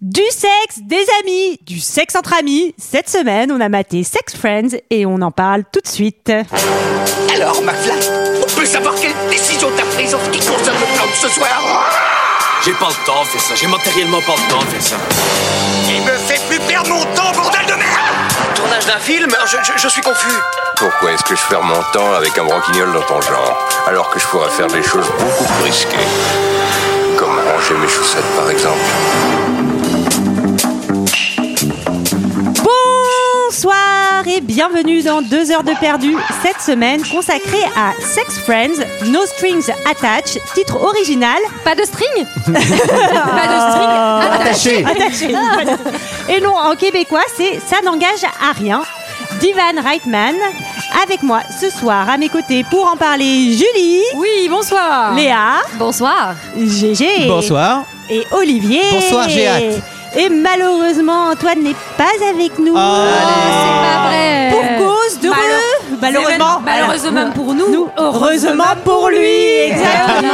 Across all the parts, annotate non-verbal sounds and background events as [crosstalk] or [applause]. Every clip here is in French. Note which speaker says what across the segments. Speaker 1: Du sexe, des amis, du sexe entre amis. Cette semaine, on a maté Sex Friends et on en parle tout de suite.
Speaker 2: Alors, McFly, on peut savoir quelle décision t'as prise en ce qui concerne le plan de ce soir
Speaker 3: J'ai pas le temps de faire ça, j'ai matériellement pas le temps de faire ça.
Speaker 2: Il me fait plus perdre mon temps, bordel de merde
Speaker 4: Tournage d'un film je, je- je suis confus.
Speaker 5: Pourquoi est-ce que je perds mon temps avec un branquignol dans ton genre, alors que je pourrais faire des choses beaucoup plus risquées Comme ranger mes chaussettes, par exemple.
Speaker 1: Bonsoir et bienvenue dans 2 heures de perdu, cette semaine consacrée à Sex Friends, No Strings Attached, titre original
Speaker 6: Pas de string [laughs] Pas de string
Speaker 7: Attaché
Speaker 1: attaché. Et non, en québécois, c'est ça n'engage à rien. Divan Reitman, avec moi ce soir à mes côtés pour en parler, Julie,
Speaker 6: Oui, bonsoir
Speaker 1: Léa,
Speaker 6: Bonsoir
Speaker 1: GG.
Speaker 7: Bonsoir.
Speaker 1: et Olivier.
Speaker 7: Bonsoir, j'ai hâte.
Speaker 1: Et malheureusement, Antoine n'est pas avec nous. Ah,
Speaker 6: C'est pas vrai
Speaker 1: Pour cause de
Speaker 6: Malheureux-
Speaker 1: malheureusement,
Speaker 6: Malheureusement
Speaker 1: Voilà.
Speaker 6: pour nous,
Speaker 1: heureusement pour lui, exactement.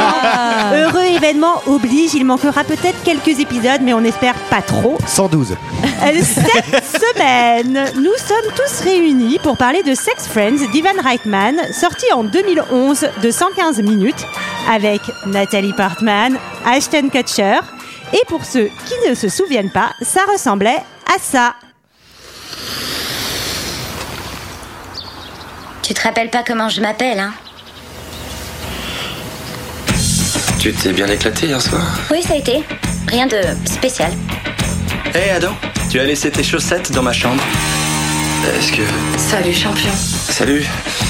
Speaker 6: Voilà.
Speaker 1: Heureux événement oblige, il manquera peut-être quelques épisodes, mais on espère pas trop.
Speaker 7: 112.
Speaker 1: Euh, Cette [laughs] semaine, nous sommes tous réunis pour parler de Sex Friends d'Ivan Reitman, sorti en 2011 de 115 minutes, avec Nathalie Portman, Ashton Kutcher. Et pour ceux qui ne se souviennent pas, ça ressemblait à ça.
Speaker 8: Tu te rappelles pas comment je m'appelle, hein
Speaker 3: Tu t'es bien éclaté hier soir
Speaker 8: Oui, ça a été. Rien de spécial.
Speaker 4: Hé Adam, tu as laissé tes chaussettes dans ma chambre.
Speaker 3: Est-ce que.
Speaker 9: Salut champion,
Speaker 3: Salut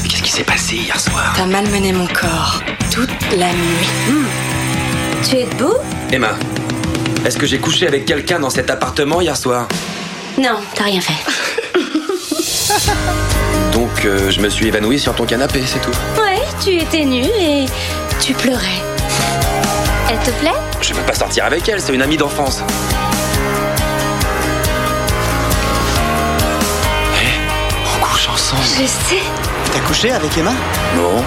Speaker 3: Qu'est-ce qui s'est passé hier soir
Speaker 9: t'as malmené mon corps toute la nuit.
Speaker 8: Hmm. Tu es debout
Speaker 3: Emma, est-ce que j'ai couché avec quelqu'un dans cet appartement hier soir
Speaker 8: Non, t'as rien fait.
Speaker 3: Donc euh, je me suis évanoui sur ton canapé, c'est tout.
Speaker 8: [laughs] Ouais, tu étais nue et tu pleurais. Elle te plaît
Speaker 3: Je peux pas sortir avec elle, c'est une amie d'enfance. Eh, on couche ensemble.
Speaker 8: Je sais.
Speaker 4: T'as couché avec Emma
Speaker 3: Non.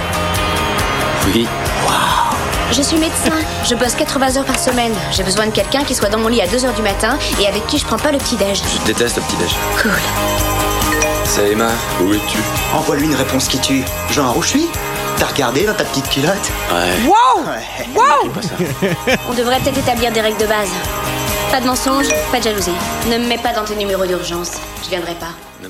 Speaker 3: Oui.
Speaker 8: Je suis [laughs] médecin. Je bosse 80 heures par semaine. J'ai besoin de quelqu'un qui soit dans mon lit à 2 heures du matin et avec qui je prends pas le petit-déj.
Speaker 3: Je déteste le petit-déj.
Speaker 8: Cool.
Speaker 3: C'est Emma, où es-tu
Speaker 4: Envoie-lui une réponse qui tue. Genre, où je suis T'as regardé dans ta petite culotte
Speaker 3: Ouais.
Speaker 4: Ouais.
Speaker 8: On devrait peut-être établir des règles de base. Pas de mensonges, pas de jalousie. Ne me mets pas dans tes numéros d'urgence. Je viendrai pas.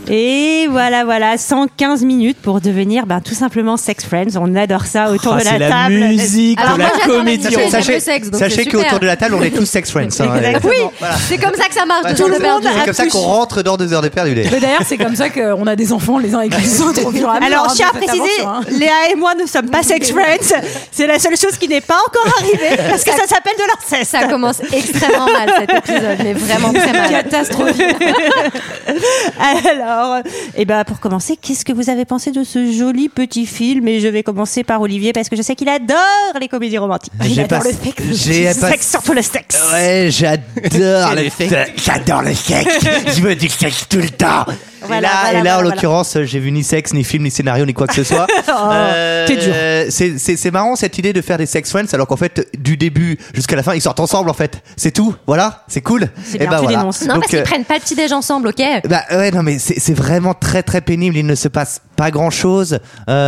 Speaker 1: Et voilà, voilà, 115 minutes pour devenir ben, tout simplement Sex Friends. On adore ça autour
Speaker 7: Ah,
Speaker 1: de la
Speaker 7: c'est la,
Speaker 1: table.
Speaker 7: musique
Speaker 6: Alors
Speaker 7: de
Speaker 6: moi,
Speaker 7: la
Speaker 6: j'attends la
Speaker 7: comédie.
Speaker 6: musique, j'aime
Speaker 7: sachez
Speaker 6: le sexe, donc
Speaker 7: sachez
Speaker 6: c'est
Speaker 7: qu'autour
Speaker 6: super.
Speaker 7: de la table, on est tous sex friends. hein, ouais.
Speaker 1: Exactement.
Speaker 10: Oui, c'est comme ça que ça marche,
Speaker 7: Ouais,
Speaker 10: deux
Speaker 7: tout
Speaker 10: heures de
Speaker 7: le monde
Speaker 10: perdu.
Speaker 7: C'est comme ça qu'on rentre dans deux heures de perdu. les.
Speaker 10: Mais d'ailleurs, c'est comme ça qu'on a des enfants les uns avec les autres au fur et à mesure.
Speaker 1: Alors,
Speaker 10: hein,
Speaker 1: je tiens à
Speaker 10: de cette
Speaker 1: préciser,
Speaker 10: aventure, hein.
Speaker 1: Léa et moi ne sommes pas Sex Friends. C'est la seule chose qui n'est pas encore arrivée parce que ça s'appelle de l'inceste.
Speaker 6: Ça commence extrêmement mal cet épisode, mais vraiment très mal.
Speaker 10: Catastrophique.
Speaker 1: [laughs] Alors, et ben pour commencer, qu'est-ce que vous avez pensé de ce joli petit film Et je vais commencer par Olivier parce que je sais qu'il adore les comédies romantiques.
Speaker 7: J'ai
Speaker 1: adore
Speaker 7: pas-
Speaker 1: le sexe.
Speaker 7: j'ai pas-
Speaker 1: sexe surtout le sexe.
Speaker 7: Ouais, j'adore le sexe. J'adore le sexe. Je veux du sexe tout le temps.
Speaker 1: Voilà,
Speaker 7: et là,
Speaker 1: voilà,
Speaker 7: et là en
Speaker 1: voilà, Oh,
Speaker 7: l'occurrence, j'ai vu ni sexe, ni film, ni scénario, ni quoi que
Speaker 1: [laughs]
Speaker 7: ce soit. Euh,
Speaker 1: t'es dur.
Speaker 7: C'est, c'est- c'est marrant cette idée de faire des sex friends, alors qu'en fait, du début jusqu'à la fin, ils sortent ensemble. En fait, c'est tout. Voilà, c'est cool.
Speaker 1: C'est
Speaker 7: Et
Speaker 1: bien,
Speaker 7: bah,
Speaker 1: tu
Speaker 7: voilà.
Speaker 1: dénonces.
Speaker 6: Non,
Speaker 7: Donc,
Speaker 6: parce qu'ils
Speaker 7: euh,
Speaker 6: prennent pas de petit-déj ensemble, ok
Speaker 7: bah ouais non mais c'est c'est vraiment très très pénible il ne se passe pas grand chose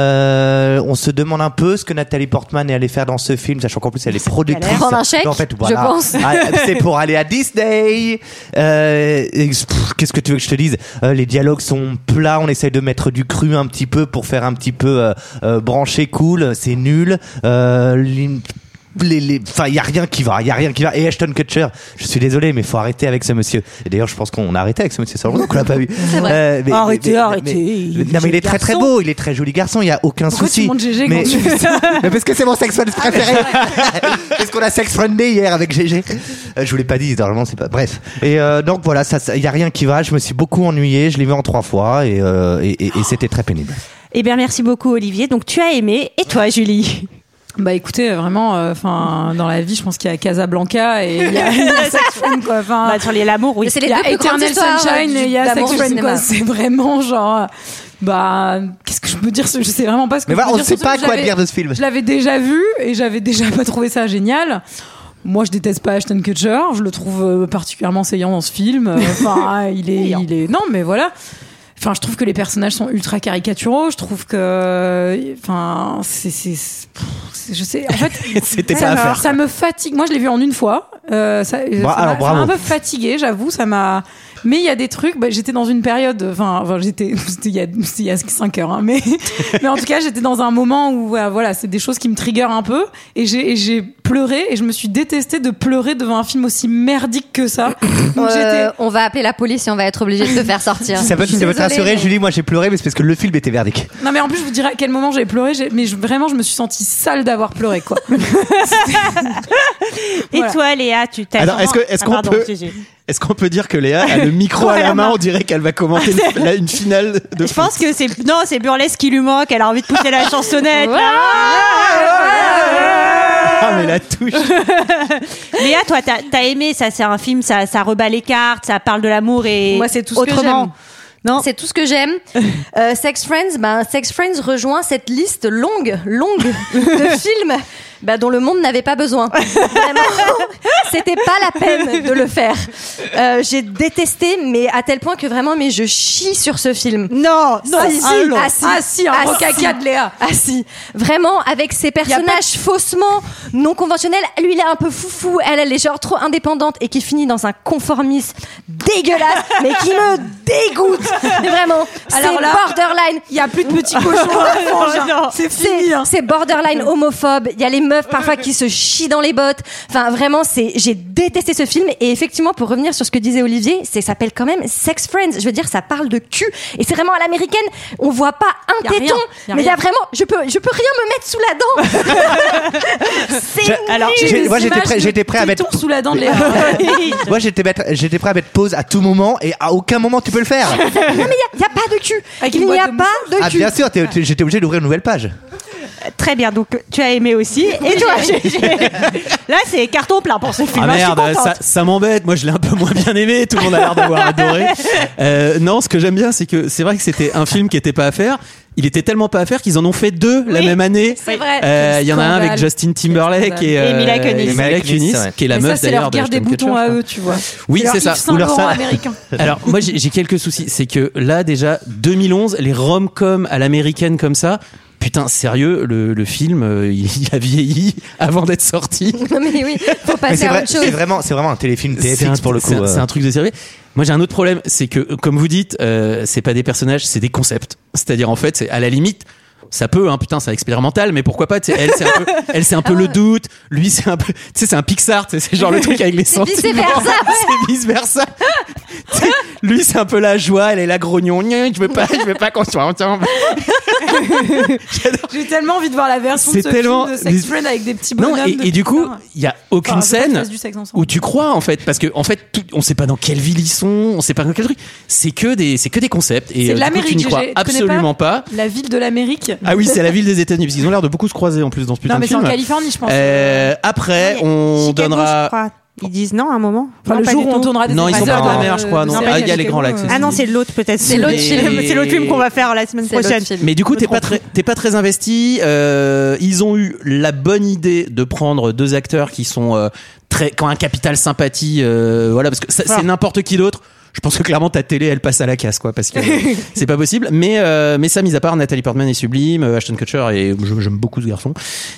Speaker 7: on se demande un peu ce que Nathalie Portman est allée faire dans ce film sachant qu'en plus elle est productrice
Speaker 6: Prendre un chèque,
Speaker 7: en fait,
Speaker 6: je
Speaker 7: voilà.
Speaker 6: pense.
Speaker 7: Ah, c'est pour aller à Disney Euh, et, pff, qu'est-ce que tu veux que je te dise Euh, les dialogues sont plats on essaye de mettre du cru un petit peu pour faire un petit peu euh, euh, branché cool c'est nul euh, l'im- les, les, enfin, y a rien qui va, y a rien qui va. Et Ashton Kutcher, je suis désolé, mais faut arrêter avec ce monsieur. Et d'ailleurs, je pense qu'on a arrêté avec ce monsieur, ça longtemps
Speaker 1: [laughs]
Speaker 7: qu'on l'a pas vu.
Speaker 6: vrai.
Speaker 7: Euh, mais-
Speaker 1: Arrêtez,
Speaker 7: mais- mais-
Speaker 1: arrêtez.
Speaker 7: mais-
Speaker 1: Il est
Speaker 7: non, mais il
Speaker 1: joli
Speaker 7: est très très
Speaker 1: garçon.
Speaker 7: beau, il est très joli garçon, il y a aucun
Speaker 10: Pourquoi
Speaker 7: souci.
Speaker 10: tu montes GG quand
Speaker 7: mais,
Speaker 10: tu fais
Speaker 7: [laughs] mais parce que c'est mon sex friend
Speaker 10: [laughs]
Speaker 7: préféré. parce qu'on a sex friendé hier avec GG. Euh, je vous l'ai pas dit, normalement c'est pas. Bref. Et euh, donc voilà, ça, ça- y a rien qui va. Je me suis beaucoup ennuyé, je l'ai vu en trois fois et, euh, et, et- et c'était très pénible.
Speaker 1: Eh bien, merci beaucoup, Olivier. Donc, tu as aimé. Et toi, Julie
Speaker 10: Bah écoutez, vraiment, enfin, dans la vie, je pense qu'il y a Casablanca et il y a, il
Speaker 1: [laughs]
Speaker 10: y a Sex Friends, quoi. Enfin,
Speaker 1: Bah, Sur les l'amour, oui.
Speaker 6: Mais c'est les
Speaker 10: il y
Speaker 6: deux
Speaker 10: a
Speaker 6: plus grandes
Speaker 10: Eternal
Speaker 6: histoires
Speaker 10: Sunshine
Speaker 6: euh,
Speaker 10: et
Speaker 6: du-
Speaker 10: il y a
Speaker 6: d'amour
Speaker 10: Sex
Speaker 6: du
Speaker 10: Friends, quoi.
Speaker 6: cinéma.
Speaker 10: C'est vraiment genre. Bah, qu'est-ce que je peux dire Je sais vraiment pas ce que
Speaker 7: Mais
Speaker 10: je peux
Speaker 7: voilà, on ne
Speaker 10: dire
Speaker 7: sait
Speaker 10: sur ce
Speaker 7: pas
Speaker 10: que
Speaker 7: quoi
Speaker 10: j'avais-
Speaker 7: dire de ce film.
Speaker 10: Je l'avais déjà vu et j'avais déjà pas trouvé ça génial. Moi, je déteste pas Ashton Kutcher. Je le trouve euh, particulièrement saillant dans ce film.
Speaker 6: [laughs]
Speaker 10: Euh, Enfin, il est, il est. Non, mais voilà. Enfin, je trouve que les personnages sont ultra caricaturaux. Je trouve que, enfin, c'est, c'est, pff, c'est- je sais. En fait,
Speaker 7: [laughs] C'était
Speaker 10: ça
Speaker 7: pas à
Speaker 10: me-
Speaker 7: faire.
Speaker 10: Ça me fatigue. Moi, je l'ai vu en une fois. Euh, ça, ça m'a-
Speaker 7: alors,
Speaker 10: ça
Speaker 7: bravo.
Speaker 10: m'a un peu fatigué, j'avoue. Ça m'a. Mais il y a des trucs. bah, j'étais dans une période. Enfin, enfin, j'étais. [laughs] c'était Il y a, c'était il y a 5 heures. hein, mais, [laughs] mais en tout cas, j'étais dans un moment où voilà, voilà, c'est des choses qui me triggerent un peu. Et j'ai, et j'ai pleuré et je me suis détestée de pleurer devant un film aussi merdique que ça. Donc, j'étais.
Speaker 6: Euh, on va appeler la police et on va être obligé de te faire
Speaker 7: [laughs]
Speaker 6: sortir.
Speaker 7: Ça peut,
Speaker 6: Je suis
Speaker 7: ça peut te
Speaker 6: désolée,
Speaker 7: rassurer,
Speaker 6: mais-
Speaker 7: Julie. Moi, j'ai pleuré, mais c'est parce que le film était verdict.
Speaker 10: Non mais en plus je vous dirai à quel moment j'ai pleuré, j'ai- mais je- vraiment je me suis sentie sale d'avoir pleuré quoi.
Speaker 1: Et
Speaker 10: Voilà.
Speaker 1: toi, Léa, tu t'as.
Speaker 11: Alors, est-ce que- est-ce
Speaker 1: Ah,
Speaker 11: qu'on
Speaker 1: pardon,
Speaker 11: peut-
Speaker 1: Gégé.
Speaker 11: Est-ce qu'on peut dire que Léa a
Speaker 10: [laughs]
Speaker 11: le micro à la main On dirait qu'elle va commenter une, la- une finale de
Speaker 1: Je pense que c'est non, c'est Burlesque qui lui manque. Elle a envie de pousser la chansonnette.
Speaker 11: Ah, mais la touche
Speaker 1: Léa, toi, t'as t'as aimé ça C'est un film, ça, ça rebat les cartes, ça parle de l'amour et
Speaker 6: Moi, c'est tout ce que
Speaker 1: autrement. non
Speaker 6: C'est tout ce que j'aime. Euh, Sex Friends, ben, Sex Friends rejoint cette liste longue, longue de films ben, dont le monde n'avait pas besoin. Vraiment, c'était pas la peine de le faire. Euh, J'ai détesté, mais à tel point que vraiment, mais je chie sur ce film.
Speaker 1: Non, non,
Speaker 6: Ah, si,
Speaker 1: un long.
Speaker 6: ah, si,
Speaker 10: Ah si, un
Speaker 6: ah,
Speaker 10: rocaca
Speaker 6: si.
Speaker 10: de Léa.
Speaker 6: Ah si, vraiment avec ces
Speaker 10: pas de-
Speaker 6: personnages faussement non conventionnels, lui il est un peu foufou, elle elle est genre trop indépendante et qui finit dans un conformisme
Speaker 10: [laughs]
Speaker 6: dégueulasse mais qui me dégoûte. Mais vraiment, c'est
Speaker 10: Alors là-
Speaker 6: borderline.
Speaker 10: Il y a plus de petits cochons à la
Speaker 6: [laughs]
Speaker 10: frange, hein.
Speaker 1: Oh, non.
Speaker 10: C'est fini.
Speaker 6: C'est
Speaker 10: hein.
Speaker 6: c'est borderline homophobe. Il y a les meufs parfois qui se chient dans les bottes. Enfin, vraiment, c'est j'ai détesté ce film. Et effectivement, pour revenir sur ce que disait Olivier, c'est ça s'appelle quand même Sex Friends. Je veux dire, ça parle de cul. Et c'est vraiment à l'américaine. On voit pas
Speaker 10: Y
Speaker 6: un
Speaker 10: a rien.
Speaker 6: téton.
Speaker 10: Y a
Speaker 6: mais il y a
Speaker 10: rien.
Speaker 6: vraiment, je peux, je peux rien me mettre sous la
Speaker 10: [laughs]
Speaker 6: dent. c'est nul.
Speaker 1: Alors,
Speaker 7: J'ai-
Speaker 10: Des
Speaker 7: moi, j'étais
Speaker 10: images
Speaker 7: prêt,
Speaker 10: de
Speaker 7: j'étais prêt à mettre.
Speaker 10: tétons sous la dent de Léa.
Speaker 7: Moi, j'étais mettre- j'étais prêt à mettre pause à tout moment et à aucun moment tu peux le faire.
Speaker 6: [laughs] Non, mais il y, a pas de cul.
Speaker 10: Avec une
Speaker 6: il n'y
Speaker 10: boîte
Speaker 6: a
Speaker 10: de
Speaker 6: pas de
Speaker 7: Ah,
Speaker 6: cul.
Speaker 7: bien sûr, t'es- t'es- j'étais obligé d'ouvrir une nouvelle page.
Speaker 1: [laughs] Très bien, donc tu as aimé aussi. Et toi, Gégé Là, c'est carton plein pour ce film. hein,
Speaker 11: Ah
Speaker 1: je suis
Speaker 11: merde,
Speaker 1: contente.
Speaker 11: ça, ça m'embête. Moi, je l'ai un peu moins bien aimé. Tout le monde a
Speaker 3: [laughs]
Speaker 11: l'air d'avoir adoré. Euh, non, ce que j'aime bien, c'est que c'est vrai que c'était un film qui était pas à faire. Il était tellement pas à faire qu'ils en ont fait deux la même année.
Speaker 10: c'est vrai.
Speaker 11: Euh, Il y en a un avec
Speaker 10: Scandale.
Speaker 11: Justin Timberlake
Speaker 10: Scandale.
Speaker 11: et, euh,
Speaker 1: Et Mila Kunis.
Speaker 11: et Mila Kunis,
Speaker 7: ouais.
Speaker 11: qui est la
Speaker 10: Mais ça,
Speaker 11: meuf
Speaker 10: c'est leur
Speaker 11: d'ailleurs de
Speaker 10: guerre des
Speaker 11: Ashton
Speaker 10: boutons
Speaker 11: Kutcher,
Speaker 10: à
Speaker 11: je
Speaker 10: eux, tu vois.
Speaker 11: Oui,
Speaker 10: C'est leur
Speaker 11: c'est ça.
Speaker 10: Yves
Speaker 11: Ou leur
Speaker 10: Saint-Laurent
Speaker 11: ça.
Speaker 10: américain.
Speaker 11: Alors moi j'ai j'ai quelques soucis, c'est que là déjà 2011, les rom-com à l'américaine comme ça, putain sérieux, le, le film euh, [laughs] il, il a vieilli avant d'être sorti.
Speaker 6: Non, mais oui, faut
Speaker 7: Mais
Speaker 6: passer
Speaker 7: c'est
Speaker 6: à
Speaker 7: vrai-
Speaker 6: autre chose.
Speaker 7: c'est vraiment, c'est vraiment un téléfilm
Speaker 11: C'est un-
Speaker 7: TFX pour le coup.
Speaker 11: C'est un,
Speaker 7: euh.
Speaker 11: c'est un truc de sérieux. Moi j'ai un autre problème, c'est que comme vous dites, euh, c'est pas des personnages, c'est des concepts. C'est-à-dire en fait, c'est à la limite. Ça peut, hein, putain, c'est expérimental, mais pourquoi pas tu sais, Elle, c'est
Speaker 6: [laughs]
Speaker 11: un peu, elle, c'est un
Speaker 6: Ah
Speaker 11: peu le doute. Lui, c'est un peu, tu sais, c'est un Pixar, tu sais, c'est genre le truc avec les
Speaker 6: C'est
Speaker 11: sentiments.
Speaker 6: vice-versa,
Speaker 11: C'est vice versa. [laughs] Lui, c'est un peu la joie, elle est la grognon. Gna, Je veux pas, je veux pas qu'on soit ensemble.
Speaker 10: J'ai tellement envie de voir la version de
Speaker 11: C'est
Speaker 10: ce
Speaker 11: tellement-
Speaker 10: film de Sex Friend avec des petits
Speaker 11: Non,
Speaker 10: bonhommes.
Speaker 11: et,
Speaker 10: de
Speaker 11: et du coup,
Speaker 10: Pixar.
Speaker 11: il y a aucune
Speaker 10: Enfin, faut pas qu'ils
Speaker 11: scène
Speaker 10: fassent du sexe ensemble.
Speaker 11: où tu crois en fait, parce que en fait, tout- on sait pas dans quelle ville ils sont, on sait pas dans quel truc. C'est que des, c'est que des concepts et
Speaker 10: C'est
Speaker 11: euh,
Speaker 10: de
Speaker 11: du coup, tu
Speaker 10: l'Amérique,
Speaker 11: n'y crois
Speaker 10: j'ai- tu connais
Speaker 11: absolument pas.
Speaker 10: La ville de l'Amérique.
Speaker 11: Ah oui, c'est la ville des États-Unis parce qu'ils ont l'air de beaucoup se croiser en plus dans ce putain
Speaker 10: Non, mais
Speaker 11: de
Speaker 10: c'est
Speaker 11: film.
Speaker 10: en Californie, je pense.
Speaker 11: Euh, après,
Speaker 1: Chicago,
Speaker 11: on
Speaker 1: je
Speaker 11: donnera.
Speaker 1: crois. Ils disent non à un moment.
Speaker 10: Enfin,
Speaker 1: Non,
Speaker 10: le
Speaker 1: pas
Speaker 10: jour
Speaker 1: du
Speaker 10: où on
Speaker 1: tout.
Speaker 10: tournera Ah, des
Speaker 11: Non, ils sont
Speaker 10: épisodes hein.
Speaker 11: pas en
Speaker 10: de-
Speaker 11: mer, je crois,
Speaker 10: de-
Speaker 11: non.
Speaker 10: de-
Speaker 11: Ah, il y a
Speaker 10: de-
Speaker 11: les Grands Lacs,
Speaker 10: euh,
Speaker 11: c'est
Speaker 1: Ah non, c'est l'autre peut-être.
Speaker 6: C'est l'autre film.
Speaker 1: C'est l'autre film qu'on va faire la semaine
Speaker 6: C'est l'autre
Speaker 1: prochaine.
Speaker 6: film.
Speaker 11: Mais du coup, t'es pas
Speaker 1: Autrement.
Speaker 11: très, t'es pas très investi. Euh, ils ont eu la bonne idée de prendre deux acteurs qui sont euh, très, qui ont un capital sympathie. euh, voilà, parce que ça- c'est n'importe qui d'autre. Je pense que clairement ta télé, elle passe à la casse, quoi, parce que euh, c'est pas possible. Mais euh, mais ça, mis à part, Nathalie Portman est sublime, euh, Ashton Kutcher et j'aime beaucoup ce garçon.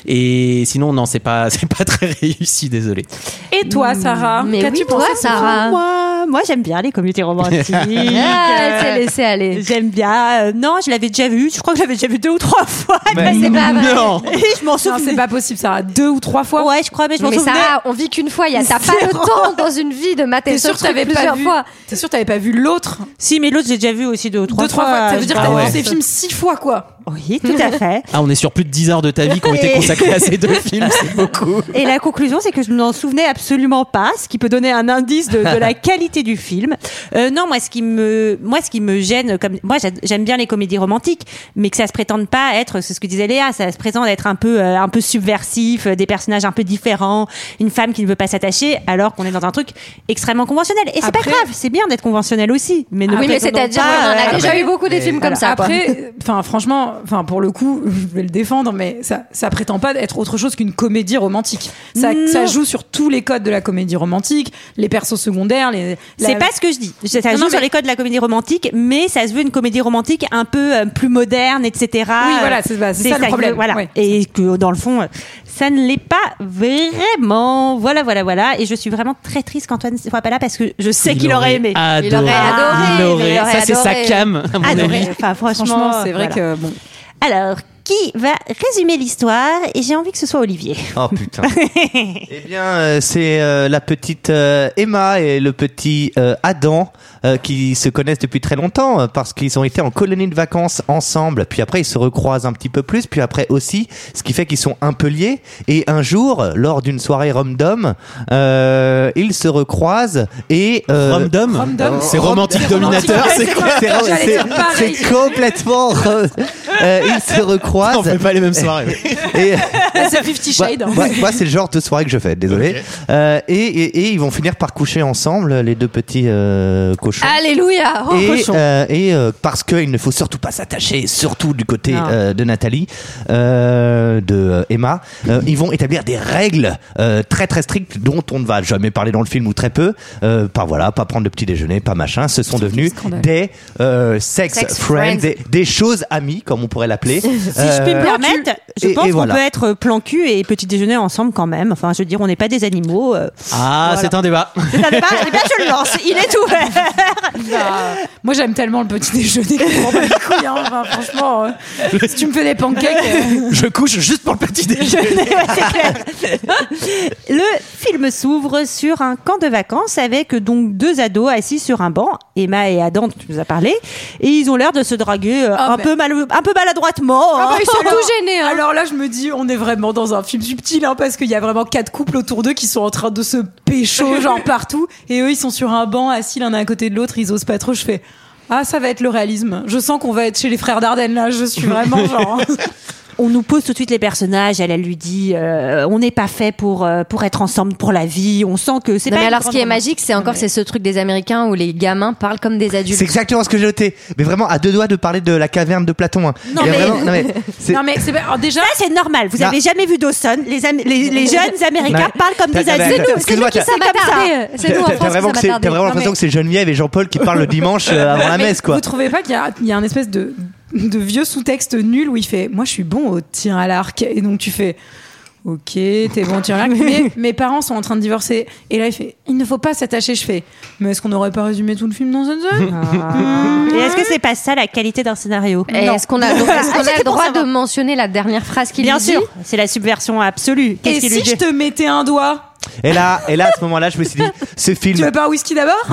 Speaker 11: Et sinon, non, c'est pas, [laughs] c'est pas très réussi. Désolé.
Speaker 10: Et toi,
Speaker 1: Hmm.
Speaker 10: Sarah
Speaker 6: Mais
Speaker 10: Qu'as-tu
Speaker 6: oui,
Speaker 10: pensé
Speaker 6: toi,
Speaker 10: de ce
Speaker 6: Sarah. Ah.
Speaker 1: Moi, moi j'aime bien les comédies
Speaker 10: [laughs]
Speaker 1: romantiques.
Speaker 6: Ah, elle s'est laissée aller.
Speaker 1: J'aime bien. Euh, non, je l'avais déjà vu. Je crois que je l'avais déjà vu deux ou trois
Speaker 11: [laughs]
Speaker 1: fois.
Speaker 6: Mais c'est pas vrai.
Speaker 11: Non.
Speaker 1: [laughs] Et je m'en
Speaker 10: Non, c'est
Speaker 1: souviens.
Speaker 10: pas possible, Sarah. Deux ou trois fois.
Speaker 1: Ouais, je crois, mais je
Speaker 6: Non,
Speaker 1: m'en
Speaker 6: mais
Speaker 1: souvenais.
Speaker 6: Sarah, on vit qu'une fois. y a- T'as pas le
Speaker 1: Zéro.
Speaker 6: temps dans une vie de mater
Speaker 10: T'es
Speaker 6: ce
Speaker 10: sûr que
Speaker 6: truc
Speaker 10: t'avais pas
Speaker 6: plusieurs
Speaker 10: vu Ah,
Speaker 6: fois.
Speaker 10: T'es sûr que t'avais pas vu l'autre
Speaker 1: Si, mais l'autre, j'ai déjà vu aussi deux ou trois
Speaker 10: Deux, trois
Speaker 1: fois.
Speaker 10: fois. Ça veut dire que
Speaker 11: Ah
Speaker 10: t'as
Speaker 11: ouais.
Speaker 10: vu ces films six fois, quoi.
Speaker 1: Oui, tout
Speaker 10: [laughs]
Speaker 1: à fait.
Speaker 11: Ah, on est sur plus de 10 heures de ta vie qui ont été
Speaker 1: Et-
Speaker 11: consacrées à ces deux films. C'est beaucoup.
Speaker 1: Et
Speaker 6: [laughs]
Speaker 1: la conclusion, c'est que je ne m'en souvenais absolument pas, ce qui peut donner un indice de, de la qualité du film. Euh, non, moi ce qui me, moi ce qui me gêne, comme moi j'ad- j'aime bien les comédies romantiques, mais que ça se prétende pas être, c'est ce que disait Léa, ça se prétend être un peu, euh, un peu subversif, euh, des personnages un peu différents, une femme qui ne veut pas s'attacher, alors qu'on est dans un truc extrêmement conventionnel. Et c'est pas grave, c'est bien d'être conventionnel aussi, mais ne
Speaker 6: Ah Oui, mais
Speaker 1: prétendons
Speaker 6: c'est-à-dire,
Speaker 1: pas,
Speaker 6: ouais, on en a
Speaker 10: Ah,
Speaker 1: euh,
Speaker 6: déjà eu beaucoup des films comme ça, quoi.
Speaker 10: Après, enfin, franchement, enfin, pour le coup, je vais le défendre, mais ça, ça prétend pas être autre chose qu'une comédie romantique. Ça,
Speaker 1: Non.
Speaker 10: ça joue sur tous les codes de la comédie romantique, les persos secondaires, les.
Speaker 1: C'est pas ce que je dis. Ça joue sur les codes de la comédie romantique, mais ça se veut une comédie romantique un peu euh, plus moderne, etc.
Speaker 10: Oui, voilà,
Speaker 1: Euh,
Speaker 10: c'est- bah, c'est ça le
Speaker 1: que-
Speaker 10: problème.
Speaker 1: Voilà.
Speaker 10: Ouais.
Speaker 1: Et que dans le fond, euh, ça ne l'est pas vraiment. Voilà, voilà, voilà. Et je suis vraiment très triste qu'Antoine ne soit pas là parce que je sais
Speaker 11: Il
Speaker 1: qu'il aurait aimé.
Speaker 11: adoré. Il aurait adoré, Il aurait- il aurait ça, c'est sa adoré. came, à mon
Speaker 1: Adoré.
Speaker 11: avis.
Speaker 1: Enfin, franchement,
Speaker 10: Franchement, c'est vrai
Speaker 1: voilà.
Speaker 10: que bon.
Speaker 1: Alors, qui va résumer l'histoire Et j'ai envie que ce soit Olivier.
Speaker 7: Oh
Speaker 11: [laughs]
Speaker 7: putain. eh bien, euh, c'est euh, la petite euh, Emma et le petit euh, Adam euh, qui se connaissent depuis très longtemps euh, parce qu'ils ont été en colonie de vacances ensemble. Puis après, ils se recroisent un petit peu plus. Puis après aussi, ce qui fait qu'ils sont un peu liés. Et un jour, lors d'une soirée rom-dom, euh, ils se recroisent et euh, Ah,
Speaker 11: Rom-dom Rom-dom C'est romantique dominateur, c'est quoi
Speaker 7: C'est rom-
Speaker 11: J'allais dire
Speaker 7: c'est-
Speaker 11: pareil.
Speaker 7: C'est complètement. rom- euh, ils se recroisent.
Speaker 11: On fait pas les mêmes soirées.
Speaker 7: Et-
Speaker 10: c'est Fifty
Speaker 7: moi,
Speaker 1: hein.
Speaker 10: Shades. hein.
Speaker 7: moi- moi, Bah, c'est le genre de soirée que je fais, désolé. Euh, et, et- et ils vont finir par coucher ensemble, les deux petits euh, cochons.
Speaker 6: Alléluia. Oh,
Speaker 7: et
Speaker 6: cochon.
Speaker 7: euh, et, euh, parce qu'il ne faut surtout pas s'attacher, surtout du côté
Speaker 6: Non.
Speaker 7: euh, de Nathalie, euh, de euh, Emma, euh, ils vont établir des règles euh, très très strictes dont on ne va jamais parler dans le film ou très peu. Euh, pas voilà, pas prendre le petit déjeuner, pas machin. Ce sont devenus des euh, sex,
Speaker 1: Sex
Speaker 7: friends,
Speaker 1: friends.
Speaker 7: Des, des choses amies comme on pourrait l'appeler.
Speaker 1: [laughs]
Speaker 7: Euh,
Speaker 1: si je puis me permettre, je
Speaker 7: et-
Speaker 1: pense
Speaker 7: et
Speaker 1: qu'on
Speaker 7: voilà.
Speaker 1: peut être plan cul et petit déjeuner ensemble quand même. Enfin, je veux dire, on n'est pas des animaux. euh.
Speaker 11: Ah,
Speaker 1: Voilà.
Speaker 11: c'est un débat.
Speaker 1: C'est un débat. Eh bien, je le lance. Il est ouvert.
Speaker 10: bah, moi, j'aime tellement le petit déjeuner que je m'en bats les couilles, hein. Enfin, franchement, euh, si tu me fais des pancakes. euh,
Speaker 11: Je couche juste pour le petit déjeuner.
Speaker 1: [laughs] Le film s'ouvre sur un camp de vacances avec donc deux ados assis sur un banc, Emma et Adam, dont tu nous as parlé, et ils ont l'air de se draguer euh,
Speaker 10: Ah
Speaker 1: un
Speaker 10: ben.
Speaker 1: peu mal, un peu maladroitement.
Speaker 10: Ah bah,
Speaker 6: ben,
Speaker 1: hein.
Speaker 10: ils sont tout gênés. Alors là, je me dis, on est vraiment dans un film subtil, hein, parce qu'il y a vraiment quatre couples autour d'eux qui sont en train de se
Speaker 6: [laughs]
Speaker 10: pécho, genre partout. Et eux, ils sont sur un banc, assis l'un à côté de l'autre, ils osent pas trop. Je fais. Ah, ça va être le réalisme. Je sens qu'on va être chez les frères Dardenne, là. Je
Speaker 6: [laughs]
Speaker 10: suis vraiment genre.
Speaker 1: [laughs] on nous pose tout de suite les personnages. Elle, elle lui dit, euh, on n'est pas fait pour euh, pour être ensemble pour la vie. On sent que c'est
Speaker 6: Non,
Speaker 1: pas.
Speaker 6: mais
Speaker 1: une
Speaker 6: alors, ce
Speaker 1: grande
Speaker 6: qui est
Speaker 1: romance.
Speaker 6: magique, c'est encore c'est ce truc des Américains où les gamins parlent comme des adultes.
Speaker 7: C'est exactement ce que j'ai noté. Mais vraiment, à deux doigts de parler de la caverne de Platon. hein.
Speaker 1: Non,
Speaker 7: Il y
Speaker 1: mais-
Speaker 7: a vraiment- non, mais c'est-
Speaker 10: mais
Speaker 7: [laughs]
Speaker 10: c'est déjà
Speaker 1: ça c'est normal. Vous
Speaker 7: Non.
Speaker 1: avez jamais vu Dawson Les, Am- les, les jeunes Américains
Speaker 7: Non.
Speaker 1: parlent comme
Speaker 7: T'as-
Speaker 1: des
Speaker 7: t'as-
Speaker 1: adultes.
Speaker 7: t'as- excuse-moi, t'as-
Speaker 1: comme ça.
Speaker 7: T'as t'as vraiment, que c'est- t'as vraiment l'impression que c'est Geneviève et Jean-Paul qui parlent le dimanche euh, avant la
Speaker 10: Mais
Speaker 7: messe, quoi.
Speaker 10: Vous trouvez pas qu'il y a, il y a un espèce de, de vieux sous-texte nul où il fait Moi, je suis bon au tir à l'arc. Et donc, tu fais Ok, t'es bon au tir à l'arc.
Speaker 6: [laughs]
Speaker 10: mais mes parents sont en train de divorcer. Et là, il fait Il ne faut pas s'attacher. Je fais Mais est-ce qu'on n'aurait pas résumé tout le film dans une seule
Speaker 1: Et est-ce que c'est pas ça la qualité d'un scénario
Speaker 6: Et
Speaker 10: Eh,
Speaker 1: Non.
Speaker 6: Eh, Est-ce qu'on a, donc, est-ce qu'on
Speaker 1: Ah,
Speaker 6: a
Speaker 1: c'était
Speaker 6: le
Speaker 1: pour
Speaker 6: droit
Speaker 1: savoir.
Speaker 6: de mentionner la dernière phrase qu'il
Speaker 1: Bien
Speaker 6: lui dit
Speaker 1: sûr, c'est la subversion absolue.
Speaker 10: Et
Speaker 1: Qu'est-ce qu'il
Speaker 10: si
Speaker 1: lui dit
Speaker 10: je te mettais un doigt
Speaker 7: Et là, et là, à ce moment-là, je me suis dit, ce
Speaker 10: Tu veux
Speaker 7: film,
Speaker 10: pas un Bah, whisky d'abord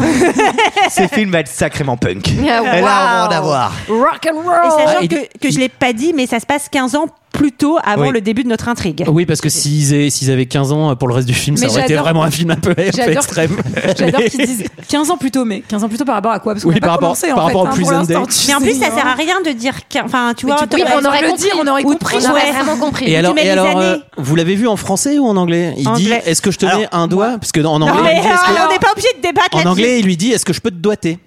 Speaker 7: ce film va être sacrément punk. Et
Speaker 6: Ah,
Speaker 7: là, on va en avoir.
Speaker 6: Rock and
Speaker 1: Et
Speaker 6: roll
Speaker 1: sachant
Speaker 11: Ah, il-
Speaker 1: que, que je l'ai pas dit, mais ça se passe 15 ans plus tôt avant
Speaker 11: Oui.
Speaker 1: le début de notre intrigue.
Speaker 11: Oui, parce que s'ils aient- s'ils avaient 15 ans euh, pour le reste du film,
Speaker 10: Mais
Speaker 11: ça aurait été
Speaker 10: j'adore-
Speaker 11: vraiment un film
Speaker 1: [laughs]
Speaker 11: un peu, un peu
Speaker 10: J'adore-
Speaker 11: extrême.
Speaker 10: J'adore
Speaker 11: Mais-
Speaker 10: qu'ils disent 15 ans plus tôt, mais 15 ans plus tôt par rapport à quoi Parce qu'on
Speaker 11: Oui,
Speaker 10: n'a pas
Speaker 11: par rapport-
Speaker 10: commencé, en
Speaker 11: par
Speaker 10: fait,
Speaker 11: rapport au
Speaker 10: hein, pour
Speaker 11: Prison
Speaker 10: l'instant,
Speaker 11: Day.
Speaker 10: tu
Speaker 1: Mais en
Speaker 10: sais,
Speaker 1: plus, ça
Speaker 10: hein.
Speaker 1: sert à rien de dire. qu'un- Enfin, tu
Speaker 10: Mais
Speaker 1: vois,
Speaker 10: tu peux
Speaker 1: t'aurais-
Speaker 10: pas
Speaker 6: on aurait
Speaker 10: le
Speaker 6: compris.
Speaker 10: dire, on aurait
Speaker 1: Ou de
Speaker 10: compris.
Speaker 1: prison.
Speaker 6: On aurait
Speaker 1: Ouais.
Speaker 6: vraiment compris.
Speaker 11: [laughs] Et alors,
Speaker 1: mets
Speaker 11: et
Speaker 1: les
Speaker 11: alors euh,
Speaker 1: années.
Speaker 11: vous l'avez vu en français ou en anglais Il dit
Speaker 1: Anglais.
Speaker 11: Est-ce que je te mets un doigt Parce que en anglais,
Speaker 1: Non,
Speaker 11: il
Speaker 1: mais
Speaker 11: dit, est-ce que-
Speaker 1: euh, on n'est pas obligé de débattre
Speaker 11: en
Speaker 1: là-dessus.
Speaker 11: anglais, il lui dit Est-ce que je peux te doiter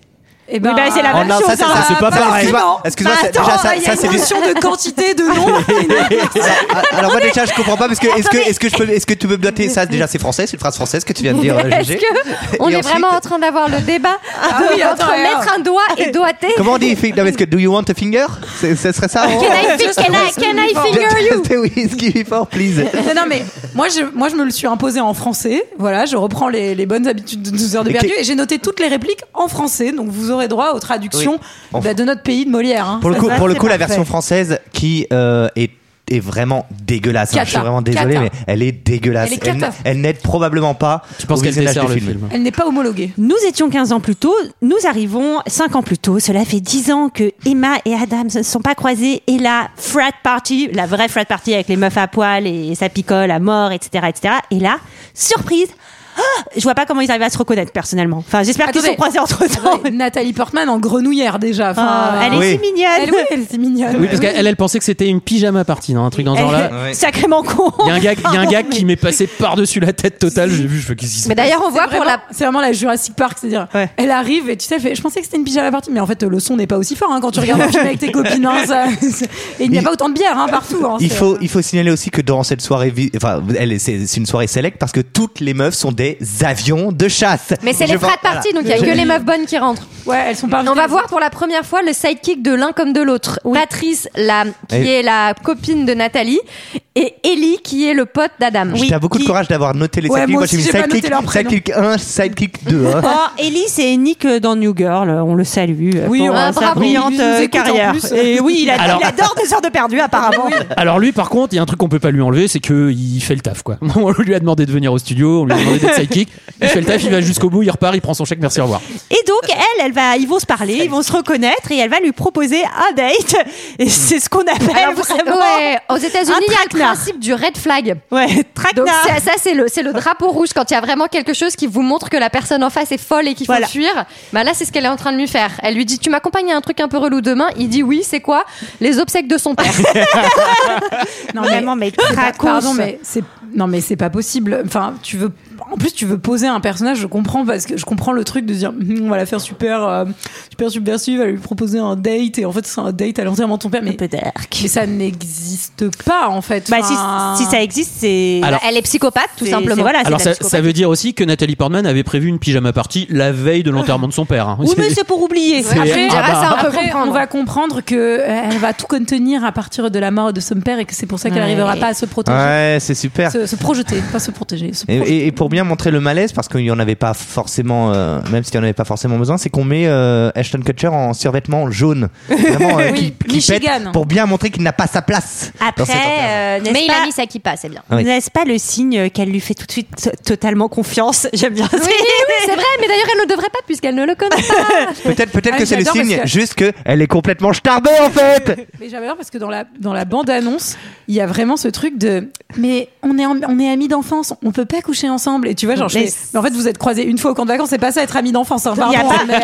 Speaker 10: Eh
Speaker 1: Oui, bah, c'est la
Speaker 7: Oh
Speaker 1: même
Speaker 7: non,
Speaker 1: chose.
Speaker 7: ça, c'est-
Speaker 1: hein.
Speaker 7: ça, c'est pas
Speaker 10: bah,
Speaker 7: pareil.
Speaker 10: forcément.
Speaker 7: Excuse-moi,
Speaker 10: Bah,
Speaker 7: c'est-
Speaker 10: attends,
Speaker 7: déjà, ça,
Speaker 10: il y a
Speaker 7: ça,
Speaker 10: une
Speaker 7: c'est du-
Speaker 10: notion
Speaker 6: [laughs]
Speaker 10: de quantité, de nombre.
Speaker 7: Ah, Alors moi déjà je comprends pas parce que est-ce que est-ce que je peux est-ce que tu peux me doter ça déjà c'est français c'est une phrase française que tu viens de dire euh,
Speaker 6: [laughs] Est-ce
Speaker 7: Gégé.
Speaker 6: que on
Speaker 7: Et
Speaker 6: est
Speaker 7: ensuite,
Speaker 6: vraiment en train d'avoir le débat
Speaker 10: Ah
Speaker 6: de-
Speaker 10: oui,
Speaker 6: entre
Speaker 10: attends,
Speaker 6: mettre un doigt et doigter
Speaker 7: comment on dit fi- non, mais est-ce que do you want a finger C'est- ce serait ça
Speaker 6: Can I, fi- can I- can I finger you
Speaker 7: Just a whiskey before please
Speaker 10: [laughs] Non, non, mais moi je, moi, je me le suis imposé en français. Voilà, je reprends les, les bonnes habitudes de 12 heures de
Speaker 7: Et
Speaker 10: perdu
Speaker 7: que-
Speaker 10: et j'ai noté toutes les répliques en français. Donc, vous aurez droit aux traductions
Speaker 7: Oui. En
Speaker 10: bah, de notre pays, de Molière. hein.
Speaker 7: Pour le
Speaker 10: Ça,
Speaker 7: coup,
Speaker 10: c'est
Speaker 7: pour le coup la
Speaker 10: parfait.
Speaker 7: version française qui euh, est est vraiment dégueulasse. hein. Je suis
Speaker 10: Cata.
Speaker 7: vraiment désolé,
Speaker 10: Cata.
Speaker 7: mais elle est dégueulasse.
Speaker 10: Elle est
Speaker 7: Elle,
Speaker 10: cata.
Speaker 7: elle n'aide probablement pas
Speaker 11: Tu penses
Speaker 7: au
Speaker 11: qu'elle
Speaker 7: visionnage
Speaker 11: dessert
Speaker 7: du
Speaker 11: le
Speaker 7: film.
Speaker 11: film
Speaker 10: Elle n'est pas homologuée.
Speaker 1: Nous étions 15 ans plus tôt, nous arrivons 5 ans plus tôt. Cela fait 10 ans que Emma et Adam ne se sont pas croisés et la frat party, la vraie frat party avec les meufs à poil et ça picole à mort, etc., etc. Et là, surprise, Ah je vois pas comment ils arrivent à se reconnaître personnellement. Enfin, j'espère qu'ils se sont croisés
Speaker 10: Ah
Speaker 1: entre temps.
Speaker 10: Nathalie Portman en grenouillère déjà. Enfin,
Speaker 1: Ah, elle est
Speaker 11: Oui.
Speaker 1: si mignonne.
Speaker 10: Elle, oui, elle est si mignonne.
Speaker 11: Oui, parce qu'elle elle pensait que c'était une pyjama partie, non, un truc dans ce
Speaker 1: Elle
Speaker 11: genre-là.
Speaker 1: est Sacrément con.
Speaker 11: Il y a un gag, il y a un gag qui m'est passé par-dessus la tête totale. J'ai vu, je fais qu'est-ce qui se
Speaker 10: Mais
Speaker 6: d'ailleurs, on voit pour
Speaker 10: la. C'est vraiment la Jurassic Park, c'est-à-dire, elle arrive et tu sais, elle fait, je pensais que c'était une pyjama partie, mais en fait, le son n'est pas aussi fort hein, quand tu regardes un film avec tes copines.
Speaker 6: [laughs]
Speaker 10: hein, ça- et il n'y a
Speaker 7: Il-
Speaker 10: pas autant de bière hein, partout. hein,
Speaker 7: Il
Speaker 10: c'est-
Speaker 7: faut, il faut signaler aussi que dans cette soirée, vi- enfin, elle, c'est c'est une soirée select parce que toutes les meufs sont des avions de chasse.
Speaker 6: Mais c'est
Speaker 7: Je
Speaker 6: les
Speaker 7: vois-
Speaker 6: frais de partie, donc
Speaker 7: voilà.
Speaker 6: il n'y a
Speaker 7: Je-
Speaker 6: que les meufs bonnes qui rentrent.
Speaker 10: Ouais, elles sont pas.
Speaker 6: On va voir pour la première fois le sidekick de l'un comme de l'autre. Patrice, la, qui
Speaker 7: Oui.
Speaker 6: est la copine de Nathalie, et Ellie, qui est le pote d'Adam.
Speaker 7: J'ai beaucoup de courage d'avoir noté les
Speaker 6: Ouais,
Speaker 7: sidekicks.
Speaker 6: moi
Speaker 7: j'ai mis
Speaker 6: aussi, j'ai pas
Speaker 7: sidekick,
Speaker 6: noté leurs prénoms.
Speaker 7: sidekick 1, sidekick 2.
Speaker 10: [laughs]
Speaker 7: hein.
Speaker 1: [laughs] Oh, Ellie, c'est Nick dans New Girl. On le salue
Speaker 10: Oui,
Speaker 1: pour
Speaker 10: on-
Speaker 1: euh, sa
Speaker 10: bravo, il
Speaker 1: brillante
Speaker 10: nous
Speaker 1: euh,
Speaker 10: écoute en
Speaker 1: carrière.
Speaker 10: plus.
Speaker 1: Et oui, il, a- il
Speaker 11: Alors-
Speaker 1: adore deux heures de perdu, apparemment.
Speaker 11: Alors lui, par contre, il y a un truc qu'on peut pas lui enlever, c'est que il fait le taf, quoi. [laughs] On lui a demandé de venir au studio, on lui a demandé d'être sidekick. Il fait le taf, il va jusqu'au bout, il repart, il prend son chèque, merci, au revoir.
Speaker 1: Et donc,
Speaker 10: Euh,
Speaker 1: elle, elle va, ils vont se parler, ils vont se reconnaître et elle va lui proposer un date.
Speaker 10: Hmm.
Speaker 1: Et c'est ce qu'on appelle
Speaker 6: Alors, vous savez-
Speaker 1: vraiment.
Speaker 6: ouais, aux États-Unis,
Speaker 1: un
Speaker 6: il y a le
Speaker 1: traquenard.
Speaker 6: principe du red flag.
Speaker 1: Ouais,
Speaker 6: Donc
Speaker 1: traquenard.
Speaker 6: ça, ça, c'est le c'est le drapeau rouge quand il y a vraiment quelque chose qui vous montre que la personne en face est folle et qu'il faut
Speaker 1: Voilà.
Speaker 6: fuir. Bah là c'est ce qu'elle est en train de lui faire. Elle lui dit tu m'accompagnes à un truc un peu relou demain. Il dit oui c'est quoi les obsèques de son père.
Speaker 10: Non,
Speaker 1: Vraiment, [laughs] mais cracos.
Speaker 10: Pardon, mais c'est non, mais c'est pas possible. Enfin, tu veux. En plus, tu veux poser un personnage. Je comprends parce que je comprends le truc de dire Hum, on va la faire super, euh, super subversive. Elle va lui proposer un date et en fait, c'est un date à l'enterrement de ton père. Mais, mais ça n'existe pas en fait.
Speaker 1: Bah,
Speaker 10: Enfin,
Speaker 1: si, si ça existe, c'est.
Speaker 11: Alors-
Speaker 6: elle est psychopathe tout
Speaker 1: C'est-
Speaker 6: simplement.
Speaker 1: c'est- voilà, Ah,
Speaker 11: Alors
Speaker 1: de la
Speaker 11: ça, ça
Speaker 1: psychopathie.
Speaker 11: veut dire aussi que Nathalie Portman avait prévu une pyjama partie la veille de l'enterrement de son père. hein.
Speaker 1: Oui,
Speaker 11: [laughs]
Speaker 1: mais c'est pour oublier.
Speaker 11: C'est-
Speaker 10: Après,
Speaker 11: Ah bah.
Speaker 10: ça, on, peut
Speaker 6: Après,
Speaker 10: comprendre. on va comprendre que euh, elle va tout contenir à partir de la mort de son père et que c'est pour ça qu'elle
Speaker 1: Ouais.
Speaker 10: n'arrivera pas à se protéger,
Speaker 7: Ouais, c'est super.
Speaker 10: se, se projeter, pas se protéger. se
Speaker 7: Et,
Speaker 10: projeter.
Speaker 7: et- et pour bien montrer le malaise, parce qu'il n'y en avait pas forcément, euh, même s'il n'y en avait pas forcément besoin, c'est qu'on met euh, Ashton Kutcher en survêtement jaune, vraiment euh,
Speaker 10: [laughs] Oui,
Speaker 7: qui, qui pète,
Speaker 10: Michigan.
Speaker 7: pour bien montrer qu'il n'a pas sa place. dans cette enterrement.
Speaker 1: Après, euh, n'est-ce
Speaker 6: Mais il
Speaker 1: pas-
Speaker 6: a mis ça qui passe c'est bien.
Speaker 7: Ah oui.
Speaker 1: N'est-ce pas le signe qu'elle lui fait tout de suite t- totalement confiance [laughs] J'aime bien
Speaker 6: Oui, oui, c'est vrai mais d'ailleurs elle ne devrait pas puisqu'elle ne le connaît pas.
Speaker 7: peut-être, peut-être
Speaker 10: Ah,
Speaker 7: que c'est le
Speaker 10: j'adore parce
Speaker 7: signe,
Speaker 10: que-
Speaker 7: juste que elle est complètement starbée en fait.
Speaker 10: [laughs] Mais j'avais peur parce que dans la, dans la bande-annonce, il y a vraiment ce truc de mais on est, en- on est amis d'enfance, on peut pas coucher ensemble. Et tu vois, genre, je
Speaker 1: Mais
Speaker 10: fais, mais en fait, vous êtes croisés une fois au camp de vacances, c'est pas ça être amis d'enfance. Hein,
Speaker 1: Il y a
Speaker 10: pardon,
Speaker 1: pas-
Speaker 10: mais,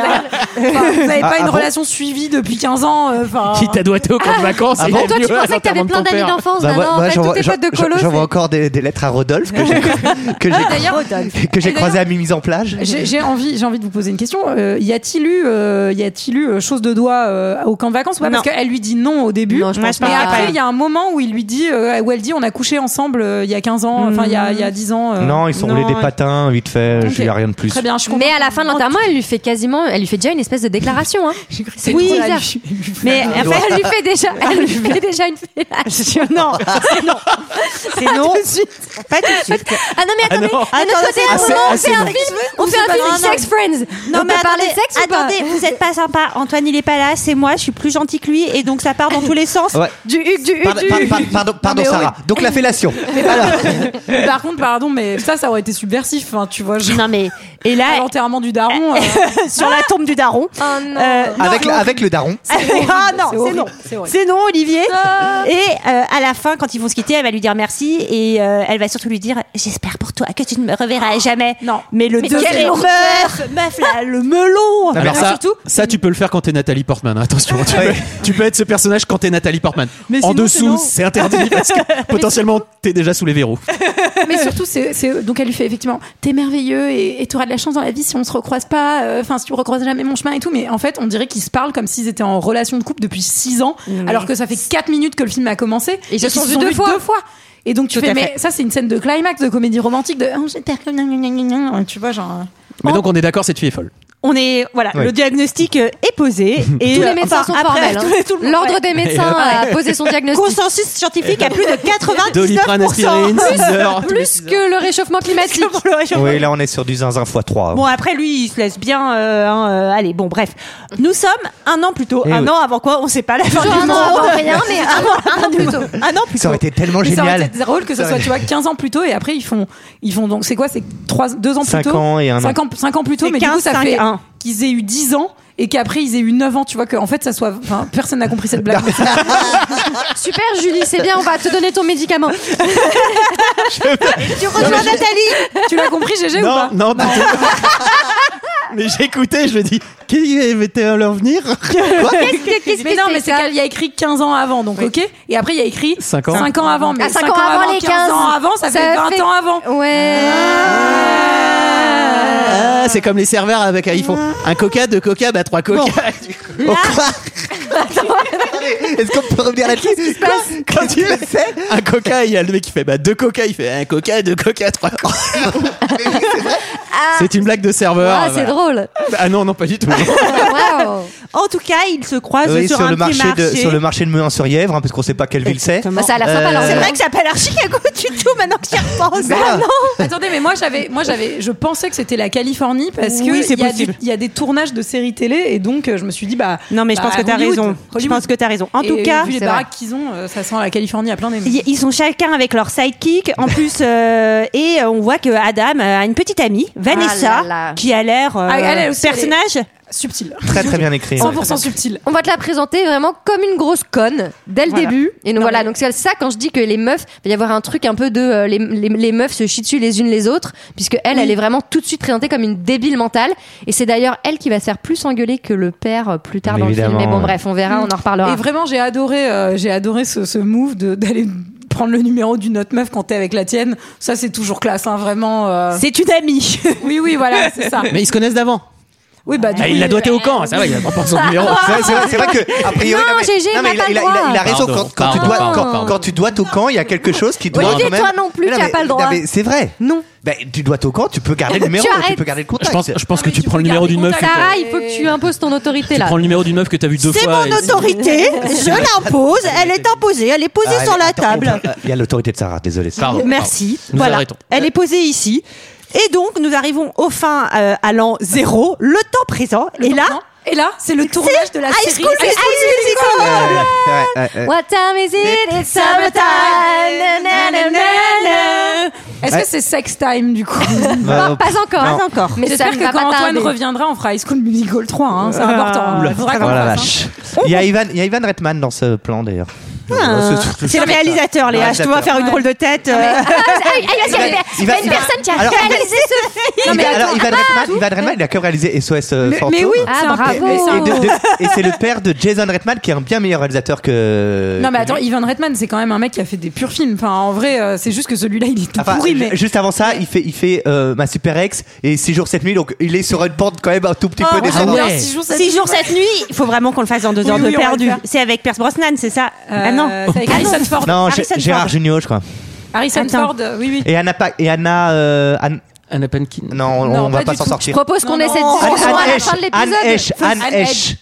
Speaker 10: euh, enfin, vous n'avez
Speaker 7: Ah,
Speaker 10: pas
Speaker 7: ah
Speaker 10: une
Speaker 7: bon
Speaker 10: relation suivie depuis 15 ans. euh, Enfin,
Speaker 11: Qui t'a doigté au camp de vacances
Speaker 7: Ah
Speaker 11: et
Speaker 7: bon
Speaker 11: il est
Speaker 6: Toi tu
Speaker 11: venu à
Speaker 6: pensais que t'avais
Speaker 11: l'enterrement de
Speaker 6: plein
Speaker 11: ton
Speaker 6: d'amis
Speaker 11: père.
Speaker 6: d'enfance.
Speaker 7: Bah,
Speaker 6: bah
Speaker 7: moi-
Speaker 6: non, en
Speaker 7: moi,
Speaker 6: fait, tous
Speaker 7: j'envoie
Speaker 6: tes
Speaker 7: j'en-
Speaker 6: potes de
Speaker 7: j'en-
Speaker 6: colo.
Speaker 7: j'envoie
Speaker 6: c'est-
Speaker 7: encore des, des lettres à Rodolphe que
Speaker 10: [laughs]
Speaker 7: j'ai, [laughs] que
Speaker 10: Ah,
Speaker 7: j'ai-
Speaker 6: Ah,
Speaker 7: que j'ai
Speaker 10: Et
Speaker 7: croisé à Mimi en plage.
Speaker 10: J'ai j'ai envie, j'ai envie de vous poser une question. Euh, y a-t-il eu, euh, y a-t-il eu euh, chose de doigt euh, au camp de vacances Ouais, Parce
Speaker 1: Non.
Speaker 10: qu'elle lui dit non au début.
Speaker 1: Non, je pense
Speaker 10: mais
Speaker 1: pas.
Speaker 10: après, il y a un moment où il lui dit, euh, où elle dit, on a couché ensemble euh, il y a 15 ans, enfin il y a, il y a 10 ans. euh.
Speaker 7: Non, ils sont
Speaker 1: non,
Speaker 7: roulés des
Speaker 1: il-
Speaker 7: patins, vite fait.
Speaker 10: Ok.
Speaker 7: Je n'y a rien de plus.
Speaker 10: Très bien, je comprends.
Speaker 6: Mais à la fin de l'enterrement, elle lui fait quasiment, elle lui fait déjà une espèce de déclaration. Hein.
Speaker 10: [laughs] C'est
Speaker 1: Oui,
Speaker 10: trop
Speaker 1: ça-
Speaker 10: bizarre.
Speaker 1: Mais
Speaker 6: Elle
Speaker 1: enfin,
Speaker 6: lui fait déjà,
Speaker 10: [laughs]
Speaker 6: elle lui fait déjà une fellation.
Speaker 1: je-
Speaker 10: Ah
Speaker 1: non, c'est non. C'est non. Pas tout de suite.
Speaker 6: Ah non mais attendez,
Speaker 11: non.
Speaker 6: à notre
Speaker 1: Attends,
Speaker 6: côté,
Speaker 1: c'est-
Speaker 6: à un
Speaker 1: ah,
Speaker 6: moment, on
Speaker 11: c'est-
Speaker 6: fait
Speaker 11: ah,
Speaker 6: un
Speaker 11: c'est
Speaker 6: film, on fait un
Speaker 1: Non,
Speaker 6: film
Speaker 1: non.
Speaker 6: Sex Friends.
Speaker 1: Non,
Speaker 6: on
Speaker 1: mais
Speaker 6: peut parler
Speaker 1: attendez,
Speaker 6: de sexe ou pas
Speaker 1: attendez, vous êtes pas sympa. Antoine, il est pas là, c'est moi, je suis plus gentil que lui et donc ça part dans tous les sens.
Speaker 7: Ouais.
Speaker 1: Du huc, du huc,
Speaker 7: Pardon,
Speaker 1: du
Speaker 7: par-
Speaker 1: huc.
Speaker 7: par- pardon, pardon,
Speaker 10: mais
Speaker 7: Sarah. Donc la fellation. Alors,
Speaker 10: Mais Par contre, pardon, mais ça, ça aurait été subversif, hein, tu vois. Genre,
Speaker 1: Non, mais. Et
Speaker 10: à
Speaker 1: là,
Speaker 10: l'enterrement du daron. euh,
Speaker 1: [laughs] sur la tombe du daron.
Speaker 6: Oh non.
Speaker 1: euh,
Speaker 7: avec,
Speaker 1: non,
Speaker 7: avec le daron.
Speaker 10: horrible,
Speaker 1: [laughs] ah non,
Speaker 10: c'est
Speaker 1: c'est
Speaker 10: horrible,
Speaker 1: non.
Speaker 10: c'est horrible.
Speaker 1: C'est non, Olivier.
Speaker 6: Ah.
Speaker 1: Et euh, à la fin, quand ils vont se quitter, elle va lui dire merci et euh, elle va surtout lui dire J'espère pour toi que tu ne me reverras jamais.
Speaker 10: Non.
Speaker 1: Mais le
Speaker 6: Ah. Mais
Speaker 1: deuxième.
Speaker 6: quelle horreur.
Speaker 1: Meuf, meuf, là, le melon.
Speaker 7: Ah, mais
Speaker 11: Alors
Speaker 7: Et
Speaker 11: ça,
Speaker 1: surtout,
Speaker 11: ça, tu peux le faire quand t'es Nathalie Portman. hein, Attention, tu peux, tu peux être ce personnage quand t'es Nathalie Portman.
Speaker 10: Mais
Speaker 11: en
Speaker 10: sinon, c'est
Speaker 11: dessous,
Speaker 10: non.
Speaker 11: c'est interdit parce que potentiellement t'es déjà sous les verrous.
Speaker 10: mais surtout, c'est, c'est- donc elle lui fait effectivement, t'es merveilleux et et t'auras de la chance dans la vie si on se recroise pas, euh, enfin si tu recroises jamais mon chemin et tout. Mais en fait, on dirait qu'ils se parlent comme s'ils étaient en relation de couple depuis 6 ans, alors que ça fait 4 minutes que le film a commencé.
Speaker 6: Ils se
Speaker 10: qu'ils
Speaker 6: sont vus deux fois.
Speaker 10: Et donc tu
Speaker 6: Tout
Speaker 10: fais,
Speaker 6: à
Speaker 10: mais ça c'est une scène de climax de comédie romantique de, oh, j'espère que gna, gna, gna, gna, gna. tu vois genre. euh,
Speaker 11: Mais donc on est d'accord, cette fille est folle.
Speaker 1: On est voilà,
Speaker 7: Ouais.
Speaker 1: le diagnostic euh, est
Speaker 7: [laughs]
Speaker 1: posé et
Speaker 6: Tous
Speaker 1: euh,
Speaker 6: les médecins
Speaker 1: enfin,
Speaker 6: sont
Speaker 1: après, [laughs]
Speaker 6: formels. hein.
Speaker 1: tout le- tout le monde,
Speaker 6: L'ordre
Speaker 1: ouais.
Speaker 6: des médecins a posé son diagnostic.
Speaker 1: consensus scientifique à plus de 99
Speaker 11: Doliprane, aspirine, 6
Speaker 1: [laughs]
Speaker 11: heures. tous les
Speaker 6: Plus
Speaker 11: six heures.
Speaker 6: que le réchauffement climatique.
Speaker 1: pour le réchauffement.
Speaker 7: Oui, là on est sur du zinzin x 3.
Speaker 1: Bon après lui il se laisse bien euh, hein, euh, allez bon bref nous sommes un an plus tôt
Speaker 7: Eh
Speaker 1: un
Speaker 7: oui.
Speaker 1: an avant quoi on sait pas la fin
Speaker 6: Toujours
Speaker 1: du
Speaker 6: un an
Speaker 1: monde
Speaker 6: avant rien, mais un an- un an plus tôt.
Speaker 1: un an plus
Speaker 7: Ça
Speaker 1: tôt
Speaker 7: aurait été tellement
Speaker 10: Mais ça aurait
Speaker 7: Oh, génial.
Speaker 10: été drôle que ce soit, tu vois, 15 ans plus tôt et après ils font, ils font donc, c'est quoi, c'est 3, 2 ans plus
Speaker 7: Cinq
Speaker 10: tôt
Speaker 7: ans et un an.
Speaker 10: 5 ans, cinq ans plus tôt,
Speaker 1: C'est
Speaker 10: mais du coup
Speaker 1: 15,
Speaker 10: ça
Speaker 1: cinq,
Speaker 10: fait
Speaker 1: un.
Speaker 10: qu'ils aient eu 10 ans et qu'après ils aient eu 9 ans, tu vois, que en fait ça soit. Enfin, personne n'a compris cette blague. [laughs]
Speaker 6: Super Julie, c'est bien, on va te donner ton
Speaker 7: [laughs]
Speaker 6: médicament. tu rejoins
Speaker 10: Non, mais-
Speaker 6: Nathalie.
Speaker 10: Tu l'as compris, Gégé, ou
Speaker 11: non,
Speaker 10: pas
Speaker 11: Non, du tout. mais j'écoutais, je me dis, qu'est-ce qu'il mettait à leur venir Quoi
Speaker 10: mais non, mais c'est qu'il y a écrit 15 ans avant, donc ok. Et après, il y a écrit
Speaker 11: 5 ans.
Speaker 10: ans avant. Mais
Speaker 6: Ah,
Speaker 10: 5 ans avant, 15 ans avant, ça, fait 20 ans avant.
Speaker 6: Ouais.
Speaker 11: Ah, c'est comme les serveurs avec ils font un coca, deux coca, bah trois coca.
Speaker 7: Est-ce qu'on peut revenir là-dessus
Speaker 11: Quand tu le sais, [laughs] un coca, il y a le mec qui fait bah deux coca, il fait un coca, deux coca, trois coca. c'est une blague de serveur.
Speaker 1: Ah, c'est
Speaker 6: drôle.
Speaker 11: Ah non, non, pas du tout.
Speaker 1: En tout cas, ils se croisent
Speaker 7: Oui,
Speaker 1: Ah, sur,
Speaker 7: sur,
Speaker 1: un
Speaker 7: le
Speaker 1: petit
Speaker 7: marché
Speaker 1: marché.
Speaker 7: de, sur le marché Euh, de Meun-sur-Yèvre, hein, parce qu'on sait pas quelle ville c'est.
Speaker 1: Bah, ça a l'air sympa, C'est vrai que ça s'appelle Archicago du tout, maintenant que j'y repense.
Speaker 7: Bah,
Speaker 10: Ah non Attendez, mais moi j'avais, moi j'avais, je pensais que c'était la Californie parce que
Speaker 1: Oui, c'est
Speaker 10: il y a
Speaker 1: possible.
Speaker 10: des- il y, a des tournages de séries télé et donc euh, je me suis dit bah
Speaker 1: Non, mais je
Speaker 10: bah,
Speaker 1: pense que t'as
Speaker 10: Hollywood,
Speaker 1: raison. Je
Speaker 10: Hollywood.
Speaker 1: pense que t'as raison. En
Speaker 10: Et
Speaker 1: tout cas,
Speaker 10: vu les baraques qu'ils ont, euh, ça sent la Californie à plein nez.
Speaker 1: Y- Ils sont chacun avec leur sidekick en plus euh, et euh, on voit que Adam euh, a une petite amie Vanessa
Speaker 6: Ah là là.
Speaker 1: qui a l'air euh,
Speaker 6: Ah, elle, elle aussi,
Speaker 1: personnage
Speaker 6: elle
Speaker 10: subtil.
Speaker 7: Très très bien écrit.
Speaker 10: 100% subtil.
Speaker 6: On va te la présenter vraiment comme une grosse conne dès le
Speaker 10: Voilà.
Speaker 6: début. Et donc voilà, donc c'est ça quand je dis que les meufs, il va y avoir un truc un peu de euh, les, les- les meufs se chient dessus les unes les autres, puisque elle,
Speaker 10: Oui.
Speaker 6: elle est vraiment tout de suite présentée comme une débile mentale. Et c'est d'ailleurs elle qui va se faire plus engueuler que le père euh, plus tard dans le film. Mais bon, bref, on verra, on en reparlera.
Speaker 10: Et vraiment, j'ai adoré, euh, j'ai adoré ce, ce move de- d'aller prendre le numéro d'une autre meuf quand t'es avec la tienne. Ça, c'est toujours classe, hein, vraiment.
Speaker 1: C'est une amie.
Speaker 10: oui, oui, voilà, c'est ça.
Speaker 11: [laughs] Mais ils se connaissent d'avant.
Speaker 10: Oui, bah, du
Speaker 11: Ah,
Speaker 10: coup,
Speaker 11: il l'a doigté au camp, ça va, il a pas pris son numéro.
Speaker 7: C'est c'est vrai, c'est vrai que, a priori,
Speaker 6: Non,
Speaker 7: mais-
Speaker 6: Gégé,
Speaker 7: mais
Speaker 6: on
Speaker 7: il,
Speaker 6: n'a
Speaker 7: a,
Speaker 6: pas
Speaker 7: il, a,
Speaker 6: le droit.
Speaker 7: il a raison.
Speaker 11: Pardon,
Speaker 7: quand, quand tu
Speaker 11: pardon,
Speaker 7: dois,
Speaker 11: pardon.
Speaker 7: quand, quand tu dois au camp, il y a quelque chose qui doit.
Speaker 6: Olivier,
Speaker 7: quand même-
Speaker 6: toi non plus,
Speaker 7: Mais
Speaker 6: tu
Speaker 7: mais-
Speaker 6: as pas le droit.
Speaker 7: mais C'est vrai.
Speaker 6: Non.
Speaker 7: Ben, tu dois au camp, tu peux garder le numéro,
Speaker 6: Tu
Speaker 7: tu
Speaker 6: arrêtes.
Speaker 7: peux garder le
Speaker 11: Je
Speaker 7: contact.
Speaker 11: pense,
Speaker 6: Ah,
Speaker 11: je pense que
Speaker 10: Ah
Speaker 11: tu prends le numéro d'une meuf. que
Speaker 6: Sarah, Ah, il faut que tu imposes ton autorité
Speaker 11: Tu
Speaker 6: là.
Speaker 11: prends le numéro d'une meuf que t'as vu deux
Speaker 1: C'est mon
Speaker 11: fois. et-
Speaker 1: autorité, je l'impose, elle est imposée, elle est posée
Speaker 7: Ah,
Speaker 1: sur la
Speaker 7: attends,
Speaker 1: table. Ah,
Speaker 7: on peut- Il y a l'autorité de Sarah, désolé.
Speaker 11: Pardon.
Speaker 1: Merci.
Speaker 11: Nous
Speaker 1: voilà.
Speaker 11: arrêtons.
Speaker 1: Elle est posée ici. Et donc, nous arrivons au fin euh, à l'an zéro, le temps présent. et là,
Speaker 10: Et là, c'est le tournage de la
Speaker 1: High
Speaker 10: série.
Speaker 1: School
Speaker 10: High School
Speaker 1: Musical.
Speaker 7: Ouais, ouais, ouais, ouais.
Speaker 6: What time is it? It's summertime. Na, na, na, na, na.
Speaker 10: Est-ce que c'est sex time du [laughs] coup
Speaker 7: Bah,
Speaker 6: Pas encore.
Speaker 7: Non.
Speaker 6: Pas
Speaker 1: encore.
Speaker 6: Mais ça
Speaker 10: J'espère
Speaker 6: ne
Speaker 10: que
Speaker 6: va pas
Speaker 10: quand Antoine
Speaker 6: tarder.
Speaker 10: reviendra, on fera High School Musical 3. hein, c'est important. hein.
Speaker 7: Oula.
Speaker 10: Faudra qu'on
Speaker 7: Oh la
Speaker 10: fasse, hein.
Speaker 7: vache. Il y a Ivan, il y a Ivan Redman dans ce plan d'ailleurs.
Speaker 1: Ah,
Speaker 7: Dans ce-
Speaker 1: c'est le réalisateur, Léa. Je te vois faire une drôle de tête. euh,
Speaker 8: Ah, il y a
Speaker 7: Il va-
Speaker 8: une personne qui a
Speaker 7: Alors,
Speaker 8: réalisé ce film.
Speaker 7: Il- alors, Ivan Redman, Ivan Redman, il a que réalisé SOS euh,
Speaker 10: Le-
Speaker 7: Fantôme.
Speaker 10: mais oui,
Speaker 6: Ah,
Speaker 10: c'est un peu-
Speaker 6: bravo.
Speaker 10: mais c'est un
Speaker 7: Et, de- de- et c'est le père de Jason Redman qui est un bien meilleur réalisateur que.
Speaker 10: Non mais attends, Ivan Reitman, c'est quand même un mec qui a fait des purs films. Enfin, en vrai, euh, c'est juste que celui-là, il est tout
Speaker 7: Enfin,
Speaker 10: pourri.
Speaker 7: ju-
Speaker 10: Mais
Speaker 7: Juste avant ça, il fait, il fait euh, Ma Super Ex et 6 jours 7 nuits, donc il est sur une pente quand même un tout
Speaker 10: Ah,
Speaker 7: petit peu descendante.
Speaker 11: ouais.
Speaker 10: Six jours, sept
Speaker 1: Six jours,
Speaker 10: nuits.
Speaker 1: cette nuit, il faut vraiment qu'on le fasse dans deux
Speaker 10: Oui,
Speaker 1: heures
Speaker 10: oui,
Speaker 1: de
Speaker 10: on va le
Speaker 1: perdu.
Speaker 10: faire.
Speaker 1: C'est avec Pierce Brosnan, c'est ça
Speaker 10: Euh,
Speaker 1: Ah non.
Speaker 10: c'est avec
Speaker 1: Ah non.
Speaker 10: Harrison Ford.
Speaker 7: Non, Gé-
Speaker 1: Harrison
Speaker 7: Gérard
Speaker 1: Ford.
Speaker 7: Junior, je crois.
Speaker 10: Harrison
Speaker 1: Attends.
Speaker 10: Ford, euh, oui, oui.
Speaker 7: Et Anna. Pa- et Anna, euh, Anne-
Speaker 11: Anna Pankin.
Speaker 7: Non, on,
Speaker 10: Non,
Speaker 7: on va
Speaker 10: pas
Speaker 7: pas
Speaker 10: du
Speaker 7: s'en
Speaker 6: Je
Speaker 10: tout.
Speaker 7: sortir.
Speaker 6: propose qu'on
Speaker 10: Non,
Speaker 6: ait cette
Speaker 10: non.
Speaker 7: Anne
Speaker 6: discussion à la
Speaker 7: Esch,
Speaker 6: fin de
Speaker 7: Anne Esch,
Speaker 6: l'épisode.
Speaker 7: Anne
Speaker 10: Anne
Speaker 7: Esch.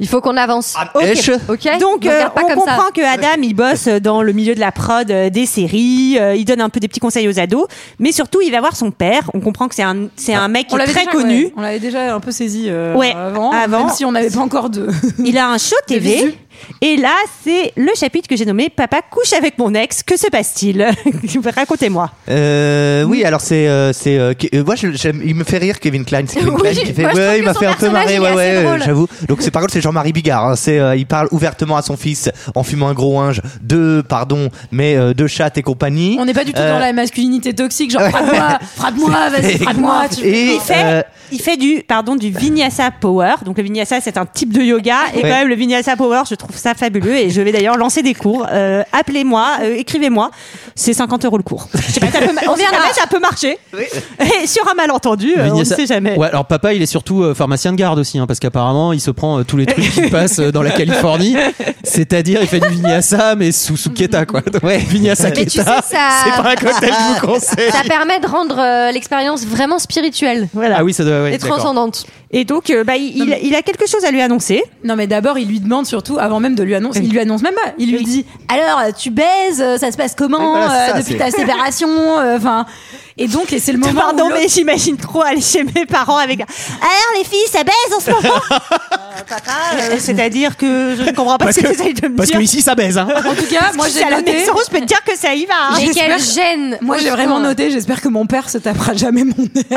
Speaker 6: Il faut qu'on avance.
Speaker 7: Anne
Speaker 6: Ok.
Speaker 7: Esch.
Speaker 6: Ok.
Speaker 1: Donc,
Speaker 6: Me
Speaker 1: euh,
Speaker 6: regarde pas
Speaker 1: on
Speaker 6: comme ça.
Speaker 1: comprend que Adam, il bosse euh, dans le milieu de la prod euh, des séries, euh, il donne un peu des petits conseils aux ados, mais surtout, il va voir son père. On comprend que c'est un, c'est un mec qui
Speaker 10: On
Speaker 1: est
Speaker 10: l'avait
Speaker 1: très
Speaker 10: déjà,
Speaker 1: connu.
Speaker 10: ouais. On l'avait déjà un peu saisi euh,
Speaker 1: Ouais,
Speaker 10: avant,
Speaker 1: avant.
Speaker 10: même si on n'avait pas encore de. [laughs]
Speaker 1: Il a un show TV.
Speaker 10: visu.
Speaker 1: Et là, c'est le chapitre que j'ai nommé Papa couche avec mon ex. Que se passe-t-il [laughs] Racontez-moi.
Speaker 7: Euh, oui, alors c'est euh, c'est euh, qui- euh, moi je- j'aime- il me fait rire Kevin Klein, c'est Kevin
Speaker 6: Oui,
Speaker 7: Kline qui fait
Speaker 6: moi, je trouve
Speaker 7: ouais, il
Speaker 6: que
Speaker 7: m'a
Speaker 6: son
Speaker 7: fait un peu
Speaker 6: personnage,
Speaker 7: marrer
Speaker 6: il est
Speaker 7: ouais
Speaker 6: assez
Speaker 7: ouais, euh,
Speaker 6: drôle.
Speaker 7: j'avoue. Donc c'est par contre c'est Jean-Marie Bigard, hein, c'est euh, il parle ouvertement à son fils en fumant un gros linge de pardon, mais euh, de chatte et compagnie.
Speaker 10: On n'est pas du tout
Speaker 7: Euh,
Speaker 10: dans la masculinité toxique, genre frappe-moi, frappe-moi,
Speaker 6: [laughs]
Speaker 10: vas-y,
Speaker 6: Ah,
Speaker 10: frappe-moi. Tu...
Speaker 7: Et,
Speaker 1: Il fait,
Speaker 7: euh,
Speaker 1: il fait du, pardon, du vinyasa power. Donc le vinyasa, c'est un type de yoga. Et quand
Speaker 7: Ouais.
Speaker 1: même, le vinyasa power, je trouve ça fabuleux. Et je vais d'ailleurs lancer des cours. Euh, Appelez-moi, euh, écrivez-moi. C'est 50 euros le cours. Je sais pas, ça peut, ma- on sait
Speaker 11: Ah.
Speaker 1: jamais, ça peut marcher. Et sur un malentendu, euh, on ne
Speaker 11: Vignessa-
Speaker 1: sait jamais.
Speaker 11: Ouais, alors papa, il est surtout euh, pharmacien de garde aussi, hein, parce qu'apparemment, il se prend euh, tous les trucs qui passent euh, dans la Californie. C'est-à-dire, il fait du vinyasa, mais sous Suketa,
Speaker 7: [laughs]
Speaker 11: quoi. Ouais, [laughs] vinyasa
Speaker 6: Mais tu sais,
Speaker 11: Keta,
Speaker 6: ça-
Speaker 11: [laughs] C'est pas un cocktail que je vous conseille.
Speaker 6: [laughs] Ça permet de rendre euh, l'expérience vraiment spirituelle
Speaker 1: Voilà.
Speaker 11: Ah oui, ça doit. Ouais,
Speaker 6: et
Speaker 11: d'accord.
Speaker 6: transcendante.
Speaker 1: Et donc, euh, bah, il, il a quelque chose à lui annoncer.
Speaker 10: Non mais d'abord il lui demande surtout avant même de lui annoncer, il lui annonce même pas, il lui dit alors euh, tu baises, euh, ça se passe comment
Speaker 7: Oui, voilà,
Speaker 10: euh,
Speaker 7: ça,
Speaker 10: depuis
Speaker 7: c'est-
Speaker 10: ta séparation, euh, enfin et donc et c'est le moment
Speaker 1: Pardon,
Speaker 10: où l'autre-
Speaker 11: [laughs]
Speaker 1: mais j'imagine trop aller chez mes parents avec. Alors les filles, ça baise en ce moment. Euh, C'est-à-dire que je ne comprends pas
Speaker 11: Parce
Speaker 1: ce que,
Speaker 11: que-
Speaker 1: tu essayes de me
Speaker 11: parce
Speaker 1: dire.
Speaker 11: que ici, ça baise, hein. En
Speaker 10: tout cas, moi,
Speaker 1: Si
Speaker 10: j'ai
Speaker 1: c'est à la
Speaker 10: noté- [laughs]
Speaker 1: maison, je peux te dire que ça y va. hein.
Speaker 10: Mais
Speaker 1: J'espère
Speaker 10: quelle
Speaker 1: que-
Speaker 6: gêne
Speaker 10: Moi, j'ai vraiment noté, j'espère que mon père se tapera jamais mon
Speaker 6: [laughs]
Speaker 10: nez.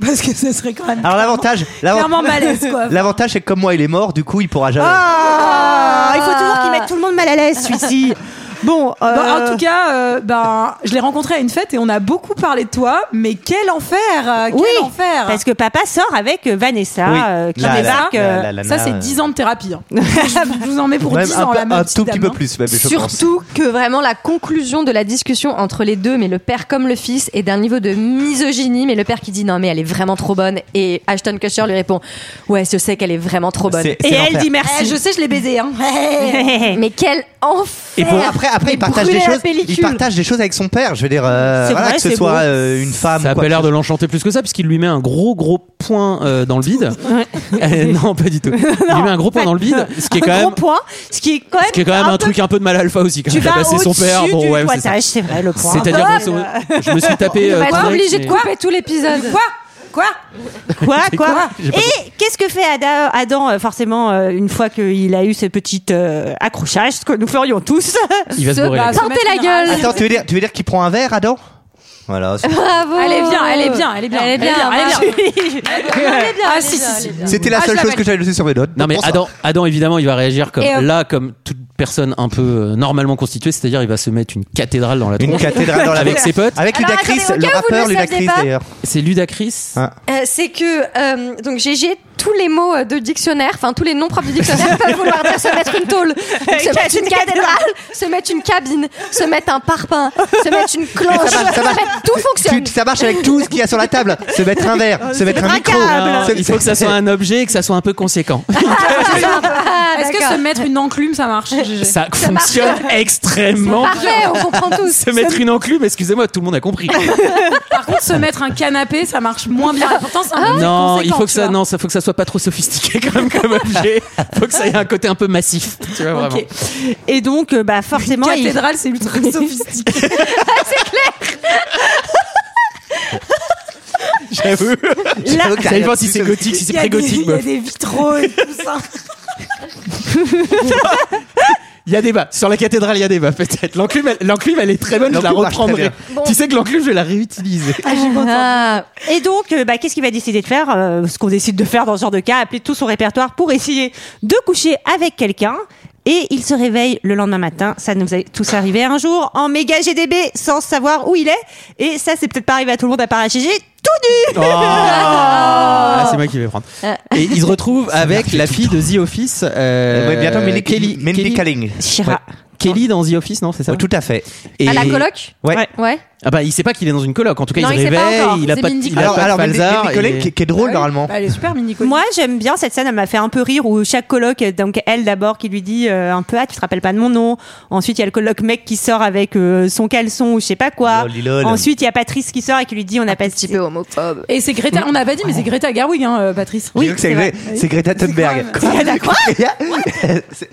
Speaker 10: Parce que ce serait quand même.
Speaker 7: Alors l'avantage, l'avant-
Speaker 10: Clairement malaise, quoi.
Speaker 7: [laughs] L'avantage c'est que comme moi il est mort, du coup il pourra jamais.
Speaker 1: Ah, il faut toujours qu'il mette tout le monde mal à l'aise,
Speaker 10: [laughs]
Speaker 1: celui-ci. Bon,
Speaker 6: Ah.
Speaker 1: euh,
Speaker 10: Bon, en tout cas, euh, ben, je l'ai rencontré à une fête et on a beaucoup parlé de toi, mais quel enfer euh, Quel
Speaker 1: Oui,
Speaker 10: enfer
Speaker 1: parce que papa sort avec Vanessa,
Speaker 7: Oui,
Speaker 1: euh, qui
Speaker 7: la- la-
Speaker 1: débarque.
Speaker 7: la-
Speaker 1: euh,
Speaker 7: la- la-
Speaker 10: Ça, c'est 10 ans de thérapie.
Speaker 6: [laughs]
Speaker 10: hein. je vous en mets pour
Speaker 7: Ah Même
Speaker 10: 10
Speaker 7: un
Speaker 10: ans,
Speaker 7: peu-
Speaker 10: la même
Speaker 7: un
Speaker 10: petite
Speaker 7: tout petit
Speaker 10: dame,
Speaker 7: peu
Speaker 10: hein.
Speaker 7: plus, même, je pense.
Speaker 6: Surtout que vraiment la conclusion de la discussion entre les deux, mais le père comme le fils, est d'un niveau de misogynie. Mais le père qui dit non, mais elle est vraiment trop bonne. Et Ashton Kutcher lui répond Ouais, je sais qu'elle est vraiment trop bonne.
Speaker 7: C'est- c'est Et elle l'enfer. dit
Speaker 1: merci.
Speaker 11: [laughs]
Speaker 6: Eh, je sais, je l'ai baisée. Hein.
Speaker 10: [laughs]
Speaker 6: mais quel enfer
Speaker 7: Et bon, après, après, il partage
Speaker 6: brûler la
Speaker 7: des choses. Il
Speaker 6: pellicule.
Speaker 7: partage des choses avec son père. Je veux dire, euh,
Speaker 1: C'est
Speaker 7: voilà,
Speaker 1: vrai,
Speaker 7: que ce
Speaker 1: c'est
Speaker 7: soit
Speaker 1: beau.
Speaker 7: euh, une femme.
Speaker 11: Ça a
Speaker 7: ou quoi.
Speaker 11: pas l'air de l'enchanter plus que ça, puisqu'il lui met un gros gros point euh, dans le bide. Euh, non, pas du tout. Il lui met un gros point dans le bide, ce qui est quand
Speaker 1: un
Speaker 11: même,
Speaker 1: gros point, ce qui est quand même,
Speaker 11: ce qui est quand même un
Speaker 1: peu-
Speaker 11: truc un peu de mal alpha aussi. Quand
Speaker 1: Tu
Speaker 11: même.
Speaker 1: vas
Speaker 11: Tabasser son
Speaker 1: au-dessus
Speaker 11: père,
Speaker 1: du
Speaker 11: bon ouais, c'est ça.
Speaker 1: pointage, c'est vrai, le point.
Speaker 11: C'est-à-dire, grosso modo, je me suis tapé. euh,
Speaker 6: On va être
Speaker 11: direct,
Speaker 6: obligé
Speaker 11: mais-
Speaker 6: de couper tout l'épisode.
Speaker 10: Quoi Quoi
Speaker 11: [laughs]
Speaker 1: Quoi, quoi
Speaker 11: J'ai pas
Speaker 1: Et qu'est-ce que fait Ada- Adam, euh, forcément, euh, une fois qu'il a eu ce petit euh, accrochage, ce que nous ferions
Speaker 11: [laughs]
Speaker 1: tous
Speaker 11: Il va se bourrer.
Speaker 10: bah,
Speaker 11: la gueule.
Speaker 10: se mettre
Speaker 6: la
Speaker 10: une
Speaker 6: gueule.
Speaker 10: rase.
Speaker 7: Attends, tu veux dire, tu veux dire qu'il prend un verre, Adam Voilà. c'est-
Speaker 6: Bravo
Speaker 10: Allez, viens, allez, viens, allez, viens,
Speaker 6: Elle est bien,
Speaker 10: allez, viens.
Speaker 6: Allez, bien,
Speaker 10: Ah,
Speaker 6: allez,
Speaker 10: si,
Speaker 6: bien,
Speaker 10: si,
Speaker 6: allez,
Speaker 10: si.
Speaker 6: bien.
Speaker 7: C'était
Speaker 10: Ah,
Speaker 7: la
Speaker 10: je
Speaker 7: seule chose
Speaker 10: l'appelle.
Speaker 7: que j'avais notée sur mes notes.
Speaker 11: Non mais
Speaker 7: Pour ça.
Speaker 11: Adam, Adam évidemment il va réagir comme
Speaker 6: Et, euh,
Speaker 11: là comme toute personne un peu euh, normalement constituée, c'est-à-dire il va se mettre une cathédrale dans la
Speaker 7: Une
Speaker 11: tronche
Speaker 7: cathédrale dans la
Speaker 11: avec ses potes.
Speaker 7: Avec
Speaker 6: Alors,
Speaker 7: Ludacris,
Speaker 6: attendez, au
Speaker 7: le
Speaker 6: cas où vous ne
Speaker 7: rappeur
Speaker 6: le saviez
Speaker 7: Ludacris
Speaker 6: pas,
Speaker 7: d'ailleurs.
Speaker 11: C'est Ludacris.
Speaker 7: Ah.
Speaker 6: Euh, c'est que euh, donc GG tous les mots euh, de dictionnaire, enfin tous les noms propres du dictionnaire peuvent vouloir dire se mettre une tôle, Donc,
Speaker 10: [laughs]
Speaker 6: se mettre une cathédrale, se mettre une cabine, se mettre un parpaing, se mettre
Speaker 10: [laughs]
Speaker 6: une cloche,
Speaker 7: ça marche, ça
Speaker 6: se
Speaker 7: marche.
Speaker 6: mettre- tout fonctionne.
Speaker 7: Tu- ça marche avec tout ce qu'il y a sur la table. Se mettre un verre, se mettre un micro.
Speaker 11: Non,
Speaker 7: se-
Speaker 11: il faut que ça soit un objet et que ça soit un peu conséquent.
Speaker 6: Ah,
Speaker 10: Est-ce que
Speaker 6: d'accord.
Speaker 10: se mettre une enclume, ça marche GG?
Speaker 11: Ça fonctionne extrêmement.
Speaker 6: parfait, on [laughs] comprend tous.
Speaker 11: Se mettre une enclume, excusez-moi, tout le monde a compris.
Speaker 10: Par contre, se mettre un canapé, ça marche moins bien. Et Pourtant,
Speaker 6: Ah
Speaker 10: c'est un
Speaker 11: non, il
Speaker 10: conséquent,
Speaker 11: faut que
Speaker 10: tu
Speaker 11: ça,
Speaker 10: vois.
Speaker 11: non, ça faut que ça soit pas trop sophistiqué [laughs] quand même comme objet. Faut que ça ait un côté un peu massif, tu vois vraiment.
Speaker 1: Ok. Et donc, euh, bah forcément, il-
Speaker 10: Cathédrale, c'est ultra
Speaker 6: [laughs]
Speaker 10: sophistiqué.
Speaker 11: [laughs] J'avoue.
Speaker 7: J'avoue que
Speaker 11: Ça
Speaker 7: t'as
Speaker 11: dépend
Speaker 7: rien
Speaker 11: si
Speaker 7: de
Speaker 11: c'est
Speaker 7: tout
Speaker 11: gothique, si
Speaker 10: Il
Speaker 11: c'est
Speaker 10: y a
Speaker 11: très
Speaker 10: des-
Speaker 11: gothique.
Speaker 10: il y a
Speaker 11: meuf.
Speaker 10: des vitraux et tout ça.
Speaker 11: Il y a débat. Sur la cathédrale, il y a débat peut-être. L'enclume, elle, l'enclume, elle est très bonne. Je la
Speaker 7: L'enclume marche très
Speaker 11: reprendrai.
Speaker 6: bien.
Speaker 11: Tu sais que l'enclume, je vais la réutiliser.
Speaker 6: Ah,
Speaker 1: Et donc, euh, bah, qu'est-ce qu'il va décider de faire euh, Ce qu'on décide de faire dans ce genre de cas, appeler tout son répertoire pour essayer de coucher avec quelqu'un. Et il se réveille le lendemain matin. Ça nous est tous arrivé un jour en méga GDB sans savoir où il est. Et ça, c'est peut-être pas arrivé à tout le monde à part à GG, tout nu.
Speaker 6: [laughs]
Speaker 11: Ah, c'est moi qui vais prendre. Et il se retrouve avec
Speaker 7: marche
Speaker 11: la
Speaker 7: tout
Speaker 11: fille de The Office. Euh,
Speaker 7: Ouais, bientôt, Mindy
Speaker 11: Kelly.
Speaker 7: Mindy
Speaker 11: Kelly,
Speaker 7: Kaling.
Speaker 1: Shira.
Speaker 11: Kelly dans The Office, non, c'est ça
Speaker 7: Ouais, Tout à fait.
Speaker 11: Et-
Speaker 6: à Ah, la coloc
Speaker 7: Ouais.
Speaker 6: Ouais.
Speaker 11: Ah bah, il sait pas qu'il est dans une coloc. En tout cas,
Speaker 6: Non,
Speaker 11: il,
Speaker 6: il sait pas
Speaker 11: réveille.
Speaker 6: encore.
Speaker 11: il a
Speaker 6: C'est
Speaker 11: pas, de-
Speaker 6: Mindy
Speaker 11: il a
Speaker 7: Alors,
Speaker 11: pas
Speaker 7: alors
Speaker 11: de
Speaker 7: Mindy
Speaker 11: falzar,
Speaker 7: Mindy Kaling,
Speaker 11: il est-
Speaker 7: qui qui est
Speaker 6: Ah
Speaker 7: drôle normalement.
Speaker 10: Bah, elle est super mini
Speaker 1: Moi, j'aime bien cette scène. Elle m'a fait un peu rire où chaque coloc, donc elle d'abord qui lui dit euh, un peu ah tu te rappelles pas de mon nom. Ensuite, il y a le coloc mec qui sort avec euh, son caleçon ou je sais pas quoi.
Speaker 7: Lol, lol.
Speaker 1: Ensuite, il y a Patrice qui sort et qui lui dit on a pas
Speaker 6: Un petit peu homophobe.
Speaker 10: Et c'est Greta, on n'a pas dit, mais c'est Greta Garwig, hein, euh, Patrice.
Speaker 7: J'ai vu que c'est
Speaker 1: vrai.
Speaker 7: Gré- c'est Greta Thunberg.
Speaker 1: quand même-
Speaker 7: [laughs] Quoi C'est-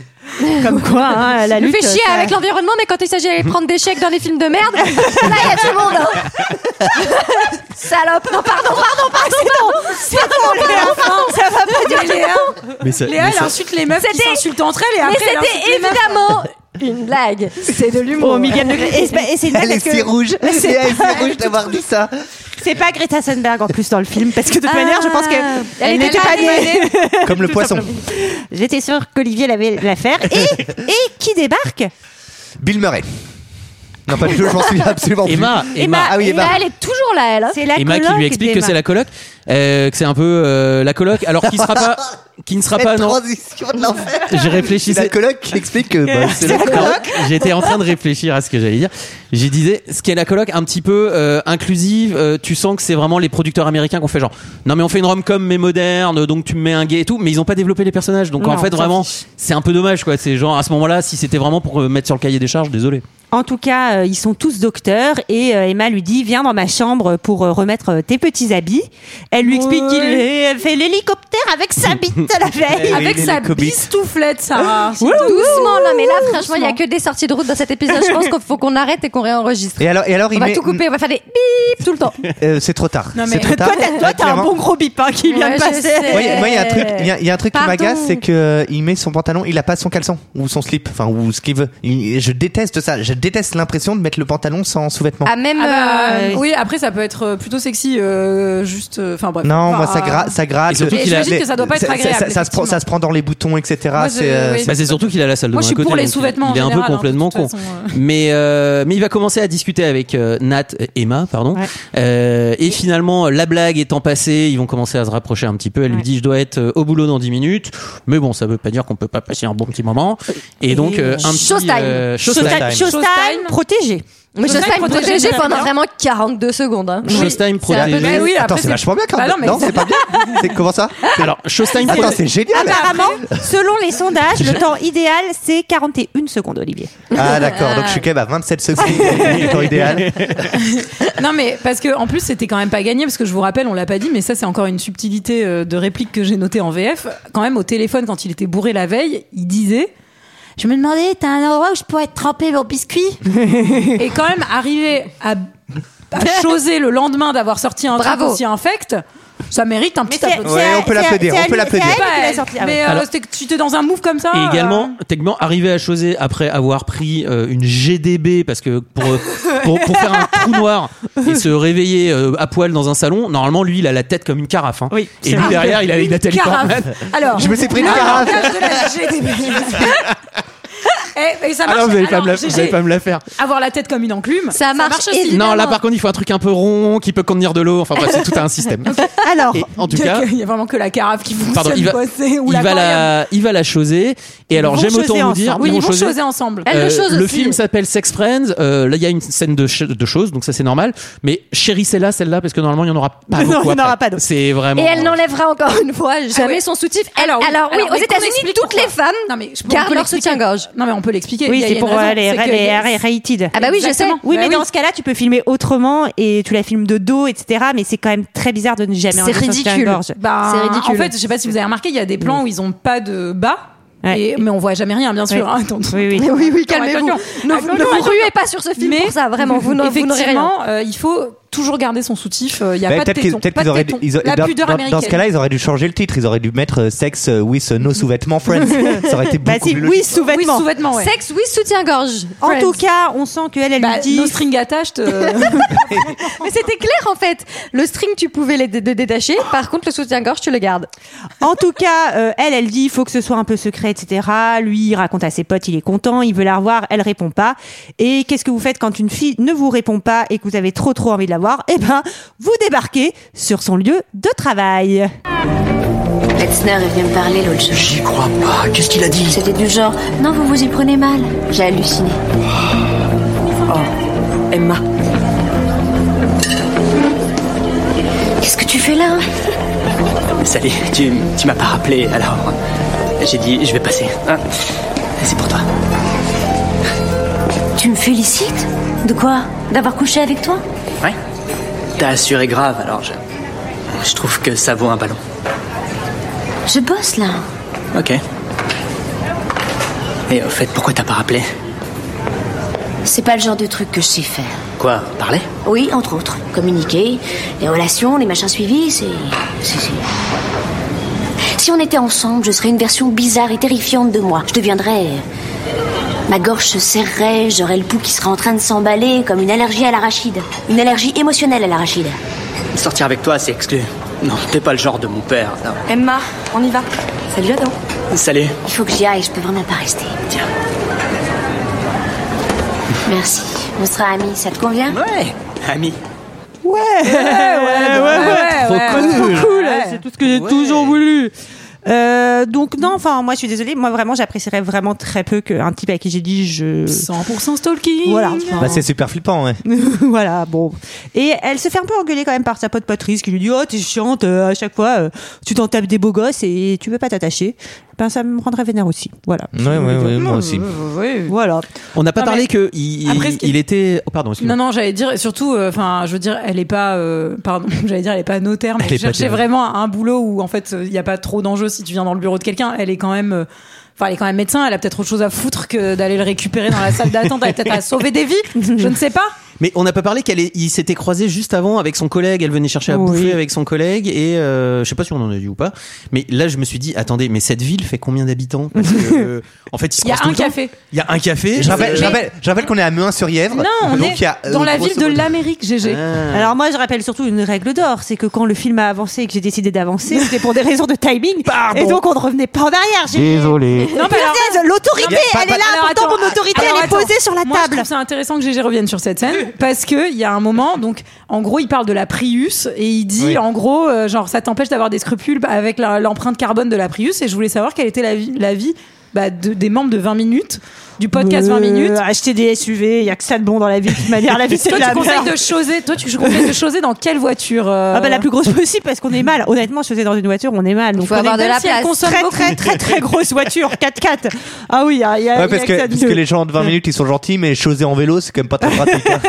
Speaker 1: comme quoi hein, la
Speaker 6: Je me
Speaker 1: lutte.
Speaker 6: fais chier
Speaker 11: euh,
Speaker 1: ça-
Speaker 6: avec l'environnement, mais quand il s'agit d'aller prendre des chèques dans les films de
Speaker 10: [laughs]
Speaker 6: merde, là, il y a tout le monde. hein. [laughs] Salope. Non, pardon, pardon, pardon.
Speaker 1: ça va pas
Speaker 10: Mais Léa,
Speaker 11: Mais ça-
Speaker 10: Léa,
Speaker 11: mais
Speaker 10: elle
Speaker 11: ça-
Speaker 10: insulte les meufs qui
Speaker 6: C'était-
Speaker 10: s'insultent entre elles et
Speaker 6: Mais
Speaker 10: après elle insulte
Speaker 6: c'était
Speaker 10: les meufs.
Speaker 6: évidemment une blague. C'est de l'humour.
Speaker 1: au millième degré. Et E c'est pas- et c'est une blague
Speaker 7: Elle est
Speaker 1: parce que
Speaker 7: si rouge. Et Elle est si rouge d'avoir dit ça.
Speaker 1: C'est pas Greta Thunberg en plus dans le film parce que de toute
Speaker 6: Ah.
Speaker 1: manière, je pense que
Speaker 6: Elle
Speaker 1: elle
Speaker 6: était
Speaker 1: n'était pas
Speaker 6: pas
Speaker 1: née.
Speaker 7: Comme le poisson.
Speaker 1: J'étais sûre qu'Olivier l'avait l'affaire.
Speaker 7: [laughs]
Speaker 1: Et, et qui débarque
Speaker 6: Hein?
Speaker 7: Bill Murray. Non, pas du tout, je m'en souviens absolument plus.
Speaker 11: Emma, Emma.
Speaker 7: Ah oui,
Speaker 6: Et
Speaker 7: Emma.
Speaker 6: bah, elle est toujours là, elle. hein.
Speaker 1: C'est la
Speaker 11: Emma qui
Speaker 1: coloc
Speaker 11: lui explique que
Speaker 1: d'Emma.
Speaker 11: c'est la coloc, euh, que c'est un peu euh, la coloc, alors qui sera pas, qui ne sera
Speaker 7: La
Speaker 11: pas, non.
Speaker 7: transition de l'enfer.
Speaker 11: J'ai
Speaker 7: C'est
Speaker 11: réfléchi.
Speaker 7: la coloc qui explique
Speaker 11: [laughs]
Speaker 7: que bah, c'est la
Speaker 11: Non,
Speaker 7: coloc.
Speaker 11: hein. J'étais en train de réfléchir à ce que j'allais dire. J'ai disais ce qu'est la coloc un petit peu euh, inclusive. euh, tu sens que c'est vraiment les producteurs américains qu'on fait genre. Non mais on fait une rom com mais moderne, donc tu me mets un gay et tout. Mais ils ont pas développé les personnages, donc en
Speaker 1: Non,
Speaker 11: fait
Speaker 1: on s'en
Speaker 11: vraiment
Speaker 1: fiche.
Speaker 11: c'est un peu dommage quoi. C'est genre à ce moment-là si c'était vraiment pour euh, mettre sur le cahier des charges, désolé.
Speaker 1: En tout cas, euh, ils sont tous docteurs et euh, Emma lui dit viens dans ma chambre pour euh, remettre euh, tes petits habits. Euh, Elle lui explique qu'il euh, elle fait l'hélicoptère avec sa bite
Speaker 7: [laughs]
Speaker 1: la veille.
Speaker 10: Avec sa bistouflette, Sarah.
Speaker 6: Doucement, non, mais là, franchement, il n'y a que des sorties de route dans cet épisode. Je pense qu'il faut qu'on arrête et qu'on réenregistre.
Speaker 7: Et alors, et alors
Speaker 6: on
Speaker 7: il
Speaker 6: va
Speaker 7: met-
Speaker 6: tout couper, on va faire des bip tout le temps.
Speaker 7: Euh, c'est trop tard.
Speaker 6: Non, mais
Speaker 7: c'est trop tard.
Speaker 6: toi, t'as- toi,
Speaker 7: Là,
Speaker 6: t'as un
Speaker 7: clairement.
Speaker 6: bon
Speaker 1: gros bip hein, qui vient de
Speaker 6: Ouais, je
Speaker 1: passer.
Speaker 6: sais.
Speaker 7: Moi, il y a un truc, il y a- il y a un truc qui
Speaker 6: Pardon.
Speaker 7: m'agace, c'est que euh, il met son pantalon, il a pas son caleçon ou son slip, enfin ou ce qu'il veut. Il- je déteste ça. Je déteste l'impression de mettre le pantalon sans sous-vêtements.
Speaker 10: [laughs] Ah bah,
Speaker 7: euh,
Speaker 10: oui, après ça peut être euh, plutôt sexy, euh, juste, euh, enfin bref.
Speaker 7: Non,
Speaker 10: Enfin,
Speaker 7: moi ça, gra- ça gratte.
Speaker 10: Et surtout qu'il a- j'imagine que ça doit pas être agréable,
Speaker 7: Ça, ça se prend, ça se prend dans les boutons, etc.
Speaker 10: Moi, je-
Speaker 7: c'est, euh,
Speaker 10: oui.
Speaker 11: Bah, c'est surtout qu'il a la salle de
Speaker 10: Moi,
Speaker 11: bain
Speaker 10: je
Speaker 11: à
Speaker 10: suis
Speaker 11: côté,
Speaker 10: pour les
Speaker 11: donc euh,
Speaker 10: sous-vêtements
Speaker 11: Il est
Speaker 10: en
Speaker 11: un peu
Speaker 10: général, hein, de
Speaker 11: complètement
Speaker 10: toute
Speaker 11: con.
Speaker 10: façon,
Speaker 11: Mais, euh, mais il va commencer à discuter avec euh, Nat, euh, Emma, pardon. Euh, et finalement, la blague étant passée, ils vont commencer à se rapprocher un petit peu. Elle lui dit Je dois être euh, au boulot dans 10 minutes. Mais bon, ça veut pas dire qu'on peut pas passer un bon petit moment. Et donc, euh, un petit.
Speaker 6: Showtime.
Speaker 11: euh,
Speaker 1: Showtime. Showtime protégé.
Speaker 6: Mais je sais protégé pendant vraiment 42 secondes. hein.
Speaker 11: Showtime
Speaker 6: c'est un
Speaker 10: Bah,
Speaker 6: peu-
Speaker 11: protégé.
Speaker 6: Mais oui,
Speaker 7: Attends, c'est vachement bien quand même. non, c'est pas
Speaker 10: [laughs]
Speaker 7: bien. C'est- Comment ça
Speaker 10: Ah,
Speaker 11: Alors, Showtime
Speaker 7: Attends, c'est génial.
Speaker 1: Apparemment, Ah bah selon les sondages, le temps idéal, c'est 41 secondes, Olivier.
Speaker 10: bah.
Speaker 7: Ah d'accord, donc je suis quand même à 27 secondes du
Speaker 10: [laughs]
Speaker 7: temps idéal.
Speaker 10: Non mais parce que en plus c'était quand même pas gagné parce que je vous rappelle on l'a pas dit mais ça c'est encore une subtilité euh, de réplique que j'ai notée en VF quand même au téléphone quand il était bourré la veille il disait je me demandais t'as un endroit où je pourrais tremper mon biscuit et quand même arriver à, à choser le lendemain d'avoir sorti un truc
Speaker 6: Bravo.
Speaker 10: aussi infect ça mérite un petit
Speaker 1: c'est-
Speaker 10: applaudissement
Speaker 7: Ouais, on peut l'applaudir, on peut l'applaudir.
Speaker 10: Pas
Speaker 1: qui l'a
Speaker 10: elle,
Speaker 1: sorti. Ah
Speaker 10: mais
Speaker 1: ouais.
Speaker 10: euh,
Speaker 11: Alors-
Speaker 10: c'était que tu étais dans un move comme ça
Speaker 11: Et
Speaker 10: euh,
Speaker 11: également, techniquement, arriver à choser après avoir pris euh, une GDB parce que pour, euh, pour, pour faire un trou noir et se réveiller euh, à poil dans un salon, normalement, lui, il a la tête comme une carafe. hein.
Speaker 1: Oui,
Speaker 11: et
Speaker 1: c'est
Speaker 11: lui,
Speaker 1: vrai.
Speaker 11: derrière, il a avec Nathalie
Speaker 10: carafe.
Speaker 11: Portman.
Speaker 10: alors
Speaker 7: Je me suis pris une
Speaker 10: le
Speaker 7: carafe.
Speaker 10: langage de la GDB. Eh, et ça
Speaker 11: Ah non,
Speaker 10: marche.
Speaker 11: vous allez pas, me la-
Speaker 10: Alors,
Speaker 11: vous allez pas me la faire.
Speaker 10: avoir la tête comme une enclume.
Speaker 6: Ça marche
Speaker 10: aussi.
Speaker 11: Non, là, par contre, il faut un truc un peu rond qui peut contenir de l'eau. Enfin, bref, c'est
Speaker 10: [laughs]
Speaker 11: tout un système.
Speaker 1: euh, Alors,
Speaker 11: Et en tout cas.
Speaker 10: il y a vraiment que la carafe qui fonctionne.
Speaker 11: Pardon, il va,
Speaker 10: quoi, c'est- ou
Speaker 11: il, va
Speaker 10: l'aquarium.
Speaker 11: la, il va la choser. Et alors,
Speaker 10: vont
Speaker 11: j'aime autant
Speaker 10: choser
Speaker 11: vous dire,
Speaker 10: ensemble. Oui, ils vont
Speaker 11: choser.
Speaker 10: choser ensemble.
Speaker 11: Euh,
Speaker 10: Elle le chose
Speaker 11: le
Speaker 10: aussi.
Speaker 11: film s'appelle Sex Friends. Euh, là, il y a une scène de, ch- de choses, donc ça c'est normal. Mais chérissez-la, celle-là, parce que normalement, il n'y en aura
Speaker 10: [laughs]
Speaker 11: pas
Speaker 1: Non,
Speaker 11: beaucoup.
Speaker 1: il n'y en
Speaker 11: après.
Speaker 1: aura pas d'autres.
Speaker 11: C'est vraiment.
Speaker 6: Et elle n'enlèvera encore une fois jamais son soutif. Elle- alors, oui,
Speaker 10: Ah Alors,
Speaker 6: aux
Speaker 10: mais qu'on
Speaker 6: États-Unis,
Speaker 10: explique
Speaker 6: toutes
Speaker 10: pourquoi.
Speaker 6: les femmes
Speaker 10: Non, mais je on
Speaker 6: gardent
Speaker 10: peut
Speaker 6: leur
Speaker 10: l'expliquer.
Speaker 6: soutien-gorge.
Speaker 10: Non, mais on peut l'expliquer.
Speaker 1: oui,
Speaker 10: Il y a- il y
Speaker 1: c'est
Speaker 10: a
Speaker 1: pour
Speaker 10: une raison,
Speaker 1: euh, les,
Speaker 10: c'est que
Speaker 1: les
Speaker 10: il y a-
Speaker 1: R- rated.
Speaker 6: Ah bah oui, je sais.
Speaker 10: Exactement.
Speaker 1: Oui, mais
Speaker 10: Bah
Speaker 1: dans ce cas-là, tu peux filmer autrement et tu la filmes de dos, etc. Mais c'est quand même très bizarre de ne jamais
Speaker 6: C'est
Speaker 1: enlever son
Speaker 6: ridicule.
Speaker 1: soutien-gorge.
Speaker 10: Bah,
Speaker 6: C'est ridicule.
Speaker 10: En fait, je sais pas si vous avez remarqué, il y a des plans où ils ont pas de bas.
Speaker 1: Ouais.
Speaker 10: et- mais on voit jamais rien, bien sûr.
Speaker 1: Ouais.
Speaker 10: hein, attends.
Speaker 1: Oui, oui.
Speaker 6: Oui, oui,
Speaker 10: Attends,
Speaker 6: calmez-vous.
Speaker 10: attention.
Speaker 6: Ne vous-
Speaker 10: Attention,
Speaker 6: ne vous
Speaker 10: attention.
Speaker 6: ruez pas sur ce film pour ça, vraiment. Vous n'aurez vous n'aurez rien.
Speaker 10: effectivement, euh, il faut toujours garder son soutif. euh, Il y a
Speaker 7: Bah,
Speaker 10: pas de
Speaker 7: peut-être qu'ils
Speaker 10: téton.
Speaker 7: peut-être
Speaker 10: pas
Speaker 7: qu'ils
Speaker 10: de
Speaker 7: auraient
Speaker 10: téton.
Speaker 7: ils auraient-
Speaker 10: La
Speaker 7: dans,
Speaker 10: pudeur
Speaker 7: dans- dans
Speaker 10: américaine.
Speaker 7: ce cas-là, ils auraient dû changer le titre. Ils auraient dû mettre euh, Sex euh, with euh, no sous-vêtements
Speaker 10: [laughs]
Speaker 7: Friends. ça aurait été beaucoup
Speaker 1: Bah si,
Speaker 7: plus
Speaker 1: oui,
Speaker 7: logique.
Speaker 10: oui,
Speaker 1: sous-vêtements.
Speaker 10: sous-vêtements, ouais.
Speaker 6: Sexe, oui, soutien-gorge.
Speaker 1: en
Speaker 6: Friends.
Speaker 1: tout cas, on sent qu'elle, elle
Speaker 10: Bah,
Speaker 1: lui dit...
Speaker 10: nos strings attached. euh,
Speaker 6: Mais c'était clair en fait. Le string, tu pouvais le dé- le détacher. Par contre, le soutien-gorge, tu le gardes.
Speaker 1: En tout cas, euh, elle, elle dit, il faut que ce soit un peu secret, etc. Lui, il raconte à ses potes, il est content, il veut la revoir, elle répond pas. Et qu'est-ce que vous faites quand une fille ne vous répond pas et que vous avez trop trop envie de la voir Eh ben, vous débarquez sur son lieu de travail.
Speaker 9: Metzner est venu me parler l'autre jour.
Speaker 4: J'y crois pas. Qu'est-ce qu'il a dit
Speaker 9: C'était du genre, non, vous vous y prenez mal. J'ai halluciné.
Speaker 4: Ah.
Speaker 9: Oh, Emma. Qu'est-ce que tu fais là
Speaker 4: Salut, tu, tu m'as pas rappelé, alors j'ai dit je vais passer. Hein C'est pour toi.
Speaker 9: Tu me félicites De quoi D'avoir couché avec toi
Speaker 4: Ouais T'as assuré grave, alors je. Je trouve que ça vaut un ballon.
Speaker 9: Je bosse là.
Speaker 4: Ok. Et au fait, pourquoi t'as pas rappelé
Speaker 9: C'est pas le genre de truc que je sais faire.
Speaker 4: Quoi Parler
Speaker 9: Oui, entre autres. Communiquer, les relations, les machins suivis, c'est. c'est- c'est- Si on était ensemble, je serais une version bizarre et terrifiante de moi. Je deviendrais. Ma gorge se serrerait, j'aurais le pouls qui serait en train de s'emballer, comme une allergie à l'arachide. Une allergie émotionnelle à l'arachide.
Speaker 4: Sortir avec toi, c'est exclu. Non, t'es pas le genre de mon père. non.
Speaker 9: Emma, on y va. Salut, Adam.
Speaker 4: Salut.
Speaker 9: Il faut que j'y aille, je peux vraiment pas rester.
Speaker 4: Tiens.
Speaker 9: Merci. On sera amis, ça te convient
Speaker 4: Ouais, ami.
Speaker 1: Eh bah
Speaker 10: ouais, ouais, ouais.
Speaker 1: cool, c'est tout ce que j'ai toujours voulu. Euh, donc non, enfin moi je suis désolée, moi vraiment j'apprécierais vraiment très peu qu'un type à qui j'ai dit je
Speaker 10: 100% stalking.
Speaker 1: voilà, enfin,
Speaker 7: Bah, c'est super flippant, ouais.
Speaker 1: [laughs] voilà bon. Et elle se fait un peu engueuler quand même par sa pote Patrice qui lui dit oh t'es chiante euh, à chaque fois, euh, tu t'en tapes des beaux gosses et tu veux pas t'attacher. ben, ça me rendrait vénère aussi. Voilà.
Speaker 7: Ouais, ouais, ouais, moi aussi.
Speaker 1: Voilà.
Speaker 11: On n'a pas
Speaker 10: Non,
Speaker 11: parlé
Speaker 10: mais-
Speaker 11: que il,
Speaker 10: Après, ce qui-
Speaker 11: il était. Oh, pardon, excuse-moi.
Speaker 10: Non, non, j'allais dire, et surtout, euh, enfin, je veux dire, elle est pas, euh, pardon, [laughs] j'allais dire, elle est pas notaire, mais
Speaker 11: Elle est
Speaker 10: je
Speaker 11: pas
Speaker 10: cherchais
Speaker 11: terrible.
Speaker 10: vraiment un boulot où, en fait, il n'y a pas trop d'enjeux si tu viens dans le bureau de quelqu'un. Elle est quand même, euh, enfin, elle est quand même médecin, elle a peut-être autre chose à foutre que d'aller le récupérer dans la salle d'attente, elle a peut-être à sauver des vies, je ne sais pas.
Speaker 11: Mais on n'a pas parlé qu'elle est- il s'était croisé juste avant avec son collègue. Elle venait chercher à bouffer avec son collègue et euh, je sais pas si on en a dit ou pas. Mais là, je me suis dit, attendez, mais cette ville fait combien d'habitants Parce
Speaker 10: [laughs]
Speaker 11: que, euh, En fait, ils se
Speaker 10: Il y a
Speaker 11: croisent tout
Speaker 10: un
Speaker 11: le temps.
Speaker 10: café.
Speaker 11: Il y a un café.
Speaker 7: Je rappelle,
Speaker 11: Euh,
Speaker 7: je rappelle, je rappelle qu'on est à Meun-sur-Yèvre.
Speaker 10: Non, on
Speaker 7: donc
Speaker 10: est
Speaker 7: il y a, euh,
Speaker 10: dans la
Speaker 7: grosso
Speaker 10: ville de
Speaker 7: modo-
Speaker 10: l'Amérique, GG.
Speaker 1: Alors moi, je rappelle surtout une règle d'or, c'est que quand le film a avancé et que j'ai décidé d'avancer, c'était pour des raisons de timing. Et donc on ne revenait pas en arrière. J'ai-
Speaker 7: Désolé.
Speaker 10: Non, mais alors-
Speaker 1: Punaise, l'autorité,
Speaker 10: Non, mais-
Speaker 1: elle est là.
Speaker 10: Alors,
Speaker 1: pourtant,
Speaker 10: attends,
Speaker 1: mon autorité,
Speaker 10: alors,
Speaker 1: elle est
Speaker 10: attends.
Speaker 1: posée sur la
Speaker 10: Moi,
Speaker 1: table.
Speaker 10: Je trouve ça intéressant que GG revienne sur cette scène parce que il y a un moment, donc en gros, il parle de la Prius et il dit
Speaker 1: Oui.
Speaker 10: en gros, euh, genre ça t'empêche d'avoir des scrupules avec la- l'empreinte carbone de la Prius et je voulais savoir quelle était la vie, la vie bah, de- des membres de 20 minutes du podcast 20 minutes.
Speaker 1: Euh, acheter des SUV, il y a que ça de bon dans la vie. De toute manière, la vie c'est
Speaker 10: toi,
Speaker 1: de
Speaker 10: tu
Speaker 1: la
Speaker 10: conseilles
Speaker 1: merde.
Speaker 10: de choser. Toi, tu conseilles de choser dans quelle voiture euh
Speaker 1: Ah bah, la plus grosse possible parce qu'on est mal. Honnêtement, je faisais dans une voiture, on est mal. Donc
Speaker 10: faut
Speaker 1: on est-
Speaker 10: avoir de
Speaker 1: même
Speaker 10: la
Speaker 1: si elle
Speaker 10: place.
Speaker 1: consomme
Speaker 10: Très,
Speaker 1: beaucoup. très très très grosse voiture [laughs] 4x4. Ah oui, il y a, il y a- il y
Speaker 7: Ouais,
Speaker 1: a
Speaker 7: parce
Speaker 1: que, ça
Speaker 7: que,
Speaker 1: de
Speaker 7: parce que
Speaker 1: mieux.
Speaker 7: les gens de 20 minutes ils sont gentils, mais choser en vélo c'est quand même pas très pratique. hein.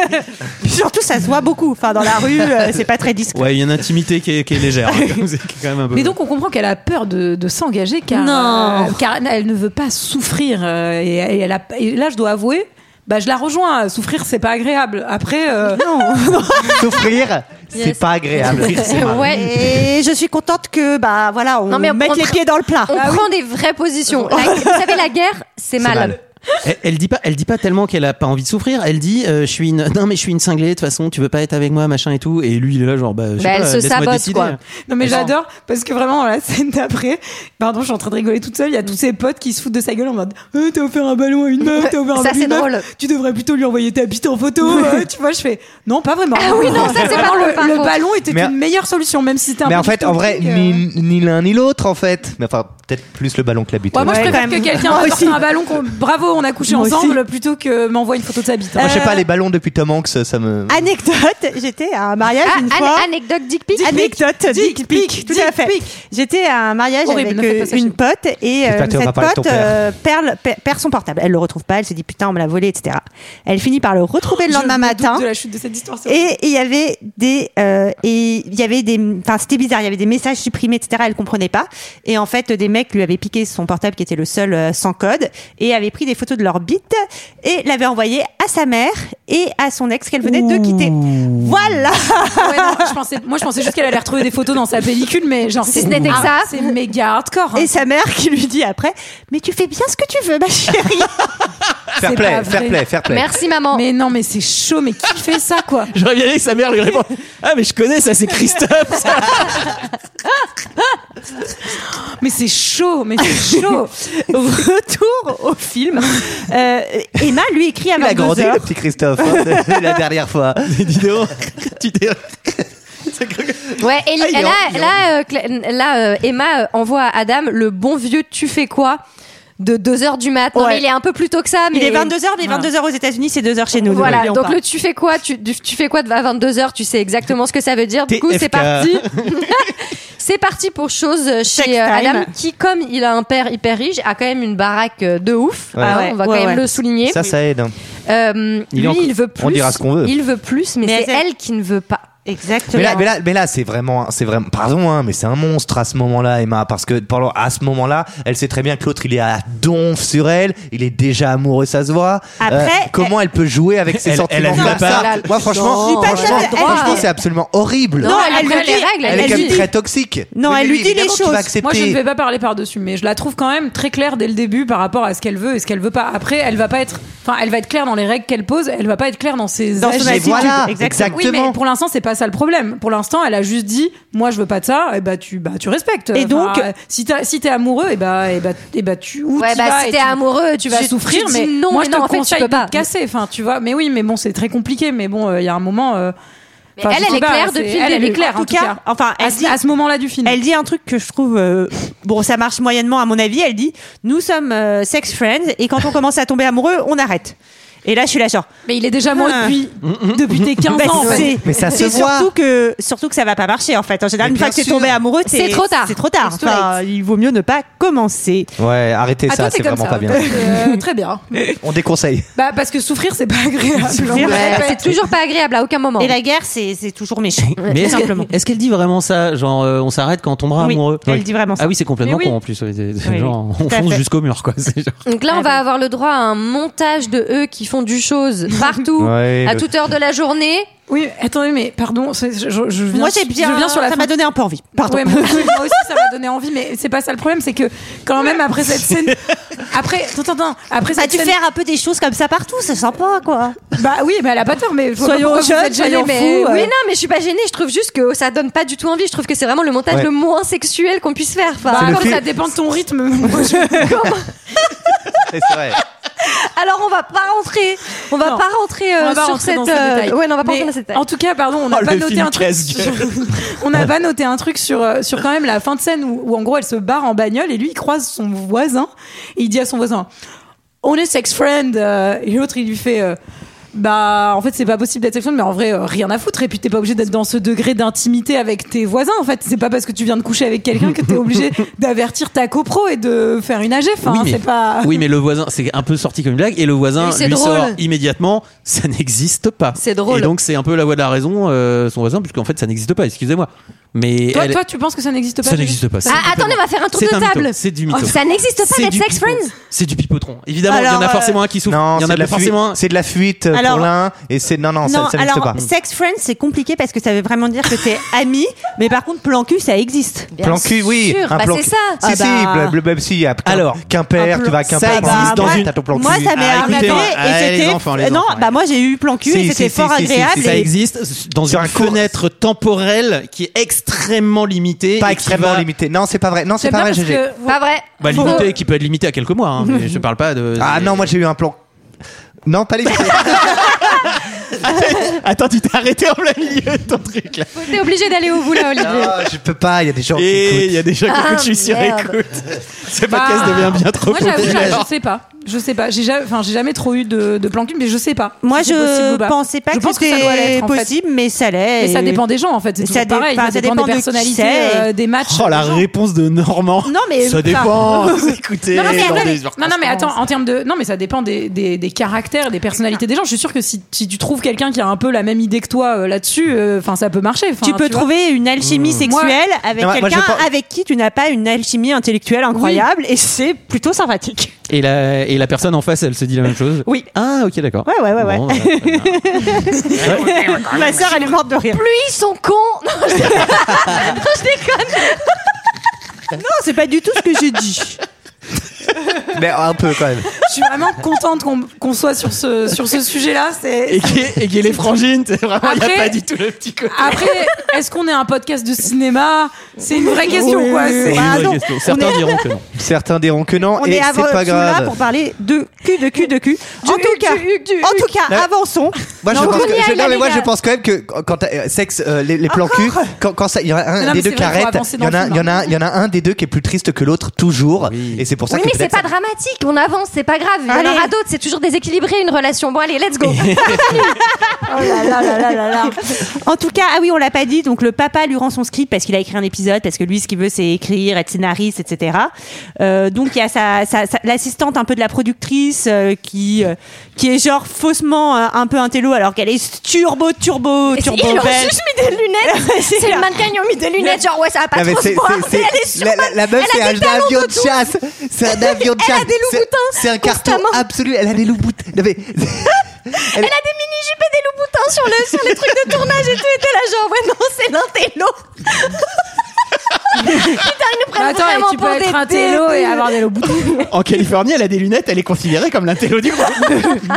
Speaker 1: Puis surtout ça se voit beaucoup. Enfin dans la rue, euh, c'est pas très discret.
Speaker 11: Ouais, il y a une intimité qui est, qui est légère. hein,
Speaker 10: [laughs]
Speaker 11: comme c'est- qui est quand même un peu-
Speaker 10: Mais donc on comprend qu'elle a peur de, de s'engager car,
Speaker 1: Non.
Speaker 10: euh, car elle ne veut pas souffrir euh, et, et elle a- et là je dois avouer bah je la rejoins souffrir c'est pas agréable après non
Speaker 7: [laughs] Souffrir, c'est pas agréable.
Speaker 10: [laughs]
Speaker 1: Et je suis contente que bah voilà, on
Speaker 6: Non, mais on
Speaker 1: mette les
Speaker 6: prend-
Speaker 1: pieds dans le plat.
Speaker 6: On
Speaker 10: Ah
Speaker 6: prend des vraies positions.
Speaker 10: [laughs]
Speaker 6: La- vous savez, la guerre,
Speaker 11: C'est
Speaker 6: c'est mal.
Speaker 11: mal. Elle, elle dit pas, elle dit pas tellement qu'elle a pas envie de souffrir. Elle dit, euh, je suis une, [laughs] non mais je suis une cinglée. De toute façon, tu veux pas être avec moi, machin et tout. Et lui, il est là genre, bah, je sais
Speaker 10: Bah, elle
Speaker 11: pas,
Speaker 10: se
Speaker 11: laisse-moi
Speaker 10: sabote,
Speaker 11: décider.
Speaker 10: quoi. Non mais
Speaker 11: Elle s'en-
Speaker 10: j'adore parce que vraiment dans la scène d'après, pardon, je suis en train de rigoler toute seule. Il y a tous ses potes qui se foutent de sa gueule en mode Euh, t'as offert un ballon à une meuf, t'as offert
Speaker 6: Ça,
Speaker 10: un ballon à
Speaker 6: c'est
Speaker 10: une meuf,
Speaker 6: drôle.
Speaker 10: Tu devrais plutôt lui envoyer ta bite
Speaker 11: [laughs]
Speaker 10: en photo. euh, tu vois, je fais non, pas vraiment.
Speaker 6: Ah oui, non, ça, c'est pas
Speaker 10: Vraiment,
Speaker 6: drôle, par
Speaker 10: le, le
Speaker 6: contre.
Speaker 10: ballon était
Speaker 7: Mais-
Speaker 10: une meilleure solution, même si c'était un
Speaker 7: Mais
Speaker 10: peu
Speaker 7: en fait, en vrai,
Speaker 10: difficile, euh.
Speaker 7: ni, ni l'un ni l'autre en fait. Mais enfin, peut-être plus le ballon que la bite.
Speaker 10: Ouais, moi, je
Speaker 7: Ouais.
Speaker 10: préfère
Speaker 1: quand
Speaker 10: que
Speaker 1: même.
Speaker 10: quelqu'un
Speaker 1: Moi
Speaker 10: apporte
Speaker 1: aussi.
Speaker 10: un ballon qu'on bravo, on a couché
Speaker 1: Moi
Speaker 10: ensemble, plutôt que m'envoie une photo de sa bite. hein.
Speaker 7: Moi, je sais pas, les ballons depuis Tom Hanks, ça me.
Speaker 1: Euh, Anecdote, j'étais à un mariage
Speaker 6: Ah,
Speaker 1: une
Speaker 6: an-
Speaker 1: fois.
Speaker 6: anecdote dick pic Ah,
Speaker 1: Anecdote,
Speaker 10: Dick
Speaker 1: dick pic, tout à fait. J'étais à un mariage
Speaker 10: Horrible, ne
Speaker 1: avec
Speaker 10: faites
Speaker 1: euh,
Speaker 10: pas ça chez
Speaker 1: une
Speaker 10: vous.
Speaker 1: pote et euh,
Speaker 7: J'espère que tu
Speaker 1: cette
Speaker 7: vas pas parler de ton
Speaker 1: pote euh, perle- per- perd son portable. Elle le retrouve pas, elle se dit putain on me l'a volé, etc. Elle finit par le retrouver le
Speaker 10: Je
Speaker 1: lendemain
Speaker 10: me doute
Speaker 1: matin.
Speaker 10: De la chute de cette histoire. c'est horrible.
Speaker 1: Et il y avait des, euh, et il y avait des, enfin c'était bizarre, il y avait des messages supprimés, etc. Elle comprenait pas. Et en fait, des mecs lui avaient piqué son portable qui était le seul euh, sans code et avaient pris des photos de leur bite et l'avaient envoyé à sa mère et à son ex qu'elle venait de quitter. Voilà.
Speaker 10: Ouais, non, je pensais, moi, je pensais juste qu'elle allait retrouver des photos dans sa pellicule, mais genre,
Speaker 6: Si
Speaker 10: c'est-
Speaker 6: ce n'était que
Speaker 10: ah,
Speaker 6: ça.
Speaker 10: C'est méga hardcore. hein.
Speaker 1: Et sa mère qui lui dit après, mais tu fais bien ce que tu veux, ma chérie.
Speaker 7: Fair
Speaker 10: Ah, c'est
Speaker 7: play,
Speaker 10: pas
Speaker 7: fair
Speaker 10: vrai.
Speaker 7: play, fair play.
Speaker 6: Merci, maman.
Speaker 10: Mais non, mais c'est chaud, mais qui fait ça, quoi
Speaker 11: J'aurais bien aimé que sa mère lui
Speaker 10: [laughs]
Speaker 11: répond Ah, mais je connais ça, c'est Christophe. ça.
Speaker 10: Mais c'est chaud, mais c'est chaud.
Speaker 1: [laughs] Retour au film. Euh, Emma lui écrit à
Speaker 7: Il a
Speaker 1: 22
Speaker 7: grandi,
Speaker 1: heures.
Speaker 7: le petit Christophe, hein,
Speaker 10: [laughs]
Speaker 7: c'est la dernière fois.
Speaker 11: Dis
Speaker 7: [laughs]
Speaker 11: donc, tu t'es-
Speaker 6: Ouais, et
Speaker 10: Ah,
Speaker 11: il est
Speaker 6: là,
Speaker 11: en- il est en-
Speaker 6: là, euh, Cla- là, euh, Emma euh, envoie à Adam le bon vieux tu fais quoi de 2h du mat. Non,
Speaker 1: Ouais.
Speaker 6: mais il est un peu plus tôt que ça. Mais
Speaker 1: Il est 22 heures, mais 22 heures aux États-Unis, c'est 2 heures chez nous. ne
Speaker 6: Voilà,
Speaker 1: l'oublions
Speaker 6: donc
Speaker 1: pas.
Speaker 6: le tu fais quoi tu, du- tu fais quoi de à 22h Tu sais exactement ce que ça veut dire. Du coup, c'est
Speaker 7: TFK. [laughs]
Speaker 6: parti. [laughs] c'est parti pour chose euh, chez
Speaker 1: Sex
Speaker 6: euh,
Speaker 1: time.
Speaker 6: Adam qui, comme il a un père hyper riche, a quand même une baraque euh, de ouf.
Speaker 7: Ouais.
Speaker 6: Hein,
Speaker 1: Ah ouais,
Speaker 6: on va
Speaker 1: ouais,
Speaker 6: quand même
Speaker 1: ouais.
Speaker 6: le souligner.
Speaker 7: Ça, ça aide. hein.
Speaker 6: Euh,
Speaker 11: Il est
Speaker 6: lui,
Speaker 11: encore-
Speaker 6: il veut plus.
Speaker 7: on dira ce qu'on veut.
Speaker 6: Il veut plus, mais,
Speaker 1: Mais
Speaker 6: c'est
Speaker 1: elle-
Speaker 6: elle qui ne veut pas.
Speaker 1: Exactement.
Speaker 7: Mais là, mais là, mais là, c'est vraiment, c'est vraiment, pardon, hein, mais c'est un monstre à ce moment-là, Emma, parce que pendant, à ce moment-là, elle sait très bien que l'autre, il est à donf sur elle, il est déjà amoureux, ça se voit. Euh,
Speaker 1: Après, elle-
Speaker 7: comment elle peut jouer avec ses
Speaker 11: Elle-
Speaker 7: sentiments
Speaker 11: elle allume
Speaker 7: comme
Speaker 11: la
Speaker 7: ça
Speaker 6: barre.
Speaker 7: Moi, franchement,
Speaker 1: Je dis pas
Speaker 7: franchement,
Speaker 1: qu'elle- elle-
Speaker 7: franchement, c'est absolument horrible.
Speaker 6: Non, elle
Speaker 1: elle
Speaker 6: lui
Speaker 1: lui
Speaker 6: dit-
Speaker 1: dit
Speaker 6: règles,
Speaker 7: elle, est
Speaker 1: elle
Speaker 7: quand
Speaker 1: lui
Speaker 7: même
Speaker 1: dit-
Speaker 7: très toxique.
Speaker 1: Non,
Speaker 7: Mais
Speaker 1: elle lui dit les
Speaker 7: évidemment, tu vas
Speaker 1: choses.
Speaker 7: accepter.
Speaker 10: Moi, je ne vais pas parler par-dessus, mais je la trouve quand même très claire dès le début par rapport à ce qu'elle veut et ce qu'elle veut pas. Après, elle va pas être, enfin, elle va être claire dans les règles qu'elle pose, elle va pas être claire dans ses
Speaker 1: Dans son
Speaker 10: agis-
Speaker 7: Mais
Speaker 1: attitude,
Speaker 7: Bah, voilà,
Speaker 1: exactement.
Speaker 7: exactement.
Speaker 10: Oui, mais pour l'instant, c'est pas ça le problème. Pour l'instant, elle a juste dit, moi, je veux pas de ça. Et bah, tu, bah, tu respectes.
Speaker 1: Et
Speaker 10: Enfin,
Speaker 1: donc-
Speaker 10: euh, si t'as- si t'es amoureux, et bah, et bah, et bah, tu, ou
Speaker 6: Ouais,
Speaker 10: tu
Speaker 6: bah,
Speaker 10: vas
Speaker 6: si
Speaker 10: et
Speaker 6: t'es
Speaker 10: tu-
Speaker 6: amoureux, tu vas
Speaker 10: tu-
Speaker 6: souffrir,
Speaker 10: tu
Speaker 6: mais
Speaker 10: dis non,
Speaker 6: moi,
Speaker 10: mais
Speaker 6: je te
Speaker 10: non, en fait,
Speaker 6: conseille
Speaker 10: tu peux
Speaker 6: de
Speaker 10: pas.
Speaker 6: te
Speaker 10: casser, enfin, tu vois. Mais oui, mais bon, c'est très compliqué. Mais bon, euh, il y a un moment. euh, enfin,
Speaker 6: elle,
Speaker 10: je
Speaker 6: elle
Speaker 10: sais
Speaker 6: est
Speaker 10: pas,
Speaker 6: claire
Speaker 10: c'est-
Speaker 6: depuis le
Speaker 10: elle, elle est
Speaker 6: début.
Speaker 10: claire, en tout cas.
Speaker 1: enfin,
Speaker 10: À
Speaker 1: elle
Speaker 10: ce-
Speaker 1: dit,
Speaker 10: à ce moment-là du film.
Speaker 1: elle dit un truc que je trouve euh, bon, ça marche moyennement à mon avis. Elle dit, nous sommes euh, sex friends et quand on commence à tomber amoureux, on arrête. Et là, je suis là, genre.
Speaker 10: Mais il est déjà mort
Speaker 1: Ah.
Speaker 10: depuis, depuis tes 15
Speaker 1: Bah,
Speaker 10: ans. en
Speaker 1: c'est-
Speaker 10: fait.
Speaker 1: Mais ça se
Speaker 10: Et
Speaker 1: voit.
Speaker 10: surtout
Speaker 1: que, surtout que ça va pas marcher en fait. En général,
Speaker 10: Mais
Speaker 1: une fois
Speaker 10: bien
Speaker 1: que t'es
Speaker 10: sûr.
Speaker 1: tombé amoureux, t'es-
Speaker 10: C'est trop tard.
Speaker 1: C'est trop tard.
Speaker 10: It's too late.
Speaker 1: Enfin, il vaut mieux ne pas commencer.
Speaker 7: Ouais, arrêtez ça, c'est vraiment pas bien.
Speaker 10: Euh, très bien.
Speaker 7: On déconseille.
Speaker 10: Bah, parce que souffrir, c'est pas agréable.
Speaker 1: Souffrir,
Speaker 10: On
Speaker 1: ouais.
Speaker 10: Ah, répète.
Speaker 1: C'est toujours
Speaker 6: pas agréable à aucun moment.
Speaker 1: Et la guerre, c'est c'est toujours méchant.
Speaker 11: Mais
Speaker 1: tout
Speaker 11: est-ce qu'elle
Speaker 1: simplement.
Speaker 11: est-ce qu'elle dit vraiment ça Genre, euh, on s'arrête quand on tombera
Speaker 1: Oui,
Speaker 11: amoureux
Speaker 1: elle dit vraiment ça.
Speaker 11: Ah oui, c'est complètement
Speaker 1: Mais oui.
Speaker 11: con en plus. ouais, c'est- c'est
Speaker 1: Oui,
Speaker 11: genre,
Speaker 1: tout
Speaker 11: on
Speaker 1: à
Speaker 11: fonce
Speaker 1: fait.
Speaker 11: jusqu'au mur, quoi. [laughs] C'est genre-
Speaker 6: Donc là, on va avoir le droit à un montage de eux qui font du chose partout,
Speaker 11: Ouais,
Speaker 6: à
Speaker 11: le-
Speaker 6: toute heure de la journée.
Speaker 10: Oui, attendez, mais pardon, c'est- je, je- je viens,
Speaker 1: Moi, j'ai bien-
Speaker 10: je viens sur la
Speaker 1: ça
Speaker 10: fin.
Speaker 1: m'a donné un peu envie. Pardon.
Speaker 10: Ouais, moi, aussi- moi aussi, ça m'a donné envie, mais c'est pas ça le problème, c'est que quand même après
Speaker 1: [laughs]
Speaker 10: cette scène, après, attends, attends, après
Speaker 1: Bah,
Speaker 10: cette
Speaker 1: tu
Speaker 10: scène,
Speaker 1: faire un peu des choses comme ça partout, c'est sympa quoi.
Speaker 10: Bah oui, mais elle a pas tort, mais je vois pas
Speaker 1: Soyons
Speaker 10: pourquoi vous
Speaker 1: jeunes,
Speaker 10: êtes gênés,
Speaker 1: soyons
Speaker 10: mais-
Speaker 1: fous,
Speaker 10: euh,
Speaker 6: Oui, non, mais je suis pas gênée. Je trouve juste que ça donne pas du tout envie. Je trouve que c'est vraiment le montage
Speaker 10: Ouais.
Speaker 6: le moins sexuel qu'on puisse faire. Enfin,
Speaker 10: Bah,
Speaker 6: comme
Speaker 10: comme
Speaker 6: ça
Speaker 10: ça dépend de ton rythme. moi, je-
Speaker 7: [laughs] C'est vrai.
Speaker 6: Alors on va pas rentrer, on va
Speaker 10: Non.
Speaker 6: pas rentrer euh,
Speaker 10: On va pas
Speaker 6: sur
Speaker 10: rentrer
Speaker 6: cette.
Speaker 10: dans ce
Speaker 6: euh,
Speaker 10: détail.
Speaker 6: ouais, non, on va pas
Speaker 10: Mais
Speaker 6: rentrer dans cette.
Speaker 10: En tout cas, pardon, on n'a
Speaker 6: Oh,
Speaker 10: pas
Speaker 6: le
Speaker 10: noté
Speaker 6: film
Speaker 10: un truc.
Speaker 6: casse-gueule.
Speaker 10: sur- on n'a pas noté un truc sur euh, sur quand même la fin de scène où, où en gros elle se barre en bagnole et lui il croise son voisin et il dit à son voisin on est sex friend euh, et l'autre il lui fait euh, bah en fait c'est pas possible d'être sex friend mais en vrai euh, rien à foutre et puis t'es pas obligé d'être dans ce degré d'intimité avec tes voisins en fait c'est pas parce que tu viens de coucher avec quelqu'un que t'es obligé d'avertir ta copro et de faire une AG enfin
Speaker 11: oui, mais,
Speaker 10: c'est pas
Speaker 11: oui, mais le voisin, c'est un peu sorti comme une blague, et le voisin
Speaker 10: Oui, c'est
Speaker 11: lui
Speaker 10: drôle.
Speaker 11: sort immédiatement, ça n'existe pas.
Speaker 10: C'est drôle.
Speaker 11: Et donc c'est un peu la voix de la raison, euh, son voisin, puisqu'en fait ça n'existe pas. Excusez-moi. Mais
Speaker 10: toi,
Speaker 11: elle-
Speaker 10: toi, tu penses que ça n'existe pas
Speaker 11: Ça n'existe pas. c'est
Speaker 6: Ah, attendez, on va faire un tour
Speaker 11: C'est
Speaker 6: de
Speaker 11: mytho,
Speaker 6: table.
Speaker 11: C'est du mytho.
Speaker 6: Ça n'existe pas
Speaker 11: C'est
Speaker 6: d'être
Speaker 11: du
Speaker 6: sex
Speaker 11: pipeau.
Speaker 6: friends.
Speaker 11: C'est du pipotron. Évidemment, il y en
Speaker 1: Alors,
Speaker 11: a
Speaker 1: euh,
Speaker 11: forcément un qui souffre.
Speaker 7: Non,
Speaker 11: il y en
Speaker 7: c'est
Speaker 11: a
Speaker 7: de la
Speaker 11: forcément
Speaker 7: fuite. C'est de la fuite euh,
Speaker 1: Alors-
Speaker 7: pour l'un et c'est non non, ça- ça n'existe
Speaker 1: alors
Speaker 7: pas.
Speaker 1: sex friends c'est compliqué parce que ça veut vraiment dire que t'es ami, mais par contre plan cul ça existe.
Speaker 7: plan cul, oui. un plan cul. Si, si, bleu- bleu- même si, alors, qu'un père, tu vas à Quimper,
Speaker 1: Ça
Speaker 7: prends un bah,
Speaker 1: existe dans
Speaker 7: plat,
Speaker 1: une-
Speaker 7: t'as ton plan
Speaker 1: Bah, Moi
Speaker 7: cul.
Speaker 1: ça m'est
Speaker 7: Ah,
Speaker 1: arrivé
Speaker 7: écoutez, allez,
Speaker 1: et
Speaker 7: les
Speaker 1: c'était
Speaker 7: enfants, les
Speaker 1: non
Speaker 7: enfants,
Speaker 1: bah moi j'ai eu plan cul
Speaker 11: Si,
Speaker 1: et c'était
Speaker 11: si,
Speaker 1: fort
Speaker 11: si, si, si,
Speaker 1: agréable.
Speaker 11: Ça
Speaker 1: et-
Speaker 11: existe dans une fenêtre temporelle qui est extrêmement limitée.
Speaker 7: Pas Ah, extrêmement limité. Non, c'est pas vrai. Non, c'est pas vrai, GG.
Speaker 6: Pas vrai.
Speaker 11: Bah,
Speaker 7: Faut-
Speaker 11: limitée, qui peut être limitée à quelques mois. hein, mais je parle pas de.
Speaker 7: Ah non, moi j'ai eu un plan. Non, pas limité.
Speaker 11: Attends, tu t'es arrêté en plein milieu de ton truc là.
Speaker 6: T'es obligé d'aller au bout là, Olivier.
Speaker 7: [laughs] Ah, je peux pas, il y a des gens
Speaker 11: Et il y a des gens
Speaker 6: qui Ah, écoutent, je suis sûr, merde. écoute.
Speaker 11: Ce
Speaker 10: podcast devient bien trop Moi, j'avoue,
Speaker 11: populaire.
Speaker 10: je sais pas. Je sais pas. J'ai jamais, enfin, j'ai jamais trop eu de, de plan cul, mais je sais pas.
Speaker 1: Moi,
Speaker 10: si c'est possible
Speaker 1: je
Speaker 10: ou pas.
Speaker 1: pensais pas
Speaker 10: Je
Speaker 1: que
Speaker 10: pense ça
Speaker 1: c'était
Speaker 10: doit l'être, en fait.
Speaker 1: possible, mais ça l'est.
Speaker 10: Mais ça
Speaker 1: Et-
Speaker 10: dépend des gens, en fait. C'est
Speaker 1: Ça
Speaker 10: toujours pareil.
Speaker 1: dépend-
Speaker 10: Ça
Speaker 1: ça
Speaker 10: dépend,
Speaker 1: dépend
Speaker 10: des
Speaker 1: de qui
Speaker 10: personnalités,
Speaker 1: c'est.
Speaker 10: euh, des matchs.
Speaker 11: Oh la réponse de Normand.
Speaker 10: Non, mais-
Speaker 11: ça
Speaker 10: enfin-
Speaker 11: dépend. Écoutez,
Speaker 10: non, non, mais,
Speaker 11: dans
Speaker 10: attends,
Speaker 11: des
Speaker 10: mais- non, non, mais attends, en termes de. Non, mais ça dépend des, des, des caractères, des personnalités des gens. Je suis sûre que si, si tu trouves quelqu'un qui a un peu la même idée que toi euh, là-dessus, enfin, ça peut marcher.
Speaker 1: Tu peux trouver une alchimie sexuelle avec
Speaker 11: Non, moi, moi,
Speaker 1: quelqu'un
Speaker 11: je pense-
Speaker 1: avec qui tu n'as pas une alchimie intellectuelle incroyable et c'est plutôt sympathique.
Speaker 11: Et la, et la personne en face, elle se dit la même chose
Speaker 1: Oui.
Speaker 11: Ah, ok, d'accord.
Speaker 1: Ouais, ouais, ouais, ouais.
Speaker 11: Bon, bah, ouais.
Speaker 1: [laughs] Ma sœur, elle est morte de rire.
Speaker 6: Plus ils sont cons. Non, je déconne. Non, je déconne.
Speaker 1: Non, c'est pas du tout ce que j'ai [laughs] dit.
Speaker 7: Mais un peu quand même.
Speaker 10: [laughs] Je suis vraiment contente qu'on qu'on soit sur ce, sur ce sujet-là. C'est.
Speaker 11: Et qui est, et qui est les frangines, c'est vraiment, il n'y
Speaker 10: Après-
Speaker 11: a pas du tout le petit côté.
Speaker 10: Après, est-ce qu'on est un podcast de cinéma C'est une vraie question,
Speaker 1: Oui,
Speaker 10: quoi.
Speaker 1: oui,
Speaker 10: C'est-
Speaker 1: oui. Bah,
Speaker 11: Une
Speaker 1: non,
Speaker 11: vraie question.
Speaker 1: on
Speaker 11: Certains
Speaker 1: est-
Speaker 11: diront que non.
Speaker 7: Certains diront que non
Speaker 1: On
Speaker 7: et
Speaker 1: est avant
Speaker 7: c'est pas
Speaker 1: tout là
Speaker 7: grave.
Speaker 1: pour parler de cul, de cul, de cul. en tout cas, en tout cas,
Speaker 7: Là-
Speaker 1: avançons.
Speaker 7: Moi, je
Speaker 1: Non,
Speaker 7: pense
Speaker 1: on
Speaker 7: que,
Speaker 1: y
Speaker 7: je-
Speaker 1: aille,
Speaker 7: non,
Speaker 1: là,
Speaker 7: mais
Speaker 1: les
Speaker 7: moi,
Speaker 1: gars.
Speaker 7: je pense quand même que quand t'as, euh, sexe, euh, les, les plans cul, quand, quand ça, il y en a
Speaker 10: Non,
Speaker 7: un
Speaker 10: mais
Speaker 7: des deux
Speaker 10: c'est vrai, faut
Speaker 7: carrettes,
Speaker 10: avancer
Speaker 7: il y en
Speaker 10: dans
Speaker 7: a,
Speaker 10: le
Speaker 7: il y en a, il y en a un des deux qui est plus triste que l'autre toujours, et c'est pour ça
Speaker 6: Oui,
Speaker 7: que
Speaker 6: mais c'est
Speaker 7: peut-être
Speaker 6: pas dramatique. On avance, c'est pas grave. Il y en
Speaker 1: Allez.
Speaker 6: aura d'autres. C'est toujours déséquilibré une relation. Bon, allez, let's go.
Speaker 1: Oh là là là là là là. [laughs] En tout cas, ah oui, on l'a pas dit. Donc le papa lui rend son script parce qu'il a écrit un épisode, parce que lui, ce qu'il veut, c'est écrire, être scénariste, etc. Euh, donc il y a sa, sa- sa- l'assistante un peu de la productrice euh, qui euh, qui est genre faussement euh, un peu intello, alors qu'elle est turbo turbo
Speaker 6: Et c'est-
Speaker 1: turbo.
Speaker 6: Ils leur ont
Speaker 1: belle.
Speaker 6: juste mis des
Speaker 7: [laughs]
Speaker 6: lunettes.
Speaker 1: [laughs] C'est
Speaker 6: c'est le
Speaker 1: clair.
Speaker 6: mannequin, ils ont mis des lunettes. Genre, ouais, ça va pas
Speaker 7: Non, mais
Speaker 6: trop se
Speaker 7: c'est-
Speaker 6: voir.
Speaker 7: c'est-
Speaker 6: Mais elle est
Speaker 7: c'est-
Speaker 6: sûre,
Speaker 7: la, la- la meuf,
Speaker 6: Elle
Speaker 7: c'est
Speaker 6: a
Speaker 7: un,
Speaker 6: des talons
Speaker 7: avion
Speaker 6: de
Speaker 7: de chasse. C'est un avion de
Speaker 6: Elle
Speaker 7: chasse.
Speaker 6: a des loups
Speaker 7: C'est-
Speaker 6: boutins,
Speaker 7: C'est un carton
Speaker 6: constamment.
Speaker 7: absolu. Elle a des loups boutins. Non, mais-
Speaker 6: Elle a des mini-jupes et des loups boutins sur, le, sur les trucs de tournage et tout. Et t'es là, genre, ouais, non, c'est l'un, t'es
Speaker 7: [laughs]
Speaker 6: l'autre. Putain, ils nous
Speaker 10: Bah,
Speaker 6: prennent
Speaker 10: attends, et
Speaker 6: vraiment
Speaker 10: tu
Speaker 6: pour
Speaker 10: peux
Speaker 6: des
Speaker 10: être un télo et
Speaker 6: débiles.
Speaker 10: avoir des loboutons.
Speaker 11: En Californie, elle a des lunettes, elle est considérée comme l'intello du groupe.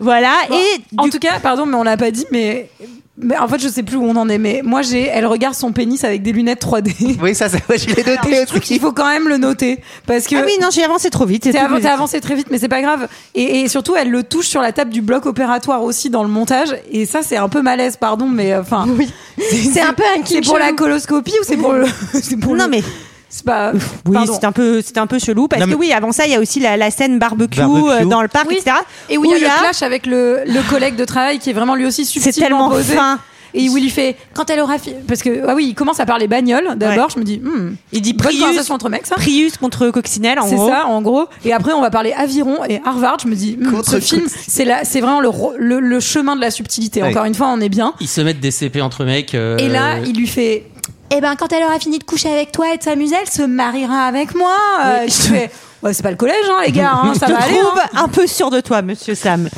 Speaker 1: Voilà. et
Speaker 10: en tout cas, pardon, mais on l'a pas dit, mais. Mais en fait, je sais plus où on en est, mais moi, j'ai, elle regarde son pénis avec des lunettes 3D.
Speaker 7: Oui, ça, c'est moi, je l'ai noté
Speaker 10: Je trouve qu'il faut quand même le noter. Parce que.
Speaker 1: Ah oui, non, j'ai avancé trop vite. c'est
Speaker 10: T'es
Speaker 1: tout.
Speaker 10: av- t'as avancé très vite, mais c'est pas grave. Et, et surtout, elle le touche sur la table du bloc opératoire aussi dans le montage. Et ça, c'est un peu malaise, pardon, mais euh, enfin.
Speaker 6: C'est un peu un
Speaker 10: C'est
Speaker 6: kinch
Speaker 10: pour la
Speaker 6: chelou.
Speaker 10: coloscopie ou c'est pour le. [laughs] c'est pour
Speaker 1: Non
Speaker 10: le-
Speaker 1: mais
Speaker 10: C'est pas.
Speaker 1: Oui, c'est un peu, c'est un peu chelou parce
Speaker 10: Non, mais-
Speaker 1: que oui, avant ça, il y a aussi la, la scène barbecue,
Speaker 10: Barbecue.
Speaker 1: euh, dans le parc,
Speaker 10: Oui.
Speaker 1: etc.
Speaker 10: Et où il y a le clash avec le, le collègue de travail qui est vraiment lui aussi subtilement
Speaker 1: tellement
Speaker 10: posé.
Speaker 1: fin.
Speaker 10: Et où il lui fait quand elle aura fini parce que ah oui il commence à parler bagnole d'abord je me dis hmm,
Speaker 1: il dit
Speaker 10: bonne
Speaker 1: Prius-
Speaker 10: conversation entre mecs ça
Speaker 1: Prius contre Coccinelle en
Speaker 10: c'est
Speaker 1: gros.
Speaker 10: ça en gros et après on va parler aviron et Harvard je me dis hmm, ce film c'est la c'est vraiment le, ro- le le chemin de la subtilité
Speaker 12: Ouais.
Speaker 10: encore une fois on est bien
Speaker 12: Ils se mettent des CP entre mecs. euh,
Speaker 10: et là, il lui fait Eh ben, quand elle aura fini de coucher avec toi et de s'amuser, elle se mariera avec moi. Euh, je fais Ouais, c'est pas le collège, hein, les gars,
Speaker 12: [laughs]
Speaker 10: hein, ça
Speaker 1: Je
Speaker 10: va
Speaker 1: te
Speaker 10: aller.
Speaker 1: trouve
Speaker 10: hein.
Speaker 1: un peu sûr de toi, monsieur Sam.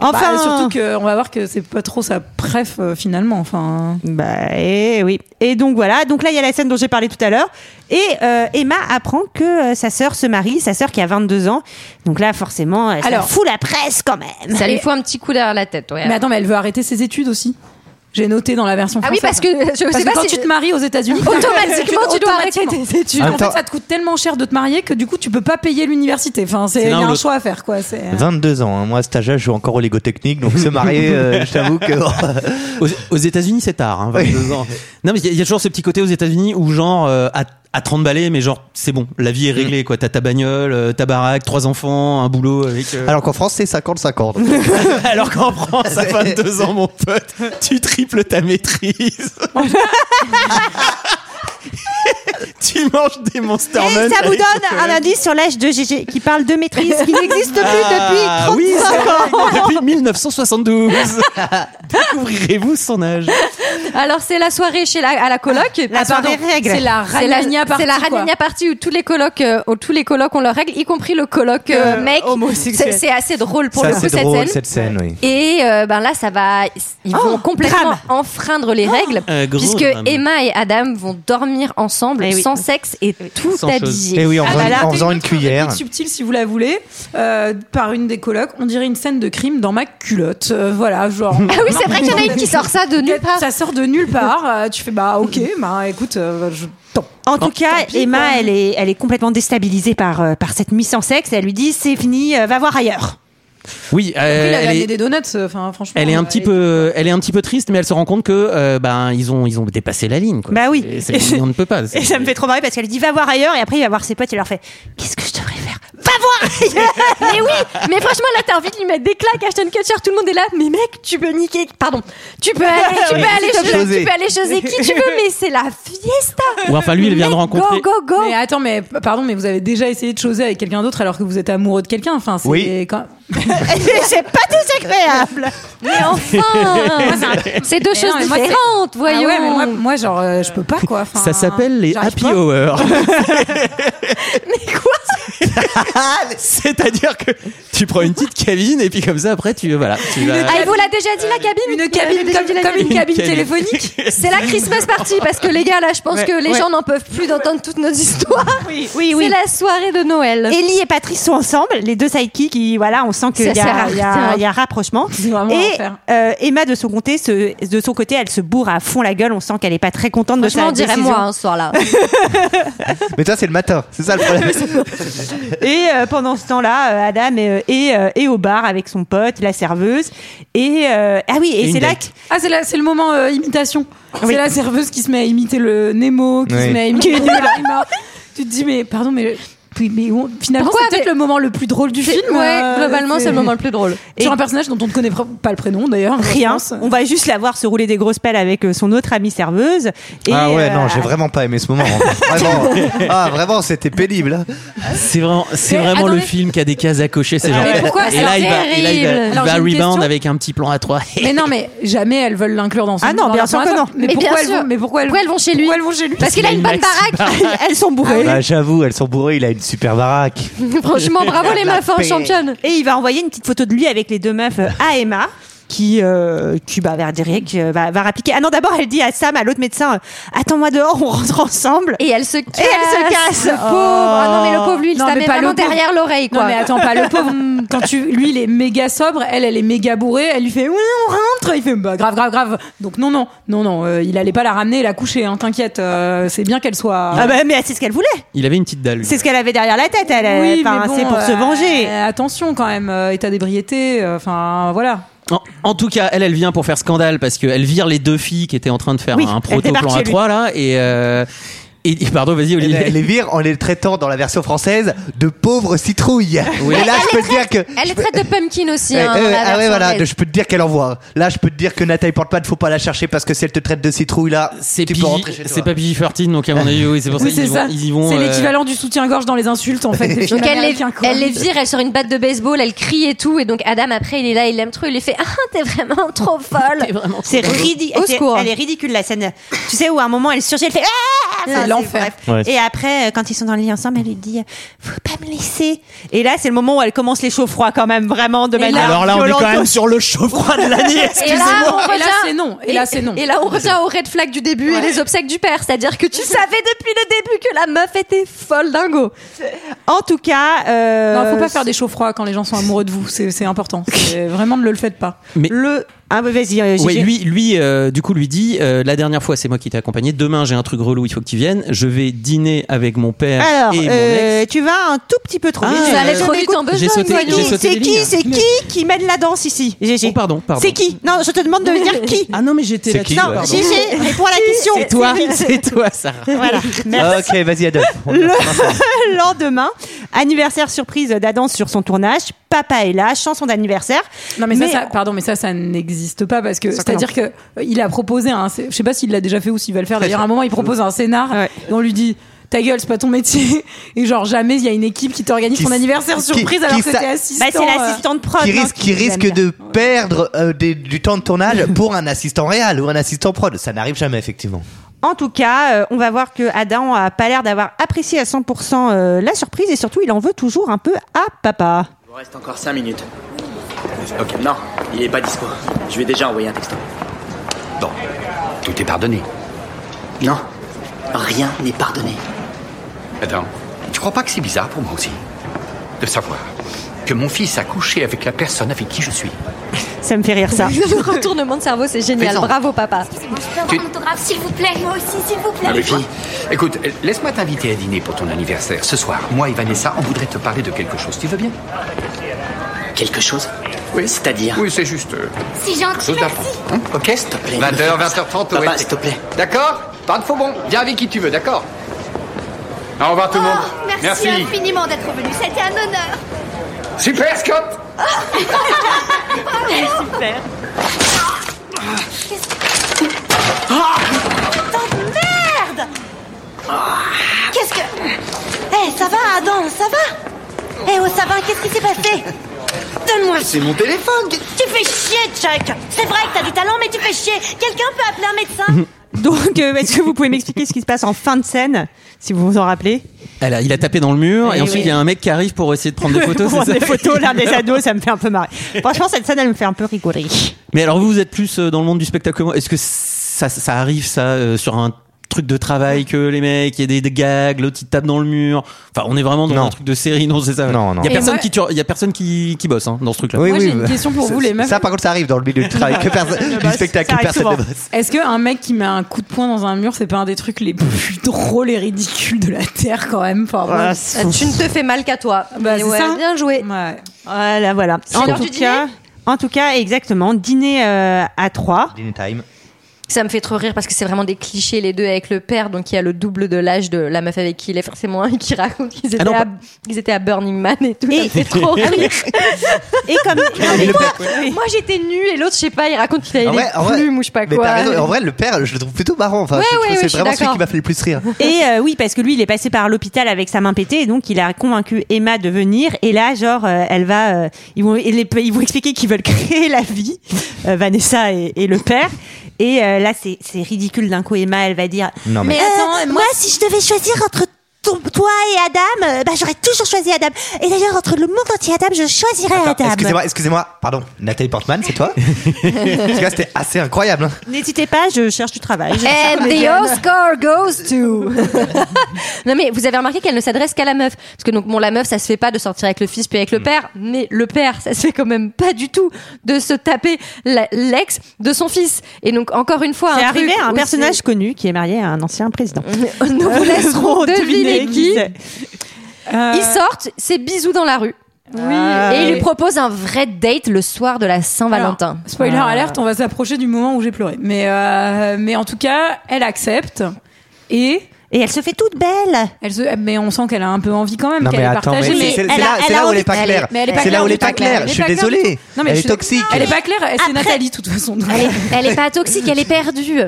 Speaker 1: Enfin, euh,
Speaker 10: Bah, surtout qu'on va voir que c'est pas trop sa préf euh, finalement. Enfin,
Speaker 1: bah et oui. Et donc voilà. Donc là, il y a la scène dont j'ai parlé tout à l'heure. Et euh, Emma apprend que euh, sa sœur se marie, sa sœur qui a 22 ans. Donc là, forcément, elle s'en
Speaker 10: Alors-
Speaker 1: fout la presse quand même.
Speaker 6: Ça lui faut un petit coup derrière la tête, ouais.
Speaker 10: Mais attends, mais elle veut arrêter ses études aussi. J'ai noté dans la version
Speaker 6: Ah oui, parce
Speaker 10: française.
Speaker 6: que je sais
Speaker 10: Parce
Speaker 6: pas
Speaker 10: quand
Speaker 6: si-
Speaker 10: tu te maries aux États-Unis,
Speaker 6: Automatiquement, tu dois arrêter
Speaker 10: automatiquement.
Speaker 6: tes études.
Speaker 10: En fait,
Speaker 7: Attends.
Speaker 10: ça te coûte tellement cher de te marier que du coup, tu peux pas payer l'université. Enfin, c'est
Speaker 7: C'est
Speaker 10: il y
Speaker 7: l'un
Speaker 10: a
Speaker 7: ou
Speaker 10: un
Speaker 7: l'autre.
Speaker 10: choix à faire, quoi. C'est euh.
Speaker 7: 22 ans, hein. moi à cet âge-là, je joue encore au Lego Technique, donc se [laughs] marier, euh, je t'avoue que.
Speaker 11: [laughs] aux, aux États-Unis, c'est tard, hein, 22 ans. Non, mais il y, a- il y a toujours ce petit côté aux États-Unis où, genre, euh, à, à 30 balais, mais genre, c'est bon, la vie est
Speaker 7: Mm.
Speaker 11: réglée, quoi. T'as ta bagnole, euh, ta baraque, trois enfants, un boulot avec. euh,
Speaker 7: Alors qu'en France, c'est 50-50.
Speaker 11: [laughs] Alors qu'en France, à 22 ans, mon pote, tu triples ta maîtrise. [laughs] tu manges des Monster
Speaker 1: Et Eh,
Speaker 11: Munch
Speaker 1: ça vous
Speaker 11: [laughs] avec
Speaker 1: donne
Speaker 11: chocolat.
Speaker 1: un indice sur l'âge de GG qui parle de maîtrise qui n'existe plus
Speaker 11: Ah,
Speaker 1: depuis 35
Speaker 11: oui, c'est
Speaker 1: ans.
Speaker 11: vrai, [laughs] Depuis 1972. Découvrirez-vous son âge.
Speaker 6: [laughs] Alors c'est la soirée chez la, à la coloc.
Speaker 1: La
Speaker 6: Ah, pardon.
Speaker 1: soirée règle.
Speaker 6: C'est la
Speaker 1: C'est la-
Speaker 6: ranania party.
Speaker 1: c'est la
Speaker 10: ragnagna
Speaker 6: party où tous les colocs, tous les colocs ont leurs règles, y compris le coloc
Speaker 1: euh,
Speaker 6: mec.
Speaker 1: homosexuel.
Speaker 6: C'est c'est assez drôle pour
Speaker 7: Ça,
Speaker 6: le coup
Speaker 7: c'est
Speaker 6: cette
Speaker 7: drôle,
Speaker 6: scène.
Speaker 7: cette scène, oui.
Speaker 6: Et euh, ben là, ça va, ils vont complètement enfreindre les règles,
Speaker 7: Euh, gros
Speaker 6: puisque
Speaker 7: drame.
Speaker 6: Emma et Adam vont dormir ensemble,
Speaker 1: oui.
Speaker 6: sans sexe et tout
Speaker 7: Sans chose.
Speaker 6: habillé.
Speaker 7: Eh oui, en
Speaker 6: Ah
Speaker 7: faisant-
Speaker 6: bah là, [laughs]
Speaker 7: en faisant une cuillère.
Speaker 10: subtil si vous la voulez euh, par une des colocs on dirait une scène de crime dans ma culotte Euh, voilà genre
Speaker 6: Ah oui, c'est vrai qu'il y en a une qui sort ça de nulle part.
Speaker 11: Ah.
Speaker 10: ça sort de nulle part Euh, tu fais bah ok
Speaker 11: Mm.
Speaker 10: bah écoute euh, je t'en-
Speaker 1: En tout cas,
Speaker 10: pis,
Speaker 1: Emma,
Speaker 10: quoi.
Speaker 1: elle est, elle est complètement déstabilisée par, euh, par cette nuit sans sexe. Elle lui dit c'est fini, euh, va voir ailleurs.
Speaker 11: Oui, euh,
Speaker 10: il avait
Speaker 11: elle
Speaker 10: amené
Speaker 11: est-
Speaker 10: des donuts euh, enfin franchement
Speaker 11: Elle est un
Speaker 10: euh,
Speaker 11: petit peu, elle est un petit peu triste, mais elle se rend compte que euh, ben ils ont ils ont dépassé la ligne. Quoi.
Speaker 1: Bah oui.
Speaker 11: Et c'est- on ne peut pas.
Speaker 1: Et
Speaker 11: c'est-
Speaker 1: ça me fait trop marrer parce qu'elle lui dit va voir ailleurs et après il va voir ses potes et il leur fait qu'est-ce que je devrais faire Va voir ailleurs [laughs]
Speaker 6: mais oui, mais franchement là t'as envie de lui mettre des claques, Ashton Kutcher, tout le monde est là. Mais mec, tu peux niquer, pardon, tu peux aller,
Speaker 10: [laughs]
Speaker 6: tu peux
Speaker 11: Oui.
Speaker 6: aller,
Speaker 11: S'il te
Speaker 6: chez,
Speaker 11: plaît.
Speaker 6: tu peux aller chez qui tu veux, mais c'est la fiesta.
Speaker 11: Ou enfin lui, il vient de rencontrer.
Speaker 10: Mais attends, mais p- pardon, mais vous avez déjà essayé de choser avec quelqu'un d'autre alors que vous êtes amoureux de quelqu'un. Enfin, c'est
Speaker 11: Oui.
Speaker 10: quand-
Speaker 1: C'est pas désagréable.
Speaker 6: Mais
Speaker 10: [laughs]
Speaker 6: enfin, c'est deux
Speaker 10: Mais
Speaker 6: choses
Speaker 10: non, mais moi, c'est-
Speaker 6: différentes, voyons.
Speaker 10: Ah ouais, mais moi, moi, genre, euh, je peux pas quoi. Enfin,
Speaker 11: Ça s'appelle les
Speaker 10: j'arrive
Speaker 11: happy
Speaker 10: pas.
Speaker 11: hour.
Speaker 10: [laughs]
Speaker 11: [laughs] C'est-à-dire que tu prends une petite cabine et puis comme ça après tu voilà. Tu vas...
Speaker 6: Ah, il vous l'a déjà dit la cabine Une
Speaker 10: euh, cabine, comme- comme une cabine Une cabine. téléphonique.
Speaker 6: [laughs] C'est la Christmas party parce que les gars là, je pense
Speaker 1: Ouais,
Speaker 6: que les
Speaker 1: ouais.
Speaker 6: gens n'en peuvent plus d'entendre toutes nos histoires.
Speaker 1: Oui, oui, oui.
Speaker 6: C'est la soirée de Noël.
Speaker 1: Ellie et Patrice sont ensemble, les deux sidekicks, qui, voilà, on sent qu'il y,
Speaker 6: Ça sert à
Speaker 1: a- il y a
Speaker 6: rien.
Speaker 1: il y a rapprochement.
Speaker 10: vraiment
Speaker 1: Et
Speaker 10: l'enfer.
Speaker 1: euh, Emma, de son, côté, se- de son côté, elle se bourre à fond la gueule. On sent qu'elle est pas très contente de
Speaker 6: Franchement,
Speaker 1: sa
Speaker 6: on dirait
Speaker 1: décision.
Speaker 6: moi hein, ce soir-là.
Speaker 7: Mais toi, c'est le matin,
Speaker 6: [laughs]
Speaker 7: c'est ça le problème.
Speaker 1: Et euh, pendant ce temps-là, euh, Adam est, euh, est, euh, est au bar avec son pote, la serveuse. Et euh, ah oui,
Speaker 10: Et
Speaker 1: et
Speaker 10: une
Speaker 1: c'est là
Speaker 10: date. Ah, c'est là, c'est le moment euh, imitation. C'est la serveuse qui se met à imiter le Nemo, qui
Speaker 1: Oui.
Speaker 10: se met à imiter
Speaker 1: Qui-
Speaker 10: le Marima. Tu te dis, mais pardon, mais. oui, mais on- [laughs] finalement,
Speaker 6: Pourquoi
Speaker 10: c'est peut-être le moment le plus drôle du
Speaker 6: C'est-
Speaker 10: film. euh,
Speaker 6: ouais, globalement, c'est le moment le plus drôle.
Speaker 10: Sur un personnage dont on ne connaît pr- pas le prénom d'ailleurs.
Speaker 1: que rien. On va juste la voir se rouler des grosses pelles avec euh, son autre amie serveuse. Et,
Speaker 7: ah ouais, non,
Speaker 1: euh,
Speaker 7: j'ai vraiment pas aimé ce moment.
Speaker 6: [laughs]
Speaker 7: Vraiment. Ah, vraiment, c'était pénible. hein.
Speaker 11: C'est vraiment, c'est
Speaker 10: Mais
Speaker 11: vraiment le
Speaker 10: attendez.
Speaker 11: film qui a des cases à cocher ces
Speaker 10: Ah
Speaker 11: gens.
Speaker 10: ouais. Mais pourquoi
Speaker 11: et là,
Speaker 10: c'est
Speaker 11: il va, et là, il va,
Speaker 10: terrible
Speaker 11: il
Speaker 10: Alors,
Speaker 11: va
Speaker 10: j'ai une
Speaker 11: rebound
Speaker 10: question.
Speaker 11: avec un petit plan à trois.
Speaker 10: Mais non, mais jamais elles veulent l'inclure dans son
Speaker 1: Ah non,
Speaker 10: dans
Speaker 1: bien
Speaker 10: leur
Speaker 1: sûr que
Speaker 10: soirée.
Speaker 1: non.
Speaker 10: Mais,
Speaker 1: Mais
Speaker 10: pourquoi
Speaker 1: bien
Speaker 10: elles
Speaker 1: sûr.
Speaker 10: vont, mais pourquoi elles,
Speaker 6: Pourquoi elles vont chez lui
Speaker 10: pourquoi elles vont chez lui
Speaker 7: [laughs]
Speaker 6: Parce qu'il a une bonne
Speaker 10: [laughs]
Speaker 7: Ah
Speaker 6: baraque. [laughs]
Speaker 1: elles sont bourrées.
Speaker 7: Bah, j'avoue, elles sont bourrées, il a une super baraque.
Speaker 6: Franchement, bravo les
Speaker 7: La
Speaker 6: meufs, hein,
Speaker 7: paix.
Speaker 6: championne.
Speaker 1: Et il va envoyer une petite photo de lui avec les deux meufs euh, à Emma. Qui, euh, qui bah, va, dire- qui, euh, va, va rappliquer. Ah non, d'abord, elle dit à Sam, à l'autre médecin, euh, attends-moi dehors, on rentre ensemble.
Speaker 6: Et elle se casse.
Speaker 1: Et elle se casse.
Speaker 6: Le pauvre. Ah non, mais le pauvre, lui, il
Speaker 10: Oh. Non,
Speaker 6: se
Speaker 10: mais
Speaker 6: met
Speaker 10: pas le
Speaker 6: vraiment
Speaker 10: pauvre.
Speaker 6: derrière l'oreille, quoi.
Speaker 10: Non mais attends pas le pauvre quand tu lui il est méga sobre elle elle est méga bourrée elle lui fait oui on rentre il fait bah grave grave grave donc non non non non euh, il allait pas la ramener la coucher hein, t'inquiète euh, c'est bien qu'elle soit
Speaker 1: Ah bah, mais c'est ce qu'elle voulait.
Speaker 11: [laughs] Il avait une petite dalle. lui.
Speaker 1: C'est ce qu'elle avait derrière la tête. Elle, euh,
Speaker 10: Oui,
Speaker 1: enfin,
Speaker 10: mais bon,
Speaker 1: c'est pour se
Speaker 10: euh,
Speaker 1: venger.
Speaker 10: euh, attention quand même euh, état d'ébriété euh, enfin voilà
Speaker 11: En, en tout cas, elle, elle vient pour faire scandale parce qu'elle vire les deux filles qui étaient en train de faire
Speaker 10: Oui,
Speaker 11: un
Speaker 10: elle débarque
Speaker 11: proto-plan
Speaker 10: chez
Speaker 11: à
Speaker 10: lui.
Speaker 11: trois là et. euh, Et, et pardon, vas-y, Olivier.
Speaker 7: ben, Elle Eh les vire en les traitant dans la version française de pauvres citrouilles.
Speaker 11: Oui.
Speaker 7: Et là,
Speaker 6: Elle
Speaker 7: je peux
Speaker 6: les
Speaker 7: te dire que.
Speaker 6: Elle est traite de pumpkin
Speaker 11: Eh,
Speaker 6: aussi.
Speaker 7: Ouais,
Speaker 6: hein,
Speaker 7: ouais,
Speaker 6: dans
Speaker 7: ouais,
Speaker 6: la
Speaker 7: ah ouais,
Speaker 6: version
Speaker 7: voilà,
Speaker 6: anglaise.
Speaker 7: je peux te dire qu'elle envoie. hein. Là, je peux te dire que Nathalie Portman, faut pas la chercher parce que si elle te traite de citrouille, là, tu peux rentrer chez toi.
Speaker 11: C'est pas PG-13, donc à mon avis, oui, c'est pour
Speaker 10: Oui,
Speaker 11: ça
Speaker 10: c'est
Speaker 11: qu'ils
Speaker 10: ça.
Speaker 11: vont. Ils y vont
Speaker 10: C'est
Speaker 11: euh,
Speaker 10: l'équivalent du soutien-gorge dans les insultes, en fait.
Speaker 11: [laughs]
Speaker 10: des films
Speaker 6: Donc elle les,
Speaker 10: américains, quoi.
Speaker 6: elle les vire, elle sort une batte de baseball, elle crie et tout. Et donc Adam, après, il est là, il l'aime trop. Il lui fait Ah, t'es vraiment
Speaker 10: [laughs]
Speaker 6: trop folle.
Speaker 1: C'est ridicule.
Speaker 6: Au secours.
Speaker 1: Elle est ridicule la scène. Tu sais où à un moment elle surgit, elle fait ah
Speaker 6: C'est
Speaker 1: Enfin,
Speaker 6: l'enfer.
Speaker 1: bref.
Speaker 6: Ouais.
Speaker 1: Et après euh, quand ils sont dans le lit ensemble, elle lui dit faut pas me laisser. Et là c'est le moment où elle commence les chauds froids quand même vraiment de manière
Speaker 11: Alors là, on est
Speaker 1: violente.
Speaker 11: quand même sur le chaud froid de [laughs] l'année,
Speaker 6: Et là,
Speaker 11: excusez-moi.
Speaker 6: on
Speaker 10: Et là,
Speaker 6: revient-
Speaker 10: c'est non. Et là, c'est non.
Speaker 6: Et là, on revient au red flag du début et les obsèques du père. C'est-à-dire que tu savais depuis le début que la meuf était folle dingo.
Speaker 1: En tout cas, euh,
Speaker 10: Non, faut pas faire des chauds froids quand les gens sont amoureux de vous. C'est c'est important. C'est- Vraiment, ne le faites pas.
Speaker 11: Mais-
Speaker 1: le ah bah, vas-y euh,
Speaker 11: Oui,
Speaker 1: Gigi.
Speaker 11: lui, lui euh, du coup, lui dit euh, la dernière fois, c'est moi qui t'ai accompagné. Demain, j'ai un truc relou, il faut que tu viennes. Je vais dîner avec mon père
Speaker 1: Alors,
Speaker 11: et mon ex.
Speaker 1: euh, tu vas un tout petit peu trop
Speaker 11: Ah,
Speaker 1: vite.
Speaker 11: Ça allait euh, trop vite en besogne, j'ai sauté-
Speaker 1: C'est
Speaker 11: j'ai
Speaker 1: qui-
Speaker 11: sauté
Speaker 1: C'est
Speaker 11: des
Speaker 1: qui,
Speaker 11: lignes.
Speaker 1: c'est qui qui mène la danse ici Gégé.
Speaker 11: Oh, pardon, pardon.
Speaker 1: C'est qui Non, je te demande de me dire qui.
Speaker 11: Ah non, mais j'étais
Speaker 7: C'est là- qui,
Speaker 1: Non,
Speaker 7: ouais.
Speaker 1: Gégé, réponds à la question.
Speaker 11: C'est toi, c'est toi, Sarah.
Speaker 1: Voilà. Merci.
Speaker 7: Ah, Ok, vas-y, Adolphe. On y va.
Speaker 1: Le lendemain, anniversaire surprise d'Adam sur son tournage. Papa est là, chanson d'anniversaire. Bah,
Speaker 10: Non mais, ça, ça- pardon, mais ça, ça n'existe pas parce que
Speaker 1: Ça
Speaker 10: c'est-à-dire que euh, il a proposé un, scé- je sais pas s'il l'a déjà fait ou s'il va le faire. D'ailleurs, à un moment, il propose un scénar et on lui dit. Ta gueule, c'est pas ton métier. [laughs] Et genre, jamais il y a une équipe qui t'organise
Speaker 7: Qui
Speaker 10: ton
Speaker 7: s-
Speaker 10: anniversaire
Speaker 7: qui-
Speaker 10: surprise
Speaker 7: qui
Speaker 10: alors que
Speaker 7: sa-
Speaker 10: t'es
Speaker 7: Bah,
Speaker 10: assistant.
Speaker 6: euh,
Speaker 10: euh.
Speaker 1: c'est l'assistante prod,
Speaker 7: qui
Speaker 1: Ah, non,
Speaker 7: risque,
Speaker 1: qui
Speaker 7: qui
Speaker 1: l'aime
Speaker 7: risque de perdre euh, des- du temps de tournage pour un assistant réel ou un assistant prod. Ça n'arrive jamais, effectivement.
Speaker 1: En tout cas, euh, on va voir que Adam a pas l'air d'avoir apprécié à 100% euh, la surprise et surtout, il en veut toujours un peu à papa.
Speaker 4: Il vous reste encore 5 minutes. Ok, non, il est pas dispo. Je lui ai déjà envoyé un texto.
Speaker 2: Bon, tout est pardonné.
Speaker 4: Non, rien n'est pardonné.
Speaker 2: Attends, Eh ben, tu crois pas que c'est bizarre pour moi aussi de savoir que mon fils a couché avec la personne avec qui je suis
Speaker 1: Ça me fait rire
Speaker 7: Ah.
Speaker 1: ça.
Speaker 6: [laughs] Le retournement de cerveau, c'est génial.
Speaker 2: Fais-en.
Speaker 6: Bravo, papa.
Speaker 9: Je peux avoir un autographe, s'il vous plaît, moi aussi, s'il vous plaît.
Speaker 2: Ah, mais fille, écoute, laisse-moi t'inviter à dîner pour ton anniversaire. Ce soir, moi et Vanessa, on voudrait te parler de quelque chose. Tu veux bien
Speaker 4: Quelque chose
Speaker 2: Oui.
Speaker 4: C'est-à-dire
Speaker 2: Oui, c'est juste. euh,
Speaker 9: C'est gentil,
Speaker 2: Chose
Speaker 9: merci.
Speaker 2: d'apprendre. Hein ok
Speaker 4: S'il te plaît.
Speaker 2: 20h, 20h30,
Speaker 4: Papa, s'il te plaît.
Speaker 2: D'accord Pas de faux bon. Viens avec qui tu veux, d'accord Au revoir tout le monde.
Speaker 9: Oh, Merci, infiniment d'être venu, c'était un honneur.
Speaker 2: Super, Scott
Speaker 1: Super.
Speaker 13: Merde Qu'est-ce que... Eh, ça va, Adam, ça va Eh, oh, ça va, qu'est-ce qui s'est passé Donne-moi...
Speaker 2: C'est mon téléphone
Speaker 13: Tu fais chier, Chuck C'est vrai que t'as du talent, mais tu fais chier Quelqu'un peut appeler un médecin
Speaker 1: Donc, euh, est-ce que vous pouvez m'expliquer ce qui se passe en fin de scène, si vous vous en rappelez
Speaker 11: Elle a- il a tapé dans le mur et,
Speaker 1: Eh
Speaker 11: ensuite
Speaker 1: oui.
Speaker 11: il y a un mec qui arrive pour essayer de prendre des photos.
Speaker 1: Prendre
Speaker 11: c'est
Speaker 1: des
Speaker 11: ça
Speaker 1: photos, l'un des ados, ça me fait un peu marrer. Franchement, cette scène, elle me fait un peu rigoler.
Speaker 11: Mais alors vous, vous êtes plus euh, dans le monde du spectacle que moi. Est-ce que ça, ça arrive ça euh, sur un truc de travail que les mecs, il y a des, des gags, l'autre il tape dans le mur. Enfin, on est vraiment dans un truc de série, non c'est ça.
Speaker 7: Non, non.
Speaker 11: Il y a
Speaker 10: Et
Speaker 11: personne
Speaker 10: moi-
Speaker 11: qui, tue- il y a personne qui, qui bosse hein, dans ce truc-là.
Speaker 10: Moi, j'ai une question pour
Speaker 7: Ça-
Speaker 10: vous, les meufs.
Speaker 7: Ça, par contre, ça arrive dans le milieu du travail, que personne-
Speaker 1: Ne
Speaker 7: du
Speaker 1: bosse, ça
Speaker 7: spectacle, que
Speaker 1: arrive
Speaker 7: personne
Speaker 1: souvent.
Speaker 7: ne bosse.
Speaker 10: Est-ce qu'un mec qui met un coup de poing dans un mur, c'est pas un des trucs les plus [laughs] drôles et ridicules de la terre quand même Enfin,
Speaker 1: Voilà,
Speaker 10: moi,
Speaker 1: c'est-
Speaker 6: Euh, Tu ne te fais mal qu'à toi.
Speaker 10: Bah,
Speaker 6: Mais
Speaker 10: c'est
Speaker 6: ouais,
Speaker 10: ça.
Speaker 6: Bien joué.
Speaker 10: Ouais.
Speaker 1: Voilà, voilà.
Speaker 6: C'est l'heure du dîner
Speaker 1: en tout cas, exactement, dîner euh, à
Speaker 10: [laughs]
Speaker 1: trois.
Speaker 7: Dinner time.
Speaker 6: Ça me fait trop rire parce que c'est vraiment des clichés les deux avec le père, donc il y a le double de l'âge de la meuf avec qui il est forcément un et qui raconte qu'ils
Speaker 7: Ah
Speaker 6: étaient,
Speaker 11: non,
Speaker 6: à-
Speaker 11: pas-
Speaker 6: qu'ils étaient à Burning Man et tout.
Speaker 1: Et-
Speaker 6: Ça me fait trop rire.
Speaker 1: Et comme
Speaker 7: Et Ah, le père-
Speaker 6: Moi j'étais nue et l'autre je sais pas, il raconte qu'il a
Speaker 7: En
Speaker 6: une
Speaker 7: vrai- en vrai-
Speaker 6: plume ou je sais pas
Speaker 7: mais
Speaker 6: quoi.
Speaker 7: t'as raison, en vrai, le père, je le trouve plutôt marrant. Enfin,
Speaker 6: Ouais,
Speaker 7: je trouve
Speaker 6: ouais,
Speaker 7: que
Speaker 6: ouais, je
Speaker 7: c'est
Speaker 6: suis
Speaker 7: vraiment celui
Speaker 6: d'accord.
Speaker 7: qui m'a fait le plus rire.
Speaker 1: Et euh, oui, parce que lui, il est passé par l'hôpital avec sa main pétée, et donc il a convaincu Emma de venir. Et là, genre, euh, elle va, euh, ils vont, et les- ils vont expliquer qu'ils veulent [laughs] créer la vie, euh, Vanessa et, et le père. Et euh, là, c'est c'est ridicule. D'un coup, Emma, elle va dire,
Speaker 7: Non,
Speaker 13: Euh, moi, si je devais choisir entre ton- toi et Adam, euh, bah, j'aurais toujours choisi Adam. Et d'ailleurs, entre le monde entier et Adam, je choisirais Adam.
Speaker 7: Excusez-moi, excusez-moi, pardon, Nathalie Portman, c'est toi Parce que là, c'était assez incroyable. hein.
Speaker 1: n'hésitez pas, je cherche du travail.
Speaker 13: Eh,
Speaker 1: Je cherche
Speaker 6: And
Speaker 1: des
Speaker 6: the
Speaker 1: jeunes.
Speaker 6: Oscar goes to. [laughs] non mais vous avez remarqué qu'elle ne s'adresse qu'à la meuf parce que donc bon la meuf ça se fait pas de sortir avec le fils puis avec le père mais le père ça se fait quand même pas du tout de se taper la- l'ex de son fils et donc encore une fois
Speaker 1: C'est
Speaker 6: un
Speaker 1: arrivé
Speaker 6: truc
Speaker 1: à un
Speaker 6: aussi-
Speaker 1: personnage connu qui est marié à un ancien président.
Speaker 6: [laughs]
Speaker 1: [laughs]
Speaker 6: nous vous laisserons deviner qui
Speaker 1: c'est.
Speaker 6: ils sortent c'est bisous dans la rue
Speaker 1: Ah,
Speaker 6: et il
Speaker 1: oui.
Speaker 6: lui propose un vrai date le soir de la Saint-Valentin
Speaker 10: Alors, spoiler alerte, on va s'approcher du moment où j'ai pleuré. Mais, euh, mais en tout cas, elle accepte. Et
Speaker 1: Et elle se fait toute belle.
Speaker 10: Elle se... Mais on sent qu'elle a un peu envie quand même.
Speaker 7: Non,
Speaker 10: qu'elle
Speaker 7: mais
Speaker 10: est
Speaker 7: attends, mais
Speaker 10: partagée.
Speaker 7: c'est- c'est là- c'est là où elle est pas
Speaker 10: envie-
Speaker 7: claire.
Speaker 10: mais elle est pas
Speaker 7: C'est là où elle est
Speaker 10: du
Speaker 7: pas
Speaker 10: tout.
Speaker 7: claire.
Speaker 10: Elle est
Speaker 7: Je suis
Speaker 10: pas claire du
Speaker 7: désolé.
Speaker 10: tout. Non, mais
Speaker 7: Elle
Speaker 10: je
Speaker 7: est
Speaker 10: suis-
Speaker 7: toxique.
Speaker 10: Elle est pas claire. Elle- C'est Nathalie de toute façon. donc.
Speaker 6: Elle est, elle est pas toxique, elle est perdue.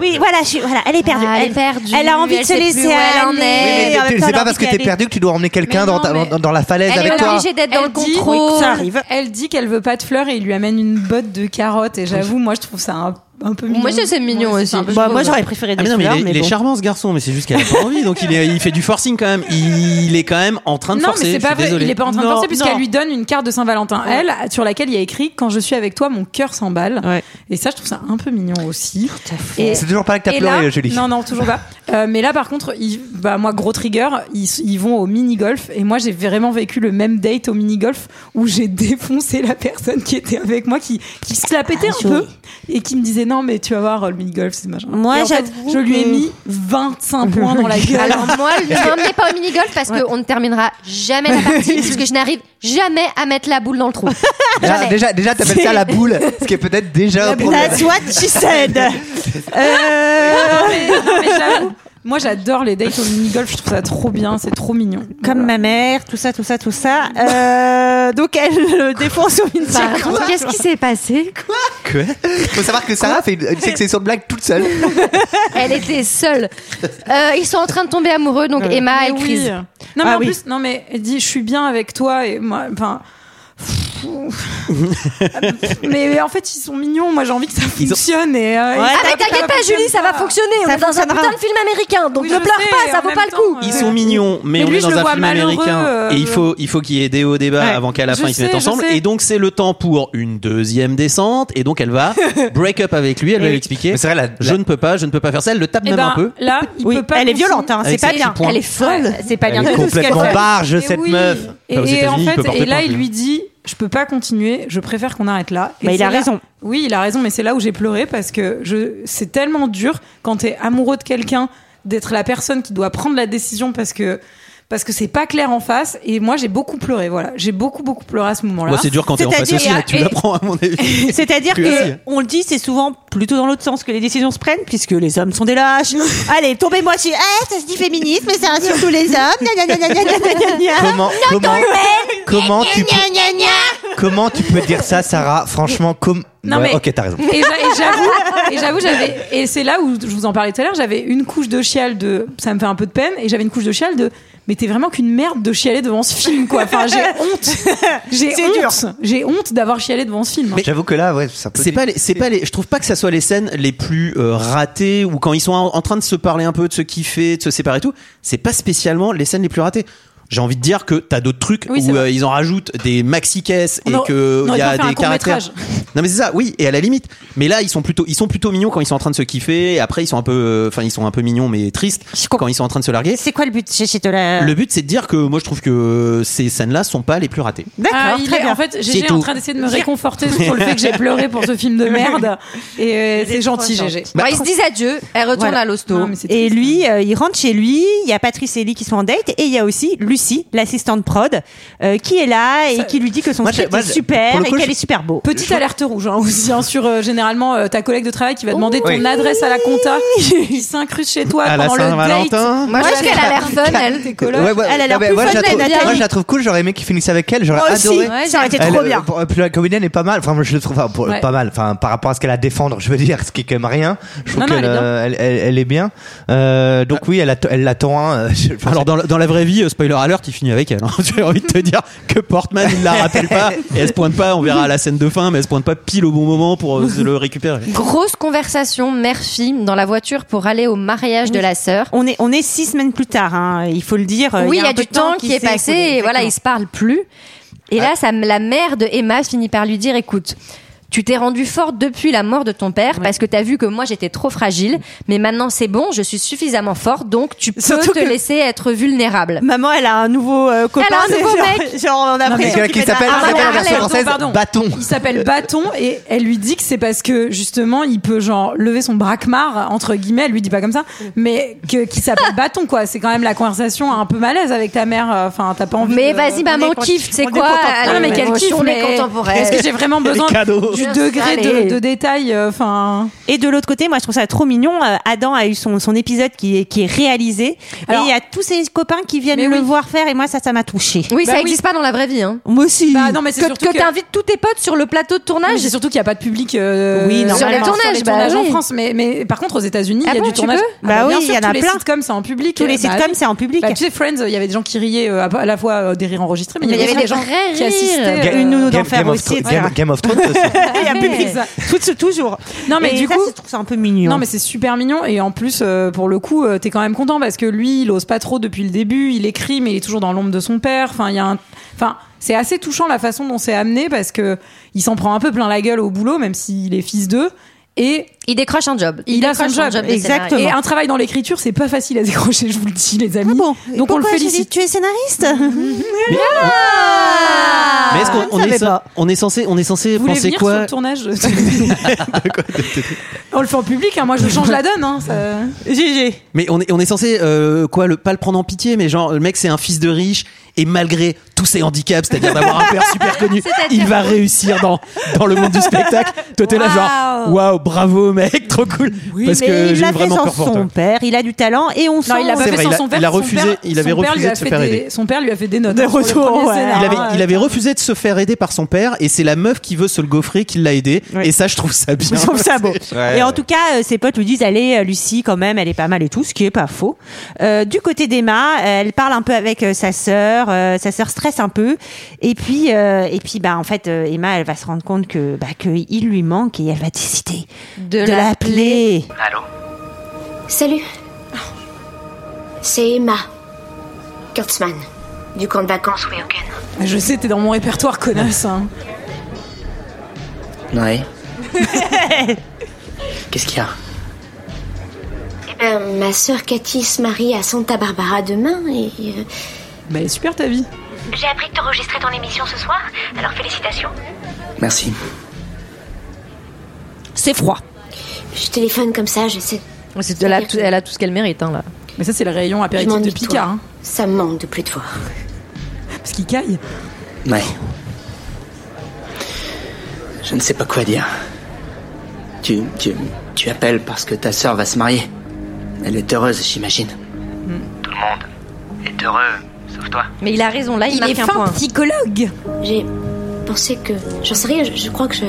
Speaker 1: Oui, voilà, je suis- voilà, elle est perdue.
Speaker 6: Ah, elle est
Speaker 1: Elle-
Speaker 6: perdue,
Speaker 1: elle a envie
Speaker 6: elle
Speaker 1: de se
Speaker 6: sait plus
Speaker 1: laisser
Speaker 6: où elle en
Speaker 1: aller. Oui,
Speaker 6: est.
Speaker 1: mais
Speaker 7: Mais
Speaker 1: en même
Speaker 7: tu-
Speaker 1: temps,
Speaker 7: c'est
Speaker 1: elle a
Speaker 7: pas
Speaker 1: envie
Speaker 7: parce que
Speaker 1: d'y
Speaker 7: t'es
Speaker 1: aller.
Speaker 7: perdu que tu dois emmener quelqu'un dans, ta- dans, dans la falaise
Speaker 10: Elle
Speaker 7: avec
Speaker 10: est
Speaker 7: toi.
Speaker 10: obligée
Speaker 6: d'être dans le
Speaker 10: dit-
Speaker 6: contrôle.
Speaker 10: oui, Elle dit qu'elle veut pas de fleurs et il lui amène une botte de carottes. Et j'avoue, moi, je trouve ça un, un peu mignon.
Speaker 6: Moi, je- c'est mignon
Speaker 10: Ouais,
Speaker 6: aussi.
Speaker 10: c'est un peu
Speaker 6: Bah,
Speaker 10: mignon.
Speaker 6: moi, j'aurais préféré
Speaker 11: Ah mais non, mais il est, il est charmant ce garçon, mais c'est juste qu'elle a pas envie, donc il, est- il fait du forcing quand même. Il est quand même en train de
Speaker 10: non,
Speaker 11: forcer.
Speaker 10: mais
Speaker 11: je
Speaker 10: c'est
Speaker 11: suis
Speaker 10: pas vrai.
Speaker 11: désolé.
Speaker 10: Il est pas en train de
Speaker 11: Non,
Speaker 10: forcer puisqu'elle
Speaker 11: non.
Speaker 10: lui donne une carte de Saint-Valentin, elle, sur laquelle il y a écrit Quand je suis avec toi, mon cœur s'emballe. Et ça, je trouve ça un peu mignon aussi. Et-
Speaker 7: C'est toujours pas là que t'as
Speaker 10: et
Speaker 7: pleuré,
Speaker 10: là-
Speaker 7: Julie.
Speaker 10: Non, non, toujours pas. Euh, mais là, par contre, ils- bah, moi, gros trigger, ils, ils vont au mini-golf. Et moi, j'ai vraiment vécu le même date au mini-golf où j'ai [laughs] défoncé la personne qui était avec moi, qui, qui se la pétait
Speaker 1: Ah,
Speaker 10: un peu et qui me disait Non, mais tu vas voir, euh, le mini-golf, c'est machin.
Speaker 6: Moi,
Speaker 10: Et en fait,
Speaker 6: j'avoue
Speaker 10: je lui ai
Speaker 6: que-
Speaker 10: mis 25 points dans la
Speaker 6: [laughs]
Speaker 10: gueule.
Speaker 6: Alors moi,
Speaker 10: [laughs]
Speaker 6: ne m'emmenez pas au mini-golf parce qu'on ne terminera jamais la partie puisque je n'arrive jamais à mettre la boule dans
Speaker 10: [laughs]
Speaker 6: le trou.
Speaker 7: Là, déjà, déjà t'appelles ça la boule, ce qui est peut-être déjà un problème.
Speaker 1: That's what she
Speaker 10: [laughs]
Speaker 1: said. Euh,
Speaker 10: Non, mais- non, mais j'avoue, Moi, j'adore les dates au mini-golf, je trouve ça trop bien, c'est trop mignon.
Speaker 1: Comme ma mère, tout ça, tout ça, tout ça. Euh, donc elle le défonce au mini
Speaker 6: Enfin, Qu'est-ce qui s'est passé
Speaker 7: Quoi Faut savoir que Sarah fait une, une succession de blagues toute seule.
Speaker 6: Elle était seule. Euh, ils sont en train de tomber amoureux, donc
Speaker 10: Ouais.
Speaker 6: Emma,
Speaker 1: Ah,
Speaker 10: Mais
Speaker 6: elle
Speaker 10: Ah oui.
Speaker 6: crise.
Speaker 10: Non, mais en plus, non, mais elle dit, je suis bien avec toi et moi,
Speaker 1: [laughs]
Speaker 10: enfin. pff, mais en fait, ils sont mignons. Moi, j'ai envie que ça fonctionne. Et, euh, et
Speaker 6: ah,
Speaker 10: ça
Speaker 6: mais
Speaker 10: va-
Speaker 6: t'inquiète
Speaker 10: va
Speaker 6: pas,
Speaker 10: fonctionner, Ah.
Speaker 6: Julie, ça va fonctionner. On
Speaker 10: Ça
Speaker 6: est dans un
Speaker 10: fonctionnera.
Speaker 6: putain de film américain, donc
Speaker 10: Oui,
Speaker 6: ne
Speaker 10: je
Speaker 6: pleure
Speaker 10: sais,
Speaker 6: pas,
Speaker 10: et
Speaker 6: ça
Speaker 10: en
Speaker 6: vaut
Speaker 10: même euh.
Speaker 6: pas le coup.
Speaker 11: Ils sont mignons, mais,
Speaker 10: Mais
Speaker 11: on
Speaker 10: lui,
Speaker 11: est
Speaker 10: je
Speaker 11: dans
Speaker 10: le
Speaker 11: un
Speaker 10: vois
Speaker 11: film
Speaker 10: malheureux,
Speaker 11: américain.
Speaker 10: euh,
Speaker 11: et il faut, il faut qu'il y ait des hauts, des bas
Speaker 10: Ouais.
Speaker 11: avant qu'à la
Speaker 10: Je
Speaker 11: fin ils se
Speaker 10: sais,
Speaker 11: mettent
Speaker 10: je
Speaker 11: ensemble.
Speaker 10: sais.
Speaker 11: Et donc c'est le temps pour une deuxième descente. Et donc elle
Speaker 10: [laughs]
Speaker 11: va break up avec lui. Elle va
Speaker 10: Et-
Speaker 11: lui expliquer. Je ne peux pas, je ne peux pas faire ça. Elle le tape
Speaker 10: Eh
Speaker 11: même
Speaker 10: ben,
Speaker 11: un peu.
Speaker 10: Là, il
Speaker 1: Oui,
Speaker 10: peut pas.
Speaker 1: elle est
Speaker 10: continuer.
Speaker 1: violente, hein, c'est
Speaker 11: Avec
Speaker 1: pas
Speaker 11: ses
Speaker 1: bien.
Speaker 11: petits points.
Speaker 1: Elle est folle, c'est pas bien
Speaker 7: Elle est
Speaker 1: du tout ce qu'elle
Speaker 7: complètement
Speaker 1: fait.
Speaker 7: barge, Mais cette oui. meuf.
Speaker 10: Et,
Speaker 11: Bah, aux
Speaker 10: et en
Speaker 11: États-Unis, il
Speaker 10: fait,
Speaker 11: peut porter
Speaker 10: et là,
Speaker 11: plainte,
Speaker 10: il
Speaker 11: lui.
Speaker 10: lui dit, je peux pas continuer. Je préfère qu'on arrête là. Et
Speaker 1: Bah, il
Speaker 10: c'est
Speaker 1: a
Speaker 10: là-
Speaker 1: raison.
Speaker 10: Oui, il a raison, mais c'est là où j'ai pleuré parce que je, c'est tellement dur quand t'es amoureux de quelqu'un d'être la personne qui doit prendre la décision parce que parce que c'est pas clair en face. Et moi, j'ai beaucoup pleuré. Voilà, j'ai beaucoup beaucoup pleuré à ce moment-là.
Speaker 11: Moi, c'est dur quand t'es en face aussi.
Speaker 1: C'est-à-dire-
Speaker 11: Là, tu
Speaker 1: et-
Speaker 11: l'apprends à mon
Speaker 10: [laughs]
Speaker 11: avis. [laughs]
Speaker 1: C'est-à-dire
Speaker 11: Tu
Speaker 1: que
Speaker 11: l'as dit.
Speaker 1: on le dit, c'est souvent plutôt dans l'autre sens que les décisions se prennent, puisque les hommes sont des
Speaker 10: [laughs]
Speaker 1: lâches. Allez, tombez-moi chez. Eh, ça se dit féministe, mais ça insulte tous les hommes. Gna, gna, gna, gna, gna, gna, gna, gna.
Speaker 7: Comment, comment, comment, tu peux,
Speaker 1: Ah, Gna, gna, gna.
Speaker 7: comment tu peux dire ça, Sarah Franchement, comme.
Speaker 10: Non, mais-
Speaker 7: Ok, t'as raison.
Speaker 10: Et j'a- et j'avoue, et j'avoue, j'avais, et c'est là où je vous en parlais tout à l'heure, j'avais une couche de chial de, ça me fait un peu de peine, et j'avais une couche de chial de, mais t'es vraiment qu'une merde de chialer devant ce film, quoi. Enfin, j'ai honte. J'ai
Speaker 1: C'est
Speaker 10: honte. J'ai honte d'avoir chialé devant ce film.
Speaker 7: J'avoue que là, ouais, ça peut.
Speaker 11: C'est pas les, c'est pas les, je trouve pas que ça soit les scènes les plus euh, ratées ou quand ils sont en, en train de se parler un peu, de se kiffer, de se séparer et tout, c'est pas spécialement les scènes les plus ratées. J'ai envie de dire que t'as d'autres trucs
Speaker 10: Oui, c'est
Speaker 11: où
Speaker 10: vrai.
Speaker 11: euh, ils en rajoutent des maxi caisses et
Speaker 10: On aurait-
Speaker 11: que
Speaker 10: on aurait
Speaker 11: il y
Speaker 10: dû en
Speaker 11: a
Speaker 10: faire un
Speaker 11: des caractères.
Speaker 10: court-métrage.
Speaker 11: Non mais c'est ça, oui, et à la limite. Mais là, ils sont plutôt, ils sont plutôt mignons quand ils sont en train de se kiffer. Et après, ils sont un peu, euh, enfin, ils sont un peu mignons mais tristes quand ils sont en train de se larguer.
Speaker 1: C'est quoi le but chez chez de la-
Speaker 11: Le but, c'est de dire que moi, je trouve que ces scènes-là sont pas les plus ratées.
Speaker 1: D'accord,
Speaker 10: Ah, il
Speaker 1: très
Speaker 10: est-
Speaker 1: bien.
Speaker 10: En fait,
Speaker 11: C'est
Speaker 10: GG est en
Speaker 11: tout.
Speaker 10: train d'essayer de me réconforter sur le fait que j'ai pleuré pour ce film de merde. Et euh, c'est gentil, GG.
Speaker 6: Bon, ils se disent adieu, elle retourne
Speaker 1: Voilà.
Speaker 6: à l'hosto.
Speaker 1: Et lui,
Speaker 6: hein.
Speaker 1: euh, il rentre chez lui. Il y a Patrice et Ellie qui sont en date, et il y a aussi Lucie, l'assistante prod, euh, qui est là et qui lui dit que son
Speaker 11: Moi,
Speaker 1: script
Speaker 11: j'ai- moi,
Speaker 1: est
Speaker 11: j'ai-
Speaker 1: super
Speaker 11: pour le
Speaker 1: et
Speaker 11: coup,
Speaker 1: qu'elle
Speaker 11: je-
Speaker 1: est super beau.
Speaker 10: Petite alerte rouge hein, aussi hein, sur euh, généralement euh, ta collègue de travail qui va demander
Speaker 11: Oui.
Speaker 10: ton adresse à la compta qui s'incruste chez toi
Speaker 11: À la
Speaker 10: pendant le
Speaker 11: Saint-Valentin.
Speaker 10: date.
Speaker 6: Moi, je trouve qu'elle a l'air fun, elle.
Speaker 10: Tes
Speaker 7: Ouais,
Speaker 10: colocs.
Speaker 7: ouais, non, mais moi, je la trouve- moi, je la trouve cool. J'aurais aimé qu'ils finissent avec elle. J'aurais
Speaker 1: Moi aussi,
Speaker 7: adoré.
Speaker 1: Ouais, ça aurait été
Speaker 7: Elle,
Speaker 1: trop
Speaker 7: euh,
Speaker 1: bien.
Speaker 7: pour- puis la comédienne est pas mal. Enfin, moi, je le trouve enfin, pour-
Speaker 1: Ouais.
Speaker 7: pas mal. Enfin, par rapport à ce qu'elle a à défendre, je veux dire, ce qui est quand même rien. Je trouve
Speaker 11: Non, non,
Speaker 7: qu'elle
Speaker 11: elle est bien.
Speaker 7: euh, elle, elle- elle est bien. Euh, donc oui, elle, atto- elle l'attend. hein. [laughs] Je- je-
Speaker 11: Alors dans la, dans la vraie vie, euh, spoiler alert, il finit avec elle. hein. [laughs] J'ai envie de te dire que Portman il la rappelle pas et elle se pointe pas. On verra à la scène de fin, mais elle se pointe pas pile au bon moment pour euh, se le récupérer.
Speaker 6: Grosse conversation mère-fille dans la voiture pour aller au mariage de la sœur.
Speaker 1: On est on est six semaines plus tard. hein, il faut le dire.
Speaker 6: oui, il y a,
Speaker 1: un peu
Speaker 6: du
Speaker 1: de temps
Speaker 6: temps qui est
Speaker 1: s'est
Speaker 6: passé
Speaker 1: écoulé,
Speaker 6: et voilà,
Speaker 1: exactement.
Speaker 6: ils se parlent plus. Et là, ça, la mère de Emma finit par lui dire écoute, tu t'es rendue forte depuis la mort de ton père parce que t'as vu que moi j'étais trop fragile, mais maintenant c'est bon, je suis suffisamment forte, donc tu peux
Speaker 1: Surtout
Speaker 6: te
Speaker 1: que-
Speaker 6: laisser être vulnérable.
Speaker 1: Maman, elle a un nouveau euh, copain.
Speaker 6: Elle a un
Speaker 1: c'est
Speaker 6: nouveau
Speaker 1: genre,
Speaker 6: mec.
Speaker 1: Genre, on a
Speaker 10: Non, mais-
Speaker 1: l'impression qu'il
Speaker 7: Qui
Speaker 1: fait de la-
Speaker 7: s'appelle
Speaker 1: Ah,
Speaker 7: qui s'appelle
Speaker 1: voilà,
Speaker 7: la version
Speaker 1: Arlette.
Speaker 7: française Bâton.
Speaker 10: Il s'appelle Bâton et elle lui dit que c'est parce que justement il peut genre lever son braquemar entre guillemets, elle lui dit pas comme ça, mais que qui s'appelle Bâton quoi. C'est quand même la conversation un peu malaise avec ta mère. euh, Enfin t'as pas envie.
Speaker 6: Mais
Speaker 10: de-
Speaker 6: vas-y,
Speaker 10: on
Speaker 6: maman,
Speaker 10: est con-
Speaker 6: kiffe, c'est
Speaker 10: on est
Speaker 6: quoi
Speaker 10: contemporain.
Speaker 6: allez,
Speaker 10: Non mais quel
Speaker 6: on est
Speaker 10: kiff mais
Speaker 1: [laughs]
Speaker 6: contemporaine.
Speaker 10: Est-ce que j'ai vraiment besoin
Speaker 11: cadeaux.
Speaker 10: du du degré de, de détail. euh, Enfin.
Speaker 1: Et de l'autre côté, moi, je trouve ça trop mignon. Euh, Adam a eu son, son épisode qui est, qui est réalisé. et il y a tous ses copains qui viennent le voir faire. Et moi, ça, ça m'a touché.
Speaker 6: Oui,
Speaker 10: Bah
Speaker 6: ça n'existe pas dans la vraie vie. Hein.
Speaker 1: Moi aussi.
Speaker 6: Bah non, mais c'est
Speaker 1: Que-
Speaker 6: surtout
Speaker 1: que
Speaker 6: que t'invites tous tes potes sur le plateau de tournage. C'est surtout qu'il n'y a pas de public
Speaker 10: Oui,
Speaker 6: sur les
Speaker 10: normalement,
Speaker 6: tournages.
Speaker 10: euh, sur les
Speaker 6: bah
Speaker 10: tournages en
Speaker 6: oui.
Speaker 10: France. Mais, mais par contre, aux États-Unis,
Speaker 6: Ah
Speaker 10: il y a
Speaker 6: bon,
Speaker 10: du
Speaker 6: tu
Speaker 10: tournage.
Speaker 6: peux
Speaker 1: Bah
Speaker 10: bien
Speaker 1: oui,
Speaker 10: sûr,
Speaker 1: il y en a
Speaker 6: plein.
Speaker 10: Tous les sitcoms, c'est en public.
Speaker 1: Tous les
Speaker 10: Bah
Speaker 1: sitcoms,
Speaker 10: oui.
Speaker 1: c'est en public.
Speaker 10: Bah, tu sais, Friends, il y avait des gens qui riaient euh, à la fois euh, des rires enregistrés, mais il y avait, aussi gens qui assistaient.
Speaker 7: Game-
Speaker 10: euh,
Speaker 7: Game of Thro- Game- Game of Thrones
Speaker 10: [laughs]
Speaker 1: [laughs]
Speaker 7: aussi.
Speaker 1: Il y a public. Tout, toujours.
Speaker 10: Ah, Non, mais
Speaker 1: Et
Speaker 10: du
Speaker 1: ça,
Speaker 10: coup.
Speaker 1: je trouve ça un peu mignon.
Speaker 10: Non, mais c'est super mignon. Et en plus, euh, pour le coup, euh, t'es quand même content parce que lui, il ose pas trop depuis le début. Il écrit, mais il est toujours dans l'ombre de son père. Enfin, il y a un. Enfin, c'est assez touchant la façon dont c'est amené parce que il s'en prend un peu plein la gueule au boulot, même s'il est fils d'eux. Et
Speaker 6: il décroche un job.
Speaker 10: Il,
Speaker 6: Il
Speaker 10: a son
Speaker 6: décroche un
Speaker 10: job,
Speaker 6: job de
Speaker 10: exactement.
Speaker 6: scénariste.
Speaker 10: Et un travail dans l'écriture, c'est pas facile à décrocher, je vous le dis, les amis. Donc on le
Speaker 1: Pourquoi j'ai dit
Speaker 10: félicite.
Speaker 1: tu
Speaker 10: Mhm.
Speaker 1: es scénariste
Speaker 11: Mais est-ce qu'on
Speaker 10: Ah, je ne
Speaker 11: on
Speaker 10: savais
Speaker 11: est,
Speaker 10: pas.
Speaker 11: on est censé, on est censé
Speaker 10: Vous voulez
Speaker 11: penser
Speaker 10: venir sur
Speaker 11: quoi
Speaker 10: le tournage [laughs] On le fait en public, hein, moi je change la donne. Hein, ça-
Speaker 1: GG.
Speaker 11: Mais on est, on est censé euh, quoi le pas le prendre en pitié, mais genre le mec c'est un fils de riche et malgré tous ses handicaps, c'est-à-dire d'avoir un père super connu, il va réussir dans dans le monde du spectacle. Toi t'es là genre waouh bravo mec trop cool parce
Speaker 1: mais
Speaker 11: que
Speaker 1: il
Speaker 11: j'ai
Speaker 1: l'a fait
Speaker 11: vraiment hein.
Speaker 1: sans
Speaker 11: peur pour toi.
Speaker 1: son père, il a du talent et on sent.
Speaker 10: Non, il l'a pas
Speaker 11: C'est
Speaker 1: [laughs]
Speaker 11: vrai,
Speaker 10: fait sans
Speaker 11: il a-
Speaker 10: son père.
Speaker 11: il a
Speaker 10: son
Speaker 11: refusé-
Speaker 10: père-
Speaker 11: il avait
Speaker 10: son père
Speaker 11: refusé
Speaker 10: lui a
Speaker 11: de se
Speaker 10: fait
Speaker 11: faire
Speaker 10: des-
Speaker 11: aider.
Speaker 10: Son père lui a fait des notes.
Speaker 1: Des
Speaker 10: hein, sur le
Speaker 1: retours,
Speaker 10: premier
Speaker 1: ouais.
Speaker 10: scénar,
Speaker 11: Il
Speaker 6: Ah,
Speaker 11: avait, il
Speaker 10: hein.
Speaker 11: avait refusé de se faire aider par son père et c'est la meuf qui veut se le gaufrer qui l'a aidé et ça je trouve ça bien.
Speaker 6: [laughs]
Speaker 1: Je trouve ça beau.
Speaker 11: Ouais.
Speaker 1: et en tout cas, euh, ses potes lui disent allez, euh, Lucie, quand même, elle est pas mal et tout, ce qui est pas faux. Euh, du côté d'Emma, euh, elle parle un peu avec euh, sa sœur. euh, sa sœur stresse un peu. Et puis, euh, et puis, bah en fait, euh, Emma, elle va se rendre compte que bah que il lui manque et elle va décider de, l'appeler.
Speaker 5: Allô
Speaker 9: Salut. C'est Emma Kurtzman, du camp de vacances Weoken.
Speaker 10: Ah, Je sais, t'es dans mon répertoire,
Speaker 6: [laughs]
Speaker 10: connasse. hein.
Speaker 4: Ouais. Qu'est-ce qu'il y a
Speaker 9: Eh ben, ma sœur Cathy se marie à Santa Barbara demain et... euh,
Speaker 10: Bah, elle est super ta vie.
Speaker 9: J'ai appris que t'enregistrais ton émission ce soir, alors félicitations.
Speaker 4: Merci.
Speaker 10: C'est froid.
Speaker 9: Je téléphone comme ça, je sais.
Speaker 10: Bah,
Speaker 6: Elle a, tout, elle a tout ce qu'elle mérite, hein, là.
Speaker 10: Mais ça, c'est le rayon
Speaker 9: Je
Speaker 10: apéritif de
Speaker 9: m'ennuie de toi.
Speaker 10: Picard. hein,
Speaker 9: Ça me manque de plus te voir.
Speaker 10: parce
Speaker 1: [laughs]
Speaker 10: qu'il caille.
Speaker 4: Ouais. Je ne sais pas quoi dire. Tu, tu, tu appelles parce que ta sœur va se marier. Elle est heureuse, j'imagine.
Speaker 14: Tout le monde est heureux, sauf toi.
Speaker 6: Mais il a raison, là, il,
Speaker 9: Il
Speaker 6: marque
Speaker 9: est
Speaker 6: un
Speaker 9: fin
Speaker 6: point.
Speaker 10: psychologue
Speaker 9: J'ai pensé que... J'en sais rien, je, je crois que je...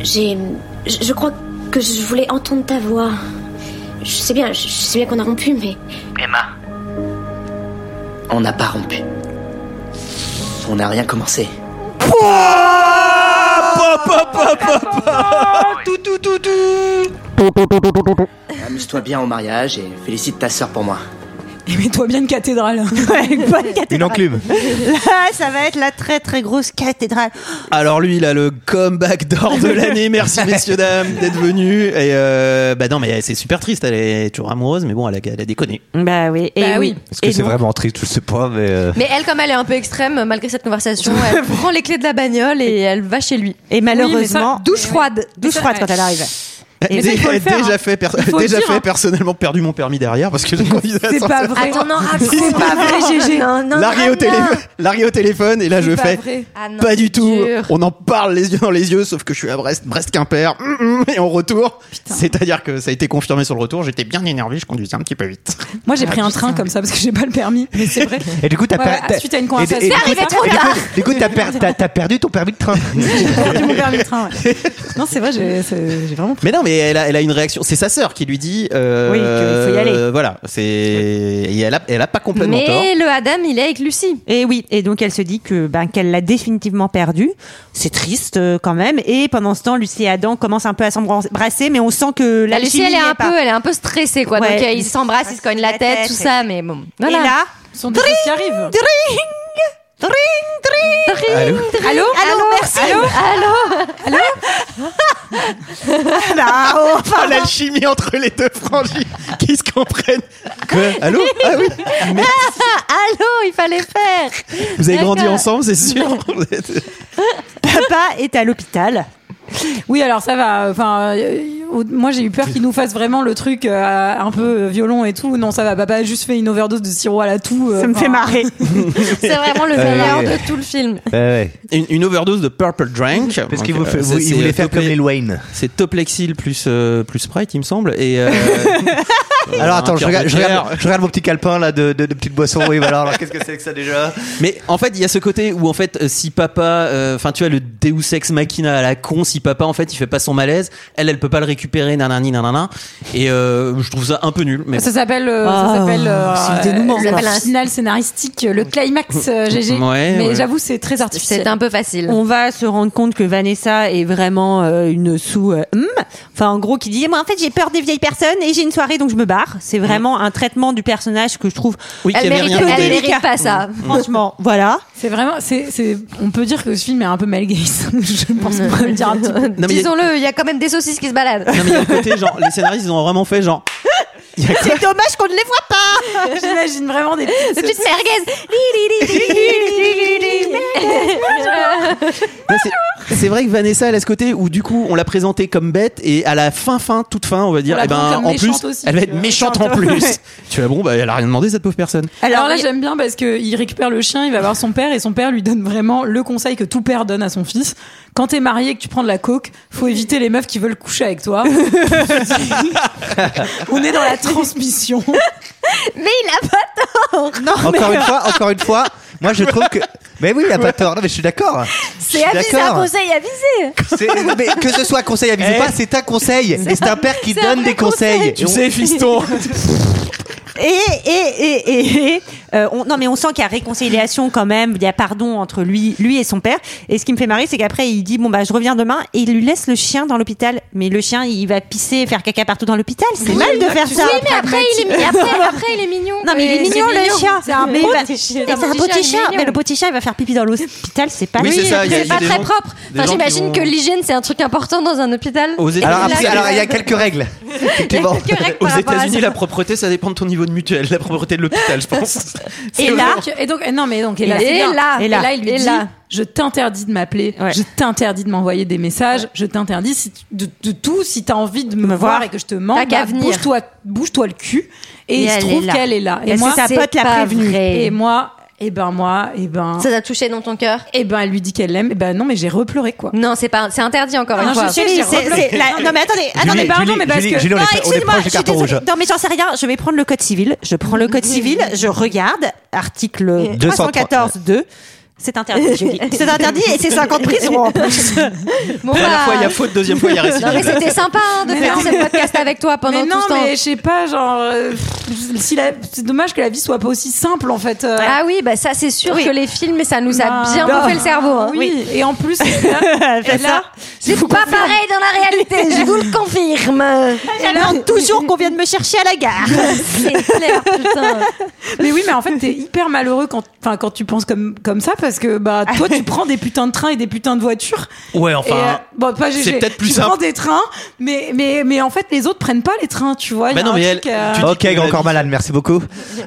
Speaker 9: J'ai... Je, je crois que je voulais entendre ta voix. Je sais bien, je, je sais bien qu'on a rompu, mais...
Speaker 4: Emma. On n'a pas rompu. On n'a rien commencé.
Speaker 10: Tout, tout, tout, tout.
Speaker 4: Amuse-toi bien au mariage et félicite ta sœur pour moi.
Speaker 10: Et mets-toi bien une cathédrale.
Speaker 7: Une enclume.
Speaker 1: Là, ça va être la très très grosse cathédrale.
Speaker 11: Alors lui, il a le comeback d'or de l'année.
Speaker 6: [laughs]
Speaker 11: Merci messieurs dames d'être venus. Et euh, bah non, mais c'est super triste. Elle est toujours amoureuse, mais bon, elle a, elle a déconné.
Speaker 1: Bah oui. Et oui.
Speaker 7: Parce que
Speaker 1: Et
Speaker 7: c'est
Speaker 1: donc-
Speaker 7: vraiment triste, je sais pas, mais. euh,
Speaker 6: Mais elle, comme elle est un peu extrême, malgré cette
Speaker 10: [laughs]
Speaker 6: conversation, elle prend les clés de la bagnole et elle va chez lui.
Speaker 1: Et malheureusement-
Speaker 6: [laughs] douche froide.
Speaker 1: Douche froide quand elle arrive.
Speaker 6: Et ça, il faut le faire,
Speaker 11: déjà
Speaker 6: hein.
Speaker 11: fait, perso-
Speaker 6: Il faut le
Speaker 11: déjà
Speaker 6: dire,
Speaker 11: fait
Speaker 6: hein.
Speaker 11: personnellement perdu mon permis derrière parce que j'ai conduit à
Speaker 6: [laughs] C'est pas
Speaker 11: l'ascenseur.
Speaker 6: vrai. Attends, non, raconte.
Speaker 11: C'est
Speaker 6: pas [laughs] vrai, GG. Non, non,
Speaker 11: Largué au,
Speaker 6: Anna.
Speaker 11: téléphone, largué au téléphone et là
Speaker 6: C'est
Speaker 11: je
Speaker 6: pas
Speaker 11: fais
Speaker 6: vrai. Ah non,
Speaker 11: pas du tout.
Speaker 6: dur.
Speaker 11: On en parle les yeux dans les yeux, sauf que je suis à Brest, Brest Quimper, hum, hum, et en retour. C'est-à-dire que ça a été confirmé sur le retour. J'étais bien énervé, je conduisais un petit peu vite.
Speaker 10: Moi, j'ai
Speaker 6: Ah,
Speaker 10: pris un train comme ça parce que j'ai pas le permis. Mais
Speaker 6: [laughs]
Speaker 10: c'est vrai.
Speaker 7: Et du coup, t'as
Speaker 10: Ouais,
Speaker 7: per-
Speaker 10: ouais,
Speaker 7: t'as-
Speaker 10: Suite à
Speaker 7: et
Speaker 10: une
Speaker 7: du-
Speaker 10: conversation.
Speaker 7: et du coup- et
Speaker 10: comme ça-
Speaker 7: du coup- Du coup, t'as per- t'as- t'as perdu ton permis de train.
Speaker 10: perdu mon permis de train. ouais. Non, c'est vrai, j'ai c'est- j'ai vraiment
Speaker 11: Mais non, mais elle a, elle a une réaction. C'est sa sœur qui lui dit. euh,
Speaker 10: Oui, qu'il faut y aller.
Speaker 11: Voilà, c'est. Et elle a, elle a pas complètement tort.
Speaker 6: Mais le Adam, il est avec Lucie.
Speaker 1: Et oui, et donc elle se dit que ben qu'elle l'a définitivement perdu. C'est triste euh, quand même. Et pendant ce temps, Lucie et Adam commencent un peu à s'embrasser, mais on sent que la
Speaker 6: La Bah, Lucie, elle est un peu, elle est un peu stressée, quoi.
Speaker 1: Ouais.
Speaker 6: Donc euh, ils s'embrassent, ils se cognent la tête, tout ça, mais bon. Voilà.
Speaker 1: Et là,
Speaker 10: sont des choses qui arrivent.
Speaker 1: Dring, dring, dring,
Speaker 6: Allô
Speaker 1: dring.
Speaker 6: Allô
Speaker 1: allô, merci.
Speaker 6: Allô Allô
Speaker 1: allô. Ah, oh,
Speaker 11: Ah, L'alchimie entre les deux frangines qui se comprennent. Que- Allô Ah oui Merde.
Speaker 6: Allô, il fallait faire.
Speaker 11: Vous avez grandi
Speaker 1: D'accord.
Speaker 11: ensemble, c'est sûr Vous êtes-
Speaker 1: Papa est à l'hôpital.
Speaker 10: Oui, alors ça va. Enfin, euh, euh, moi j'ai eu peur qu'il nous fasse vraiment le truc euh, un peu violent et tout. Non, ça va. Papa a juste fait une overdose de sirop à la toux. euh,
Speaker 1: Ça me fait marrer.
Speaker 6: C'est vraiment le
Speaker 11: Euh,
Speaker 6: meilleur
Speaker 11: ouais.
Speaker 6: de tout le film.
Speaker 11: [laughs] Une, une overdose de Purple Drink.
Speaker 7: Parce
Speaker 11: Donc,
Speaker 7: qu'il vous fait-
Speaker 11: euh,
Speaker 7: vous-
Speaker 11: c'est-
Speaker 7: il voulait
Speaker 11: c'est
Speaker 7: faire comme
Speaker 11: Tople-
Speaker 7: les Wayne.
Speaker 11: C'est Toplexil plus, euh, plus Sprite, il me semble. Et, [laughs] euh,
Speaker 7: Alors
Speaker 11: [laughs] un
Speaker 7: attends, je
Speaker 11: quart
Speaker 7: regarde,
Speaker 11: de
Speaker 7: je,
Speaker 11: bière.
Speaker 7: regarde, je regarde mon petit calepin là de, de, de petites boissons. Oui, voilà, alors qu'est-ce que c'est que ça déjà
Speaker 11: Mais en fait, il y a ce côté où en fait, euh, si papa, enfin tu vois le Deus ex machina à la con, si papa en fait il fait pas son malaise, elle elle peut pas le récupérer, nanani nanana. Et euh, je trouve ça un peu nul. Mais
Speaker 10: Ça
Speaker 11: bon.
Speaker 10: s'appelle, euh, ça
Speaker 11: Ah,
Speaker 10: s'appelle, euh,
Speaker 11: c'est le dénouement,
Speaker 10: ça s'appelle
Speaker 11: quoi.
Speaker 10: un final scénaristique, euh, le climax euh, GG.
Speaker 11: Ouais,
Speaker 10: Mais
Speaker 11: ouais.
Speaker 10: j'avoue, c'est très artificiel.
Speaker 6: C'était un peu facile.
Speaker 1: On va se rendre compte que Vanessa est vraiment euh, une sous. euh, hum. Enfin, en gros, qui dit Moi, en fait, j'ai peur des vieilles personnes et j'ai une soirée donc je me barre. C'est vraiment un traitement du personnage que je trouve.
Speaker 11: Oui,
Speaker 10: Elle qui avait mérite- rien elle mérite
Speaker 1: délicat.
Speaker 10: pas ça. Mm.
Speaker 1: Franchement, voilà.
Speaker 10: C'est vraiment, c'est, c'est- on peut dire que ce film est un peu malgaise. [laughs] Je pense qu'on peut le dire un petit peu.
Speaker 11: mais il y a-
Speaker 6: Mm. Disons-le, il y a quand même des saucisses qui se baladent.
Speaker 11: Non mais il y a le côté genre les scénaristes ils ont vraiment fait genre
Speaker 1: C'est dommage qu'on ne les voit pas.
Speaker 10: J'imagine vraiment des petites,
Speaker 6: petites merguez.
Speaker 11: Non, c'est- C'est vrai que Vanessa elle a ce côté où du coup on l'a présentée comme bête et à la fin fin toute fin on va dire
Speaker 10: On la
Speaker 11: eh
Speaker 10: prend
Speaker 11: ben
Speaker 10: comme
Speaker 11: en
Speaker 10: méchante
Speaker 11: plus
Speaker 10: aussi,
Speaker 11: elle va
Speaker 10: tu
Speaker 11: être
Speaker 10: vois.
Speaker 11: méchante en plus.
Speaker 10: Ouais.
Speaker 11: Tu vois bon bah elle a rien demandé cette pauvre personne.
Speaker 10: Alors, là, j'aime bien parce que il récupère le chien, il va voir son père et son père lui donne vraiment le conseil que tout père donne à son fils. Quand t'es marié et que tu prends de la coke, faut éviter les meufs qui veulent coucher
Speaker 6: [laughs]
Speaker 10: avec toi. On est dans
Speaker 6: [laughs]
Speaker 10: la transmission.
Speaker 6: Mais il a pas tort.
Speaker 7: Encore une fois, encore une fois, moi je trouve que. Mais oui, il a pas tort. Non, mais je suis d'accord. Je
Speaker 6: C'est
Speaker 7: suis
Speaker 6: avisé, un
Speaker 7: d'accord.
Speaker 6: conseil avisé.
Speaker 7: C'est- non, mais que ce soit conseil avisé
Speaker 11: Eh.
Speaker 7: pas, c'est un conseil. Et c'est un père qui
Speaker 6: c'est
Speaker 7: donne
Speaker 6: un
Speaker 7: des conseils.
Speaker 6: conseil.
Speaker 7: Et
Speaker 11: Tu
Speaker 7: on-
Speaker 11: sais fiston.
Speaker 1: Et, et, et, et, et, euh, on- non, mais on sent qu'il y a réconciliation quand même. Il y a pardon entre lui, lui et son père. Et ce qui me fait marrer, c'est qu'après, il dit Bon, bah, je reviens demain. Et il lui laisse le chien dans l'hôpital. Mais le chien, il va pisser et faire caca partout dans l'hôpital. C'est
Speaker 6: Oui,
Speaker 1: mal de
Speaker 6: bah,
Speaker 1: faire
Speaker 6: tu-
Speaker 1: ça.
Speaker 6: oui, mais après, il est- après- après, il est mignon.
Speaker 1: Non, mais il est
Speaker 6: Et
Speaker 1: mignon,
Speaker 6: c'est mignon.
Speaker 1: le chien.
Speaker 6: C'est un
Speaker 1: Mais
Speaker 6: beau
Speaker 1: il va-
Speaker 6: petit chien.
Speaker 1: Et C'est un petit chien.
Speaker 6: mignon.
Speaker 1: Mais le petit chien, il va faire pipi dans l'hôpital. C'est pas
Speaker 11: Oui, c'est ça, il y a- il y a
Speaker 6: c'est pas
Speaker 11: des
Speaker 6: très
Speaker 11: gens-
Speaker 6: propre.
Speaker 11: des gens
Speaker 6: Enfin,
Speaker 11: qui
Speaker 6: J'imagine
Speaker 11: vont-
Speaker 6: que l'hygiène, c'est un truc important dans un hôpital.
Speaker 11: Aux
Speaker 6: Et
Speaker 11: États-
Speaker 7: Alors,
Speaker 6: là-
Speaker 7: après, alors, il y a quelques règles. Effectivement.
Speaker 11: Aux
Speaker 6: par rapport à
Speaker 11: États-Unis
Speaker 6: ça.
Speaker 11: la propreté ça dépend de ton niveau de mutuelle, la propreté de l'hôpital je pense.
Speaker 10: Et là, et donc, non mais donc, et là,
Speaker 6: Et
Speaker 10: c'est bien.
Speaker 6: là,
Speaker 10: et là,
Speaker 6: et là,
Speaker 10: il lui
Speaker 6: et
Speaker 10: dit,
Speaker 6: là.
Speaker 10: je t'interdis de m'appeler, je t'interdis de m'envoyer des messages, je t'interdis si- de, de tout. Si t'as envie de me voir
Speaker 1: voir.
Speaker 10: et que je te mens,
Speaker 6: T'as qu'à
Speaker 10: bah,
Speaker 6: venir.
Speaker 10: bouge-toi, bouge-toi le cul. Et,
Speaker 6: Et
Speaker 10: il se
Speaker 6: elle
Speaker 10: trouve
Speaker 6: est là.
Speaker 10: qu'elle est là.
Speaker 1: Et c'est sa
Speaker 10: c'est
Speaker 1: pote la
Speaker 10: pas
Speaker 1: prévenue.
Speaker 10: vrai. Et moi, et ben moi, et ben.
Speaker 6: Ça t'a touché dans ton cœur
Speaker 10: Et ben, elle lui dit qu'elle l'aime. Et ben non, mais j'ai repleuré quoi.
Speaker 6: Non, c'est pas, c'est interdit encore
Speaker 10: Non,
Speaker 6: une
Speaker 10: je
Speaker 6: fois.
Speaker 10: sais, j'ai
Speaker 1: C'est-
Speaker 10: repleuré.
Speaker 1: c'est la- non mais attendez, attendez,
Speaker 10: Julie,
Speaker 1: pardon,
Speaker 10: Julie,
Speaker 1: mais parce
Speaker 10: Julie,
Speaker 1: que
Speaker 10: Julie, on est
Speaker 1: non,
Speaker 10: pas- on est
Speaker 1: excusez-moi,
Speaker 10: proche du
Speaker 1: je suis
Speaker 10: carton
Speaker 1: désolée.
Speaker 10: rouge.
Speaker 1: Non mais j'en sais rien, je vais prendre le code civil, je prends le code civil, je regarde article
Speaker 7: 203.
Speaker 1: 314 2. C'est interdit, Julie. C'est interdit et c'est 50 prisons en plus.
Speaker 6: Bon,
Speaker 11: Première
Speaker 6: bah.
Speaker 11: fois il y [laughs] a faute, deuxième fois il y a
Speaker 6: Non, mais
Speaker 11: récidive.
Speaker 6: c'était sympa hein, de
Speaker 10: Mais
Speaker 6: faire
Speaker 10: non,
Speaker 6: ce
Speaker 10: mais-
Speaker 6: podcast avec toi pendant
Speaker 10: mais
Speaker 6: tout
Speaker 10: non,
Speaker 6: ce temps.
Speaker 10: mais je sais pas, genre, euh, pff, si la- c'est dommage que la vie soit pas aussi simple en fait. euh.
Speaker 6: Ah oui, bah ça c'est sûr
Speaker 10: Oui.
Speaker 6: que les films, ça nous a
Speaker 10: Ah,
Speaker 6: bien
Speaker 10: bah,
Speaker 6: bouffé le cerveau. hein.
Speaker 10: Oui. et en [laughs] plus, et là,
Speaker 1: Fais
Speaker 10: et là,
Speaker 6: C'est pas pareil dans la réalité, je vous le confirme.
Speaker 1: J'attends toujours qu'on vienne me chercher à la gare.
Speaker 6: C'est clair, putain.
Speaker 10: mais oui, mais en fait, t'es hyper malheureux quand, enfin, quand tu penses comme, comme ça parce que bah, toi, tu prends des putains de trains et des putains de voitures.
Speaker 11: [laughs] Ouais
Speaker 10: Et, euh, bon, pas GG.
Speaker 11: c'est peut-être plus
Speaker 10: tu
Speaker 11: simple.
Speaker 10: prends des trains, mais, mais, mais en fait, les autres prennent pas les trains, tu vois. il y
Speaker 11: Bah
Speaker 10: a
Speaker 11: non,
Speaker 10: un
Speaker 11: mais elle-
Speaker 10: truc, euh,
Speaker 11: tu dis
Speaker 7: [laughs] Ok,
Speaker 11: que la
Speaker 7: encore malade, merci beaucoup.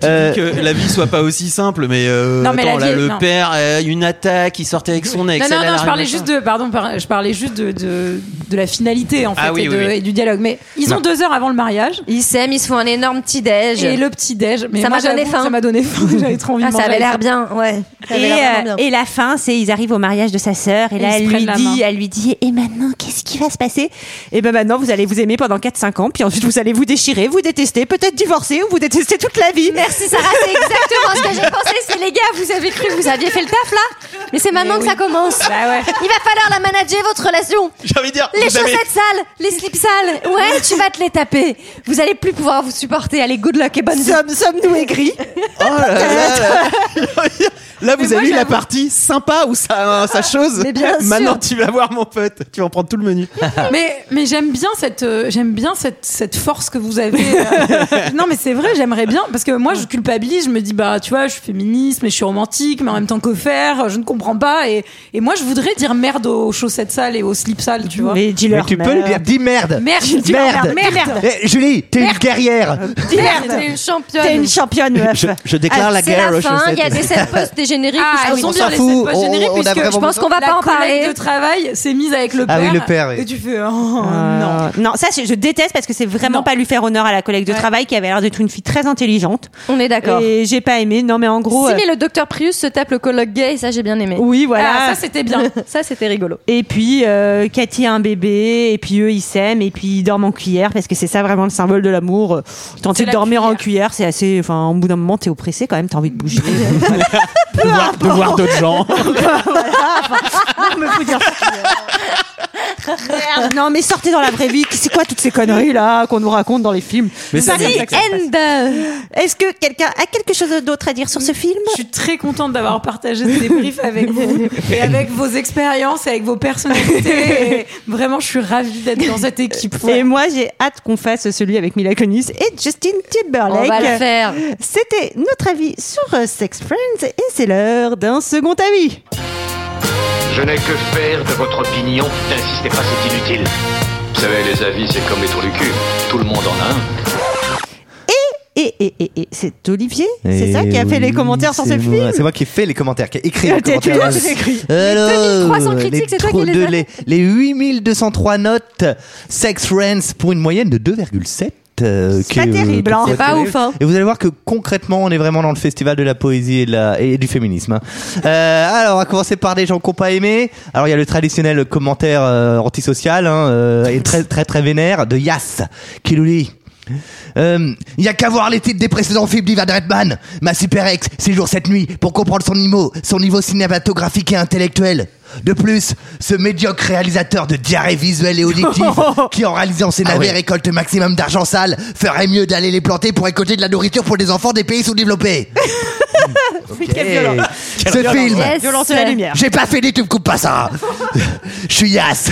Speaker 7: Euh,
Speaker 11: que la vie soit pas aussi simple, mais, euh,
Speaker 10: Non, mais
Speaker 11: attends, là,
Speaker 10: la vie est-
Speaker 11: le
Speaker 10: non.
Speaker 11: père, euh, une attaque, il sortait avec son ex.
Speaker 10: Non,
Speaker 11: elle, elle
Speaker 10: non, non, je
Speaker 11: arrive,
Speaker 10: parlais
Speaker 11: machin.
Speaker 10: juste de, pardon, par- je parlais juste de, de, de la finalité en fait
Speaker 11: Ah oui,
Speaker 10: et,
Speaker 11: oui,
Speaker 10: de-
Speaker 11: oui.
Speaker 10: et du dialogue. Mais ils ont
Speaker 11: Non.
Speaker 10: deux heures avant le mariage.
Speaker 6: [laughs] Ils s'aiment, ils se font un énorme petit déj.
Speaker 10: Et le petit déj. Mais
Speaker 6: Ça
Speaker 10: moi,
Speaker 6: m'a donné
Speaker 10: j'avoue,
Speaker 6: faim.
Speaker 10: Ça m'a donné faim. [laughs] J'avais trop envie
Speaker 6: Ah,
Speaker 10: de
Speaker 6: ça
Speaker 10: manger.
Speaker 6: avait l'air bien, ouais. Ça avait
Speaker 1: Et,
Speaker 6: l'air vraiment
Speaker 1: euh,
Speaker 6: bien.
Speaker 1: et la fin, c'est ils arrivent au mariage de sa sœur et,
Speaker 10: Et ils
Speaker 1: là
Speaker 10: se
Speaker 1: elle
Speaker 10: prennent
Speaker 1: lui
Speaker 10: la
Speaker 1: dit,
Speaker 10: main.
Speaker 1: elle lui dit, et maintenant qu'est-ce qui va se passer Et ben maintenant vous allez vous aimer pendant 4-5 ans, puis ensuite vous allez vous déchirer, vous détester, peut-être divorcer ou vous détester toute la vie.
Speaker 6: Merci Sarah, c'est exactement ce que j'ai pensé. C'est les gars, vous avez cru que vous aviez fait le taf là Mais c'est maintenant que ça commence. Il va falloir la manager votre relation.
Speaker 11: J'ai envie de dire.
Speaker 6: Les
Speaker 11: vous avez-
Speaker 6: chaussettes sales, les slips sales, ouais, tu vas te les taper. Vous allez plus pouvoir vous supporter. Allez, good luck et bonne vie.
Speaker 1: Sommes- Sommes-nous aigris
Speaker 11: Oh là là là là. J'ai envie de dire, Là, vous avez eu la partie sympa où ça, sa chose.
Speaker 6: Mais bien sûr.
Speaker 11: Maintenant, tu vas voir mon pote. Tu vas en prendre tout le menu.
Speaker 10: Mais, mais j'aime bien cette euh, j'aime bien cette, cette force que vous
Speaker 7: [laughs]
Speaker 10: avez. euh. non mais c'est vrai, j'aimerais bien parce que moi je culpabilise, je me dis bah tu vois, je suis féministe mais je suis romantique, mais en même temps que faire, je ne comprends pas et, et moi je voudrais dire merde aux chaussettes sales et aux slips sales, tu vois.
Speaker 1: Mais euh, dis-leur,
Speaker 7: mais tu peux le dire, dis merde.
Speaker 10: Merde, dis leur
Speaker 7: merde,
Speaker 10: merde, merde.
Speaker 7: Eh, Julie, t'es une guerrière.
Speaker 1: Dis merde.
Speaker 6: T'es une championne.
Speaker 1: T'es une championne, meuf.
Speaker 7: Je, je déclare
Speaker 6: Ah,
Speaker 7: la
Speaker 6: c'est
Speaker 7: guerre
Speaker 6: la
Speaker 7: aux
Speaker 6: fin, il y a
Speaker 7: chaussettes.
Speaker 6: des sept postes, des [laughs] génériques.
Speaker 10: Ah,
Speaker 6: puisque-
Speaker 10: ils sont bien les scènes post génériques puisque
Speaker 6: je pense qu'on va
Speaker 10: la
Speaker 6: pas en
Speaker 10: collègue
Speaker 6: parler.
Speaker 10: de travail s'est mise avec le père.
Speaker 7: Ah oui, le père, oui. Ah.
Speaker 10: Et tu fais. oh,
Speaker 1: non. Non, ça, c'est- je déteste parce que c'est vraiment pas lui faire honneur à la collègue de travail qui avait l'air d'être une fille très intelligente.
Speaker 6: On est d'accord.
Speaker 1: Et j'ai pas aimé. Non, mais en gros.
Speaker 6: si
Speaker 1: euh,
Speaker 6: mais le docteur Prius se tape le colloque gay, ça j'ai bien aimé.
Speaker 1: Oui, voilà.
Speaker 6: Ah, ça c'était bien. ça c'était [laughs] rigolo.
Speaker 1: Et puis, euh, Cathy a un bébé, et puis eux, ils s'aiment, et puis ils dorment en cuillère, parce que c'est ça vraiment le symbole de l'amour. Euh, Tenter de dormir en cuillère, c'est assez. Enfin, au bout d'un moment, t'es oppressé quand même, t'as envie de bouger.
Speaker 11: de voir, de voir d'autres gens.
Speaker 1: non, mais faut dire ça. Merde, non, mais sortez dans la vraie vie. C'est quoi toutes ces conneries là qu'on nous raconte dans les films
Speaker 11: Mais c'est
Speaker 1: Vas-y,
Speaker 11: comme ça que ça se
Speaker 1: end. Est-ce que quelqu'un a quelque chose d'autre à dire sur ce film
Speaker 10: Je suis très contente d'avoir partagé ce débrief avec vous
Speaker 6: [laughs]
Speaker 10: et avec vos expériences et avec vos personnalités. Et vraiment, je suis ravie d'être dans cette équipe.
Speaker 1: Et moi, j'ai hâte qu'on fasse celui avec Mila Kunis et Justin Timberlake.
Speaker 6: On va le faire.
Speaker 1: C'était notre avis sur euh, Sex Friends et c'est l'heure d'un second avis.
Speaker 15: Je n'ai que faire de votre opinion. N'insistez pas, c'est inutile. Vous savez, les avis, c'est comme les trous du cul. Tout le monde en a un.
Speaker 1: Et, et, et, et, et c'est Olivier, c'est ça qui a fait les commentaires sur ce
Speaker 7: Eh c'est
Speaker 1: film
Speaker 7: moi- C'est moi qui ai fait les commentaires, qui ai écrit
Speaker 1: Ah,
Speaker 7: les
Speaker 1: t'es- [laughs] tu
Speaker 7: commentaires. Euh,
Speaker 1: l'as écrit.
Speaker 7: Alors,
Speaker 1: 2300 critiques, c'est toi qui
Speaker 7: trop
Speaker 1: les
Speaker 7: de-
Speaker 1: as-
Speaker 7: les, les 8203 notes, Sex Friends pour une moyenne de 2,7. euh,
Speaker 1: pas
Speaker 7: que-
Speaker 1: terrible,
Speaker 7: que
Speaker 1: hein. C'est pas
Speaker 7: terrible.
Speaker 1: ouf, hein.
Speaker 7: Et vous allez voir que concrètement, on est vraiment dans le festival de la poésie et, de la- et du féminisme. hein. Euh, alors, on va commencer par des gens qu'on pas aimé. Alors, il y a le traditionnel commentaire euh, antisocial hein, euh, et très très très vénère de Yass qui nous dit. Euh, Il y a qu'à voir les titres des précédents films d'Ivan Redman. Ma super ex, séjour cette nuit, pour comprendre son niveau, son niveau cinématographique et intellectuel. De plus, ce médiocre réalisateur de diarrhée visuelle et auditive,
Speaker 1: [laughs]
Speaker 7: qui en réalisant
Speaker 1: Ah
Speaker 7: ses navets récolte maximum d'argent sale, ferait mieux d'aller les planter pour récolter de la nourriture pour des enfants des pays
Speaker 1: [laughs]
Speaker 7: sous-développés.
Speaker 1: Quelle
Speaker 7: Hey.
Speaker 1: violence.
Speaker 7: Ce film,
Speaker 1: Violence de la lumière.
Speaker 7: J'ai pas fini, tu me coupes pas ça. hein. Je suis Yass.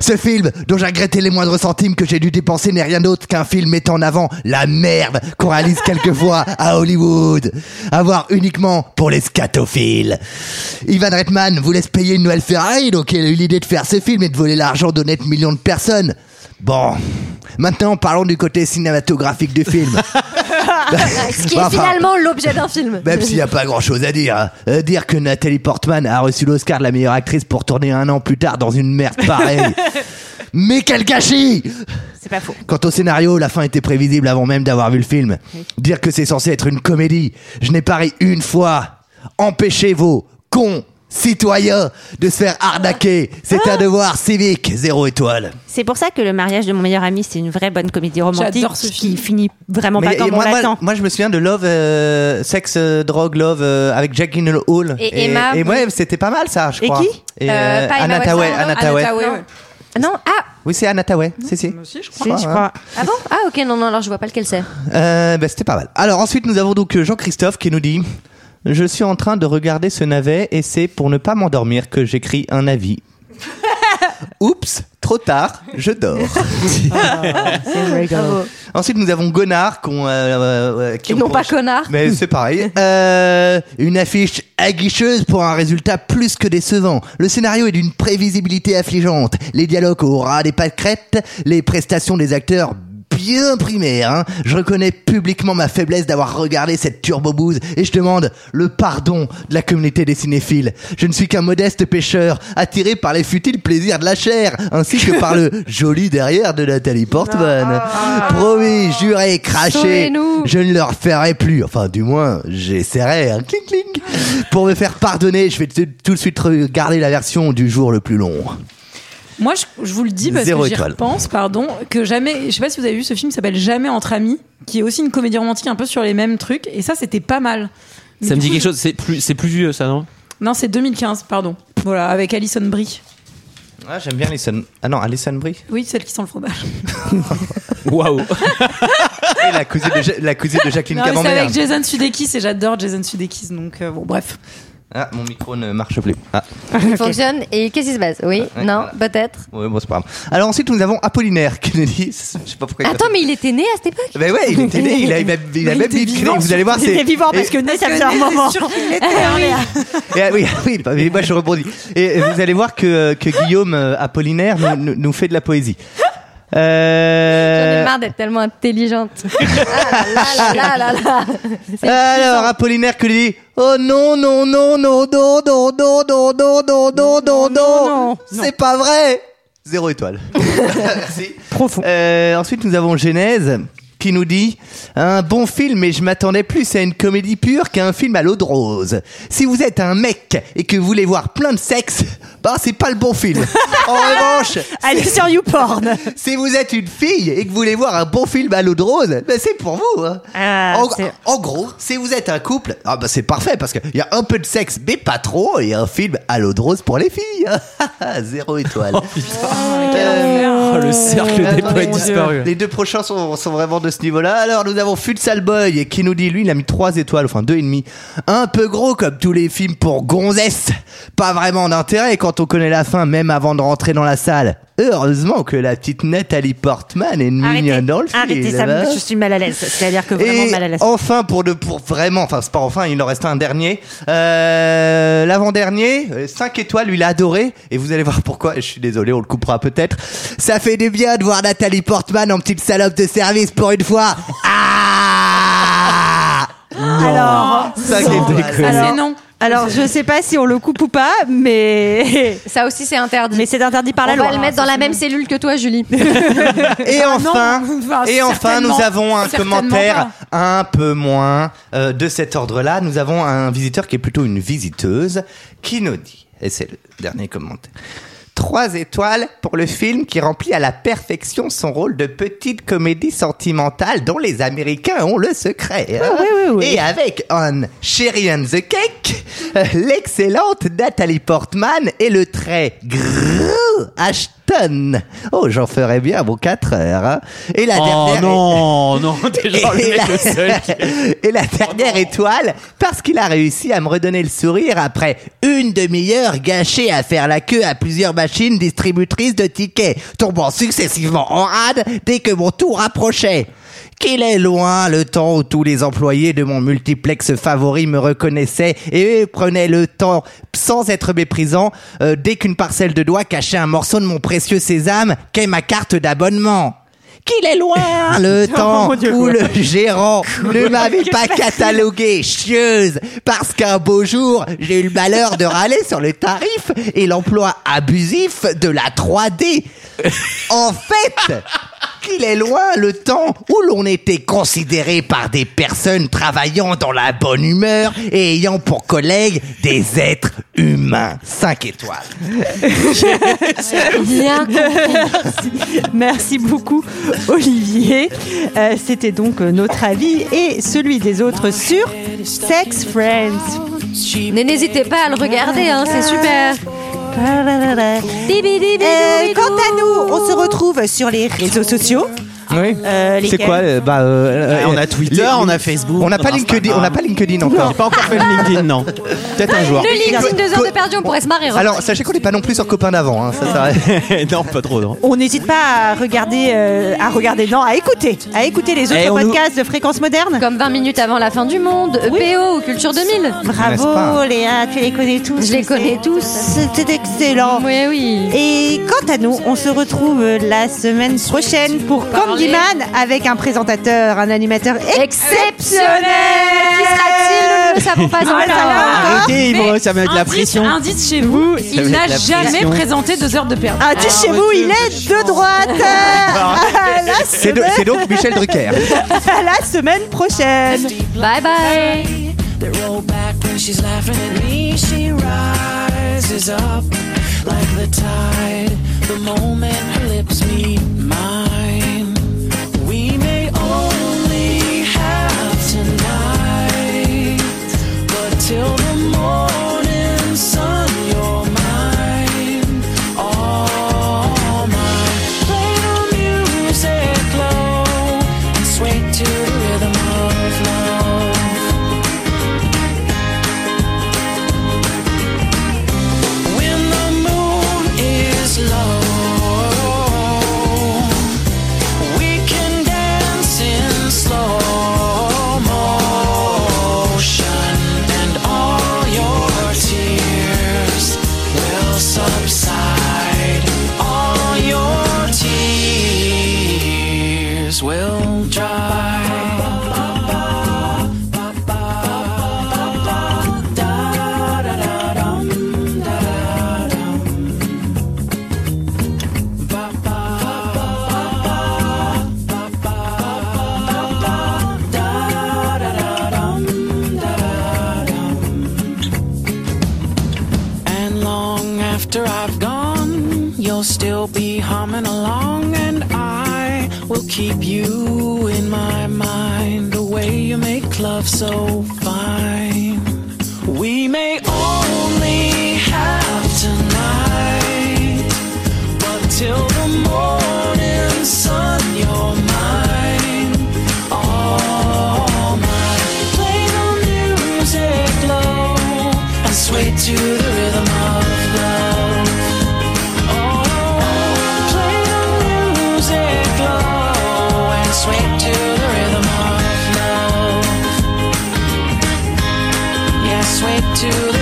Speaker 7: Ce film, dont j'ai regretté les moindres centimes que j'ai dû dépenser, n'est rien d'autre qu'un film mettant en avant la merde qu'on réalise quelquefois à Hollywood. Avoir uniquement pour les scatophiles. Ivan Reitman vous laisse payer une nouvelle Ferrari, donc il a eu l'idée de faire ce film et de voler l'argent d'honnêtes millions de personnes. Bon. Maintenant, parlons du côté cinématographique du film.
Speaker 6: [laughs] Ce qui est
Speaker 7: Enfin.
Speaker 6: finalement l'objet d'un film.
Speaker 7: Même euh, s'il n'y a pas grand chose à dire. hein. Euh, dire que Nathalie Portman a reçu l'Oscar de la meilleure actrice pour tourner un an plus tard dans une merde pareille. Mais quel gâchis
Speaker 1: C'est pas faux.
Speaker 7: Quant au scénario, la fin était prévisible avant même d'avoir vu le film. Dire que c'est censé être une comédie, je n'ai pas ri une fois. Empêchez vos cons citoyens de se faire arnaquer. C'est un devoir civique. Zéro étoile.
Speaker 1: C'est pour ça que le mariage de mon meilleur ami, c'est une vraie bonne comédie romantique
Speaker 10: J'adore ce
Speaker 1: qui finit vraiment
Speaker 7: Mais
Speaker 1: pas
Speaker 7: et
Speaker 1: comme on
Speaker 7: moi, moi-
Speaker 1: l'attend.
Speaker 7: moi, je me souviens de Love, euh, Sex, euh, Drogue, Love euh, avec Jack Hall.
Speaker 6: Et Emma.
Speaker 7: Et ouais, c'était pas mal ça, je
Speaker 6: Et
Speaker 7: crois.
Speaker 6: qui
Speaker 7: Et,
Speaker 6: Euh,
Speaker 7: euh,
Speaker 6: pas Emma
Speaker 7: Anna Tawai,
Speaker 6: Watson,
Speaker 7: Anna
Speaker 6: non,
Speaker 7: Tawai.
Speaker 6: Anna Tawai, ouais. Non, ah,
Speaker 7: Oui, c'est Anna Tawai. Si, si.
Speaker 6: je
Speaker 7: crois, Si, je ouais. crois.
Speaker 6: Ah bon Ah ok, non, non, alors je vois pas lequel c'est.
Speaker 7: Euh, bah, c'était pas mal. Alors ensuite, nous avons donc euh, Jean-Christophe qui nous dit Je suis en train de regarder ce navet et c'est pour ne pas m'endormir que j'écris un avis. [laughs] Oups, trop tard, je dors. Ensuite, nous avons Gonard, qu'on, euh, euh, qui
Speaker 6: Et
Speaker 7: on
Speaker 6: non
Speaker 7: pourrait-
Speaker 6: pas Connard.
Speaker 7: Mais c'est pareil. Euh, une affiche aguicheuse pour un résultat plus que décevant. Le scénario est d'une prévisibilité affligeante. Les dialogues au ras des pâquerettes, les prestations des acteurs bien primaires. hein. Je reconnais publiquement ma faiblesse d'avoir regardé cette turbobouse et je demande le pardon de la communauté des cinéphiles. Je ne suis qu'un modeste pêcheur attiré par les futiles plaisirs de la chair ainsi que par
Speaker 10: [laughs]
Speaker 7: le joli derrière de Nathalie Portman.
Speaker 10: Ah.
Speaker 7: Promis, juré, craché,
Speaker 6: Sauvez-nous.
Speaker 7: je ne leur ferai plus. Enfin, du moins, j'essaierai. Hein. Cling, cling. Pour me faire pardonner, je vais tout tout de suite regarder la version du jour le plus long.
Speaker 10: Moi, je, je vous le dis parce
Speaker 7: Zéro
Speaker 10: que j'y
Speaker 7: étoile.
Speaker 10: repense, pardon, que jamais. Je sais pas si vous avez vu ce film, qui s'appelle Jamais entre amis, qui est aussi une comédie romantique un peu sur les mêmes trucs. Et ça, c'était pas mal. Mais
Speaker 11: Ça me
Speaker 10: du
Speaker 11: dit
Speaker 10: coup,
Speaker 11: quelque chose. C'est plus, c'est plus vieux, ça, non
Speaker 10: Non, c'est 2015, pardon. Voilà, avec Alison Brie.
Speaker 7: Ah, j'aime bien Alison. Ah non, Alison Brie.
Speaker 10: Oui, celle qui sent le fromage.
Speaker 11: Waouh.
Speaker 7: [laughs] Et la cousine de, Ja- la cousine de Jacqueline
Speaker 10: Non, mais c'est
Speaker 7: Camembert.
Speaker 10: avec Jason Sudeikis et j'adore Jason Sudeikis. Donc euh, bon, bref.
Speaker 7: Ah, mon micro ne marche plus. Ah.
Speaker 6: Il fonctionne et qu'est-ce qui se passe Oui,
Speaker 11: Ah,
Speaker 7: ouais,
Speaker 6: non, peut-être.
Speaker 7: Ouais, bon, c'est pas grave. Alors ensuite, nous avons Apollinaire Kennedy. [laughs] Je sais pas pourquoi. il a-
Speaker 6: Attends, mais il était né à cette époque
Speaker 7: Ben ouais, il était né, il a, il a- il a
Speaker 6: Mais il
Speaker 7: même
Speaker 6: était
Speaker 7: mis de créer.
Speaker 6: vivant,
Speaker 7: Vous allez voir,
Speaker 1: il
Speaker 7: c'est.
Speaker 1: était vivant parce
Speaker 7: et-
Speaker 1: que Ney, ça
Speaker 10: Parce
Speaker 1: faisait
Speaker 10: que
Speaker 1: un
Speaker 10: Ney,
Speaker 1: moment.
Speaker 10: c'est sûr qu'il était
Speaker 1: Ah oui.
Speaker 7: Et, ah, oui, ah, oui, mais moi je rebondis. Et vous allez voir que, que Guillaume euh, Apollinaire nous, nous- nous fait de la poésie. Euh,
Speaker 11: Euh.
Speaker 6: J'en ai marre d'être tellement intelligente. Ah là là là là
Speaker 10: [laughs]
Speaker 6: là. C'est
Speaker 7: Alors, Apollinaire que dit Oh non, non, non, non, non, non, non, non, non, non, non, non, non, c'est pas vrai. Zéro étoile. Merci. Euh,
Speaker 1: Profond.
Speaker 7: ensuite, nous avons Genèse qui nous dit un bon film mais je m'attendais plus à une comédie pure qu'à un film à l'eau de rose. Si vous êtes un mec et que vous voulez voir plein de sexe, bah c'est pas le bon film. En revanche,
Speaker 1: allez sur YouPorn.
Speaker 7: [laughs] Si vous êtes une fille et que vous voulez voir un bon film à l'eau de rose, bah, c'est pour vous. hein. en, en gros, si vous êtes un couple, ah bah c'est parfait parce qu'il y a un peu de sexe mais pas trop et un film à l'eau de rose pour les filles. hein. [laughs] Zéro étoile. Euh,
Speaker 11: Oh, le cercle
Speaker 1: Ah,
Speaker 11: des
Speaker 7: Attendez,
Speaker 11: poètes
Speaker 7: mon Dieu.
Speaker 11: disparus.
Speaker 7: Les deux prochains sont, sont vraiment de ce niveau-là. Alors nous avons Futsal Boy qui nous dit lui il a mis 3 étoiles, enfin deux et demi. Un peu gros comme tous les films pour gonzesses. Pas vraiment d'intérêt quand on connaît la fin même avant de rentrer dans la salle. Heureusement que la petite Nathalie Portman est mignonne dans le film.
Speaker 1: Arrêtez, ça
Speaker 7: hein.
Speaker 1: me- je suis mal à l'aise. C'est-à-dire que vraiment
Speaker 7: Et oh,
Speaker 1: mal à l'aise.
Speaker 7: enfin, pour de pour vraiment, enfin c'est pas enfin, il en reste un dernier. Euh, L'avant-dernier, 5 étoiles, lui il a adoré. Et vous allez voir pourquoi. Je suis désolé, on le coupera peut-être. Ça fait du bien de voir Nathalie Portman en petite salope de service pour une fois. Ah
Speaker 1: [laughs] Alors,
Speaker 7: Ça, c'est dégueulasse.
Speaker 1: alors-
Speaker 7: Ça, c'est non.
Speaker 1: Alors, je sais pas si on le coupe ou pas, mais [laughs]
Speaker 6: ça aussi c'est interdit.
Speaker 1: Mais c'est interdit par la
Speaker 6: On
Speaker 1: loi.
Speaker 6: va le mettre dans la même cellule que toi, Julie.
Speaker 1: Ah
Speaker 7: Et enfin, et enfin, nous avons un commentaire un peu moins euh, de cet ordre-là. Nous avons un visiteur qui est plutôt une visiteuse qui nous dit, et c'est le dernier commentaire. Trois étoiles pour le film qui remplit à la perfection son rôle de petite comédie sentimentale dont les Américains ont le secret.
Speaker 11: Ah
Speaker 7: hein. Et avec On Sherry and the Cake, euh, l'excellente Nathalie Portman et le très gros Ashton. Oh, j'en ferais bien mon 4 heures. hein. Et la
Speaker 11: Oh
Speaker 7: dernière.
Speaker 11: non, non, t'es [laughs] genre le mec le seul qui-
Speaker 7: [laughs] Et la dernière étoile, parce qu'il a réussi à me redonner le sourire après une demi-heure gâchée à faire la queue à plusieurs machines distributrices de tickets, tombant successivement en rade dès que mon tour approchait. Qu'il est loin le temps où tous les employés de mon multiplex favori me reconnaissaient et prenaient le temps, sans être méprisant, euh, dès qu'une parcelle de doigts cachait un morceau de mon précieux sésame, qu'est ma carte d'abonnement qu'il est loin [laughs] le
Speaker 4: Oh,
Speaker 7: temps
Speaker 4: mon Dieu.
Speaker 7: où le gérant ne m'avait
Speaker 4: Qu'est-ce
Speaker 7: pas
Speaker 4: que c'est
Speaker 7: catalogué chieuse parce qu'un beau jour j'ai eu le malheur de râler sur le tarif et l'emploi abusif de la 3D. En fait, qu'il est loin le temps où l'on était considéré par des personnes travaillant dans la bonne humeur et ayant pour collègues des êtres humains. 5 étoiles.
Speaker 1: Bien [laughs] Merci beaucoup, Olivier. Euh, C'était donc euh, notre avis et celui des autres sur Sex Friends.
Speaker 6: Mais n'hésitez pas à le regarder, hein, c'est super.
Speaker 1: Euh, quant à nous, on se retrouve sur les réseaux sociaux.
Speaker 7: Oui.
Speaker 1: Euh,
Speaker 7: c'est
Speaker 1: lesquels
Speaker 7: quoi euh, bah, euh,
Speaker 4: Ah,
Speaker 11: Ouais,
Speaker 7: euh,
Speaker 11: Ah, on a Twitter,
Speaker 7: les-
Speaker 11: on a Facebook,
Speaker 7: On n'a
Speaker 11: on
Speaker 7: pas
Speaker 11: a
Speaker 7: LinkedIn,
Speaker 11: Instagram.
Speaker 7: on n'a pas LinkedIn encore.
Speaker 11: J'ai pas encore fait le LinkedIn, non.
Speaker 7: Peut-être un jour.
Speaker 6: Le LinkedIn, deux heures de perdu, on pourrait se marrer. hein.
Speaker 7: Alors, sachez qu'on n'est pas non plus sur copain d'avant. hein,
Speaker 11: [laughs]
Speaker 7: ça, non, pas trop. Non.
Speaker 1: On n'hésite pas à regarder, euh, à regarder, non, à écouter, à écouter les autres
Speaker 7: Eh, on nous-
Speaker 1: podcasts de Fréquence Moderne.
Speaker 6: Comme 20 minutes avant la fin du monde, EPO ou Culture 2000.
Speaker 1: Bravo Léa, tu les connais tous. Je les connais tous. C'était excellent.
Speaker 6: Oui, oui.
Speaker 1: Et quant à nous, on se retrouve la semaine prochaine pour Candyman avec un présentateur, un animateur exceptionnel.
Speaker 6: Qui sera-t-il Nous ne le savons pas
Speaker 1: Nous le
Speaker 6: encore.
Speaker 1: savons
Speaker 7: Ah,
Speaker 1: encore.
Speaker 11: Arrêtez, Yves, ça va être de la
Speaker 10: indice-
Speaker 11: pression.
Speaker 10: Ah Indice chez vous,
Speaker 11: va
Speaker 10: il
Speaker 11: être
Speaker 10: n'a
Speaker 11: de la
Speaker 10: jamais
Speaker 11: pression.
Speaker 10: présenté deux heures de perdu.
Speaker 1: Ah, tu sais, chez vous, il est de droite. [laughs] À la
Speaker 7: C'est do-
Speaker 1: semaine-
Speaker 7: c'est donc Michel
Speaker 6: [laughs]
Speaker 7: Drucker.
Speaker 1: à la semaine prochaine.
Speaker 6: Bye bye.
Speaker 16: They roll back when she's laughing at me. She rises up like the tide. The moment her lips meet mine, we may only have tonight, but till the morning sun, you're mine, all mine. Play the music low and sway to the rhythm of love. When the moon is low, we can dance in slow motion, and all your
Speaker 10: after I've gone, you'll still be humming along, and I will keep you in my mind. The way you make love so fine. We may only have tonight, but till the morning sun, you're mine. All mine. Play the music low and sway to the rhythm of love. Oh, play the music low and sway to the rhythm of love. Yes, wait till the